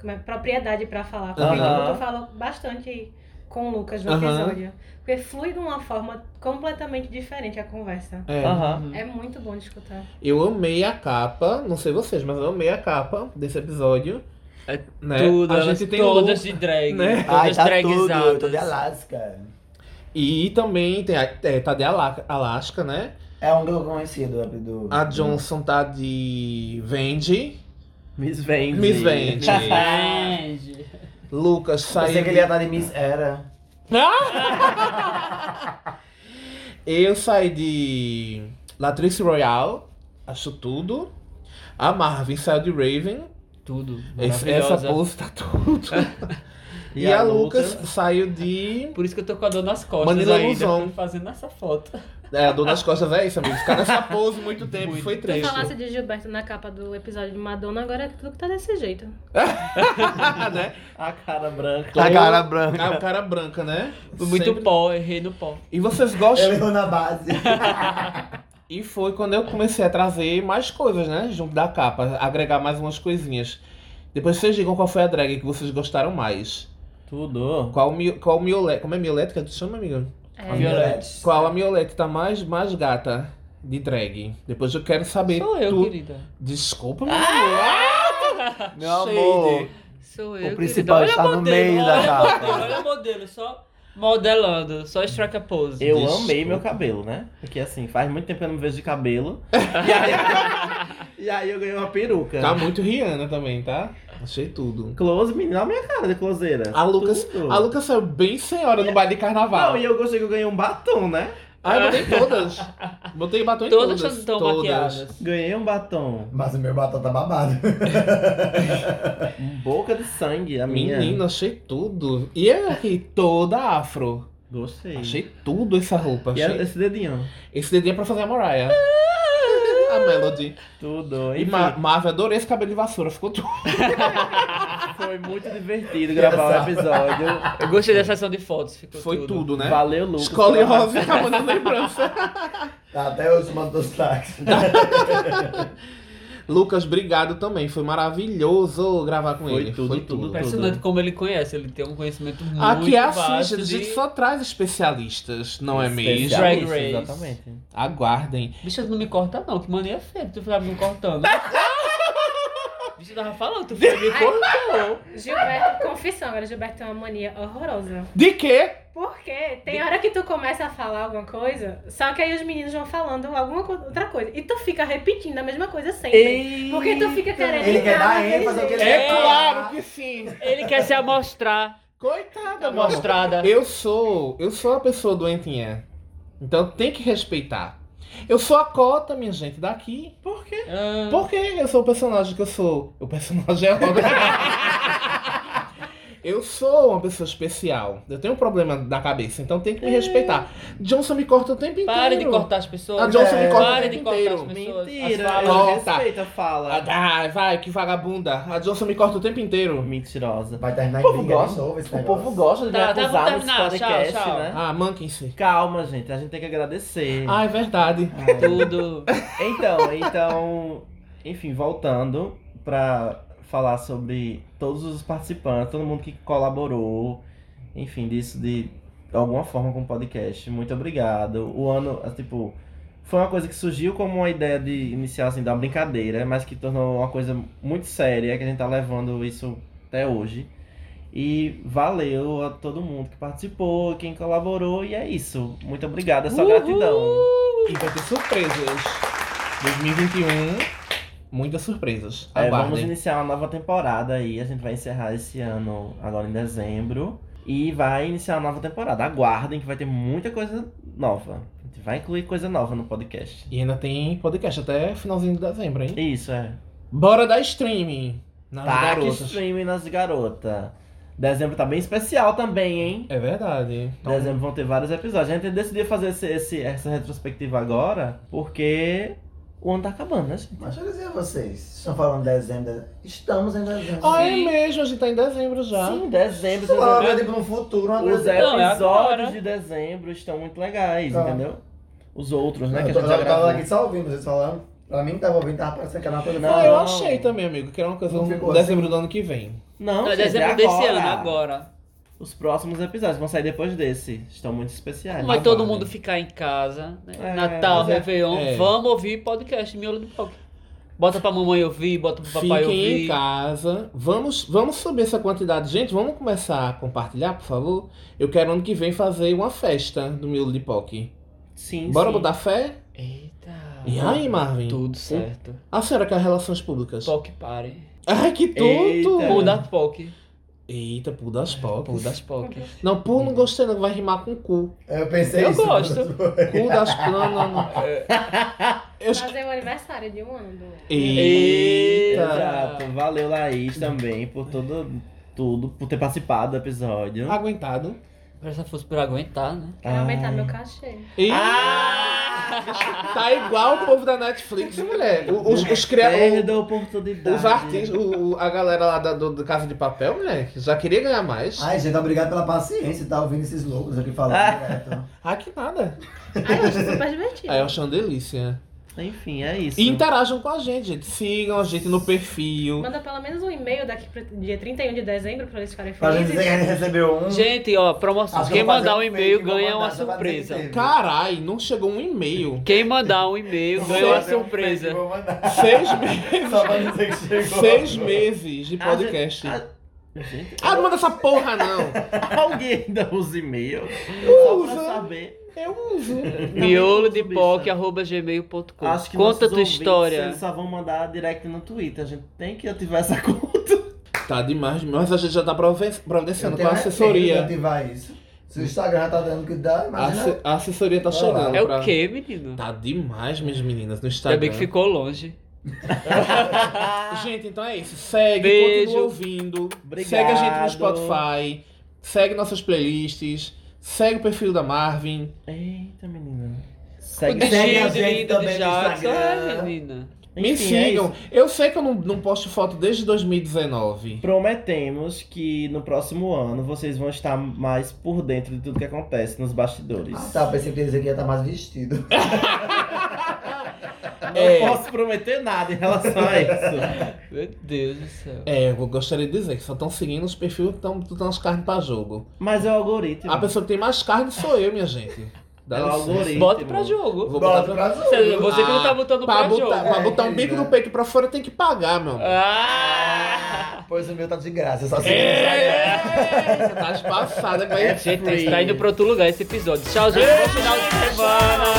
S6: como é, propriedade pra falar comigo.
S2: Aham.
S6: Eu falo bastante com o Lucas no
S3: Aham.
S6: episódio, porque flui de uma forma completamente diferente a conversa.
S3: É.
S2: Aham.
S6: É muito bom de escutar.
S3: Eu amei a capa, não sei vocês, mas eu amei a capa desse episódio.
S1: É
S3: né?
S1: Tudo,
S3: a
S1: elas
S3: gente tem
S1: todas
S3: Lu-
S1: de drag,
S3: né?
S4: Ai,
S1: todas
S4: tá tudo. Eu tô de
S1: dragzadas.
S4: Alasca.
S3: E também tem a, é, tá de Ala- Alaska, né?
S4: É um que eu conheci do... do
S3: A Johnson tá de Vendi.
S2: Miss Vende.
S3: Miss Vende.
S1: Gente.
S3: Lucas
S4: Eu
S3: saiu.
S2: é
S4: sei que
S3: de-
S4: ele ia estar de Miss Era.
S3: Eu saí de Latrice Royal, acho tudo. A Marvin saiu de Raven.
S1: Tudo.
S3: Esse- essa
S1: maravilhosa.
S3: pose tá tudo.
S2: E
S3: e, a,
S2: a
S3: Lucas
S2: Lucas?
S3: saiu de.
S1: Por isso que eu tô com a dor nas costas
S3: Manila
S1: ainda,
S3: Luzon.
S1: tô fazendo essa foto.
S3: É, a dor nas costas é isso, amigo. Ficar nessa pose muito tempo
S1: Muito
S3: foi
S6: Se
S3: triste.
S6: falasse de Gilberto na capa do episódio de Madonna, agora é tudo que tá desse jeito.
S3: né?
S2: A cara branca.
S3: Tô-
S7: A cara branca.
S3: Ah, o cara branca, né?
S1: Foi muito
S3: Sempre-
S1: pó, errei no pó.
S3: E vocês gostam.
S4: Ele errou na base.
S3: E foi quando eu comecei a trazer mais coisas, né? Junto da capa, agregar mais umas coisinhas. Depois vocês digam qual foi a drag que vocês gostaram mais.
S2: Tudo.
S3: Qual mi... qual miolete. Como é miolete que tu chama, amiga?
S6: É,
S2: A Violeta.
S3: Qual a miolete tá mais, mais gata de drag? Depois eu quero saber.
S1: Sou eu,
S3: tu-
S1: querida.
S3: Desculpa,
S1: Ah!
S3: meu
S7: Meu
S3: amor. Shade.
S7: amor.
S1: Sou eu,
S7: O
S1: querida.
S7: principal
S1: Olha
S7: está
S1: a
S7: no meio da
S1: olha a
S7: capa.
S1: modelo, Olha o modelo, só modelando, só extraca pose.
S2: Eu
S3: Desculpa.
S2: amei meu cabelo, né? Porque assim, faz muito tempo que eu não me vejo de cabelo. E aí, e aí eu ganhei uma peruca.
S3: Tá muito Rihanna também, tá? Achei tudo.
S2: Close, menina, olha a minha cara de closeira.
S3: A Lucas,
S2: Tudo.
S3: a Lucas saiu bem senhora no baile de carnaval.
S2: Não, e eu gostei que eu ganhei um batom, né?
S3: Ah, eu botei todas. Botei batom em todas.
S1: Todas estão
S3: todas.
S1: maquiadas.
S2: Ganhei um batom.
S4: Mas o meu batom tá babado.
S2: Um Boca de sangue, a minha.
S3: Menina, achei tudo. E eu aqui, toda afro.
S2: Gostei.
S3: Achei tudo essa roupa.
S2: E
S3: achei-
S2: esse dedinho.
S3: Esse dedinho é pra fazer a Mariah.
S1: Ah!
S3: a Melody.
S2: Tudo.
S3: E
S2: Enfim,
S3: Ma Marvel, adorei esse cabelo de vassoura. Ficou tudo.
S2: foi muito divertido gravar o episódio.
S1: Eu gostei da sessão de fotos, ficou
S3: Foi tudo, né?
S2: Valeu, Lucas.
S3: Escola e
S2: pela
S3: rosa e acabou na lembrança.
S4: Tá, até hoje mandou os táxis.
S3: Lucas, obrigado também. Foi maravilhoso gravar com
S2: Foi
S3: ele.
S2: tudo,
S3: Foi
S2: tudo.
S3: tudo.
S1: Impressionante como ele conhece, ele tem um conhecimento muito
S3: Aqui é assim,
S1: vasto
S3: gente. A
S1: de...
S3: gente só traz especialistas, não é mesmo?
S2: Especial,
S1: Drag
S2: isso,
S1: Race.
S2: Exatamente.
S3: Aguardem.
S1: Bicho, não me corta não, que mania é feia, tu ficava me cortando. Bicho, eu tava falando, tu foi me cortou.
S6: Gilberto, confissão, agora Gilberto tem uma mania horrorosa.
S3: De quê?
S6: Porque tem hora que tu começa a falar alguma coisa, só que aí os meninos vão falando alguma co- outra coisa. E tu fica repetindo a mesma coisa sempre. Porque tu fica querendo.
S4: Ele quer
S6: entrar
S4: dar
S6: naquele
S4: ênfase ao que ele
S6: jeito.
S1: É
S3: É
S4: claro
S3: claro que sim.
S1: Ele quer se amostrar, Tá
S3: Coitada, mano.
S1: amostrada.
S3: Eu sou, eu sou a pessoa doentinha. Então tem que respeitar. Eu sou a cota, minha gente, daqui. Por quê?
S1: Ah,
S3: Por quê? Eu sou o personagem que eu sou. O personagem é Roda. Eu sou uma pessoa especial. Eu tenho um problema da cabeça, então tem que me respeitar. Johnson me corta o tempo inteiro.
S1: Pare de cortar as pessoas.
S3: A Johnson
S1: Pare
S3: me corta o
S1: de
S3: tempo
S1: cortar
S3: inteiro.
S1: as pessoas.
S2: Mentira,
S3: As
S2: ela
S3: falas.
S2: respeita a fala.
S3: Ah, vai, que vagabunda. A Johnson me corta o tempo inteiro.
S2: Mentirosa.
S4: Vai terminar
S2: O
S4: em
S2: povo
S4: briga de
S2: gosta.
S4: novo esse
S2: O
S4: negócio.
S2: povo gosta de me
S1: Tá, tá,
S2: acusar
S1: vamos
S2: nesse
S1: terminar. Tchau,
S2: podcast,
S1: tchau.
S2: né?
S3: Ah, manquem-se.
S2: Calma, gente. A gente tem que agradecer.
S3: Ah, é verdade.
S1: Tudo.
S2: Então, então, enfim, voltando pra falar sobre todos os participantes, todo mundo que colaborou, enfim, disso de alguma forma com o podcast. Muito obrigado. O ano, ah, tipo, foi uma coisa que surgiu como uma ideia de iniciar assim, da brincadeira, mas que tornou uma coisa muito séria, que a gente tá levando isso até hoje. E valeu a todo mundo que participou, quem colaborou, e é isso. Muito obrigado, é só gratidão.
S3: E vai ter surpresas. 2021, muitas surpresas.
S2: É, vamos
S3: Aguardem.
S2: iniciar uma nova temporada aí. A gente vai encerrar esse ano agora em dezembro. E vai iniciar uma nova temporada. Aguardem que vai ter muita coisa nova. A gente vai incluir coisa nova no podcast.
S3: E ainda tem podcast até finalzinho de dezembro, hein?
S2: Isso, é.
S3: Bora dar streaming nas
S2: Taca
S3: garotas.
S2: Tá, streaming nas garotas. Dezembro tá bem especial também, hein?
S3: É verdade. Então,
S2: Dezembro vão ter vários episódios. A gente decidiu fazer esse, esse- essa retrospectiva agora porque o ano tá acabando, né, gente?
S4: Mas eu dizia a vocês, vocês estão falando de dezembro. Estamos em dezembro.
S3: Ah, é
S1: Sim.
S3: mesmo, a gente tá em dezembro já.
S2: Sim, dezembro.
S4: Sei lá,
S2: dezembro.
S4: vai ter pro tipo, futuro uma
S2: Os
S4: coisa.
S1: Não, é agora.
S2: episódios de dezembro estão muito legais,
S4: Tá.
S2: entendeu? Os outros, né?
S4: Eu
S2: Que a
S4: tô-
S2: gente já
S4: eu tava
S2: gravou.
S4: aqui só ouvindo vocês falando. Pra mim que tava ouvindo, tava parecendo que era uma coisa.
S2: Não,
S3: Ah, eu
S2: não.
S3: achei também, amigo, que era uma coisa
S4: Não
S3: no
S4: ficou assim.
S3: dezembro do ano que vem.
S2: Não,
S1: Não,
S2: gente,
S1: dezembro
S2: é
S1: desse ano, agora.
S2: Os próximos episódios vão sair depois desse. Estão muito especiais.
S1: Vai todo
S3: Aguardem.
S1: mundo ficar em casa, né?
S2: É,
S1: Natal,
S2: mas é-
S1: Réveillon.
S3: é.
S1: Vamos ouvir podcast Miolo do Pau. Bota pra mamãe ouvir, bota pro papai
S3: Fiquem em
S1: ouvir.
S3: casa. Vamos, vamos subir essa quantidade. Gente, vamos começar a compartilhar, por favor? Eu quero ano que vem fazer uma festa do Miolo de Poc.
S2: Sim,
S3: Bora
S2: sim.
S3: botar fé?
S1: Eita.
S3: E aí, Marvin?
S1: Ah,
S3: Ah,
S1: Tudo certo.
S3: A senhora quer é relações públicas?
S1: Poc pare.
S3: Ai, que tudo!
S2: É.
S1: Pull das Poc.
S3: Eita, pulo das
S1: Pull
S3: Pocs.
S1: É, das Poc.
S3: Não, pulo não gostei, não. Vai rimar com cu.
S4: Eu pensei
S1: Eu
S4: isso. né?
S1: gosto.
S3: Cu das... Não, não, não. Eu esque-
S6: Fazer o aniversário de um ano do.
S3: Eita!
S2: Exato. Valeu, Laís, também, por todo, tudo, por ter participado do episódio.
S3: Ah, Aguentado.
S1: Parece que fosse pra aguentar, né?
S3: Ah.
S6: Quero aumentar
S2: Ai.
S6: meu cachê.
S3: Ih,
S2: Ah!
S3: Tá igual o povo da Netflix, mulher. O- Os, os criadores.
S2: Perda a oportunidade.
S3: Os artistas, o- o- a galera lá da, do, do Casa de Papel, mulher, que já queria ganhar mais.
S4: Ai, gente, obrigado pela paciência, tá ouvindo esses loucos aqui
S2: Ah.
S4: falando direto.
S3: Ah, que nada.
S6: Ai, eu acho super divertido.
S3: Aí É, eu achei uma delícia.
S2: Enfim, é isso.
S3: E interajam com a gente, gente. Sigam a gente no perfil.
S6: Manda pelo menos um e-mail daqui pro dia 31 de dezembro pra eles ficarem
S4: Pra gente dizer que
S6: felizes.
S4: a gente recebeu um.
S1: Gente, ó, promoção.
S4: Acho que
S1: Quem
S4: eu vou fazer
S1: mandar um
S4: um
S1: e-mail
S4: fake, vou
S1: ganha uma
S4: mandar, só pra dizer que
S1: surpresa.
S4: teve.
S3: Carai, não chegou um e-mail.
S1: Quem mandar um e-mail
S4: Vou
S1: ganha uma
S4: fazer um fake,
S1: surpresa.
S4: vou mandar.
S3: Seis meses.
S4: Só pra dizer que chegou.
S3: Seis meses de
S2: Ah, gente,
S3: podcast.
S2: ah, Gente,
S3: Ah, não manda essa porra, não.
S2: alguém dá os e-mails só pra
S3: Usa.
S2: saber.
S3: Eu uso.
S1: Miolo de
S2: Bicha. Acho que
S1: gmail.com. Conta
S2: nossos
S1: tua
S2: ouvintes,
S1: história.
S2: Eles só vão mandar direct no Twitter. A gente tem que ativar essa conta.
S3: Tá demais, mas a gente já tá providenciando
S4: Eu
S3: providenciando com
S4: tenho
S3: a
S4: medo
S3: assessoria.
S4: de ativar isso. Se o Instagram já tá dando que dá,
S3: A,
S4: imagina.
S3: asse- a assessoria tá
S4: Vai
S3: chegando.
S4: lá.
S1: É
S3: pra-
S1: o quê, menino?
S3: Tá demais, minhas meninas, no Instagram.
S1: Ainda bem que ficou longe.
S3: Gente, então é isso. Segue,
S1: Beijo.
S3: continua ouvindo.
S2: Obrigado.
S3: Segue a gente no Spotify. Segue nossas playlists. Segue o perfil da Marvin.
S2: Eita, menina.
S1: O
S2: Segue.
S4: Segue a
S1: destino
S4: gente
S1: de lindo de
S4: também no
S1: Jackson.
S4: Instagram.
S1: É, menina.
S3: Me
S2: Enfim, é
S3: sigam.
S2: isso.
S3: eu sei que eu não, não posto foto desde 2019.
S2: Prometemos que no próximo ano vocês vão estar mais por dentro de tudo que acontece nos bastidores.
S4: Ah, tá, pensei que ia dizer que ia estar mais vestido.
S2: Não
S3: É.
S2: posso prometer nada em relação a isso.
S1: Meu Deus do céu.
S3: É, eu gostaria de dizer que só estão seguindo os perfis que estão botando as carnes pra jogo.
S2: Mas é o algoritmo.
S3: A pessoa que tem mais carne sou eu, minha gente. Dá
S2: É o
S3: licença.
S2: algoritmo.
S1: Bota pra
S3: Eu
S1: jogo.
S3: Vou botar
S4: Bota
S3: pra...
S4: pra
S1: Você,
S4: jogo.
S1: você que não tá botando
S3: Pra
S1: pra,
S3: botar,
S1: jogo.
S3: pra botar um
S4: É,
S3: bico
S4: né?
S3: do peito pra fora tem que pagar, meu
S1: É.
S3: amor.
S1: Ah!
S4: Pois o meu tá de graça, só se
S3: É, tá espaçada, mas...
S1: Gente, tá indo pra outro lugar esse episódio. Tchau, gente. Bom final de semana.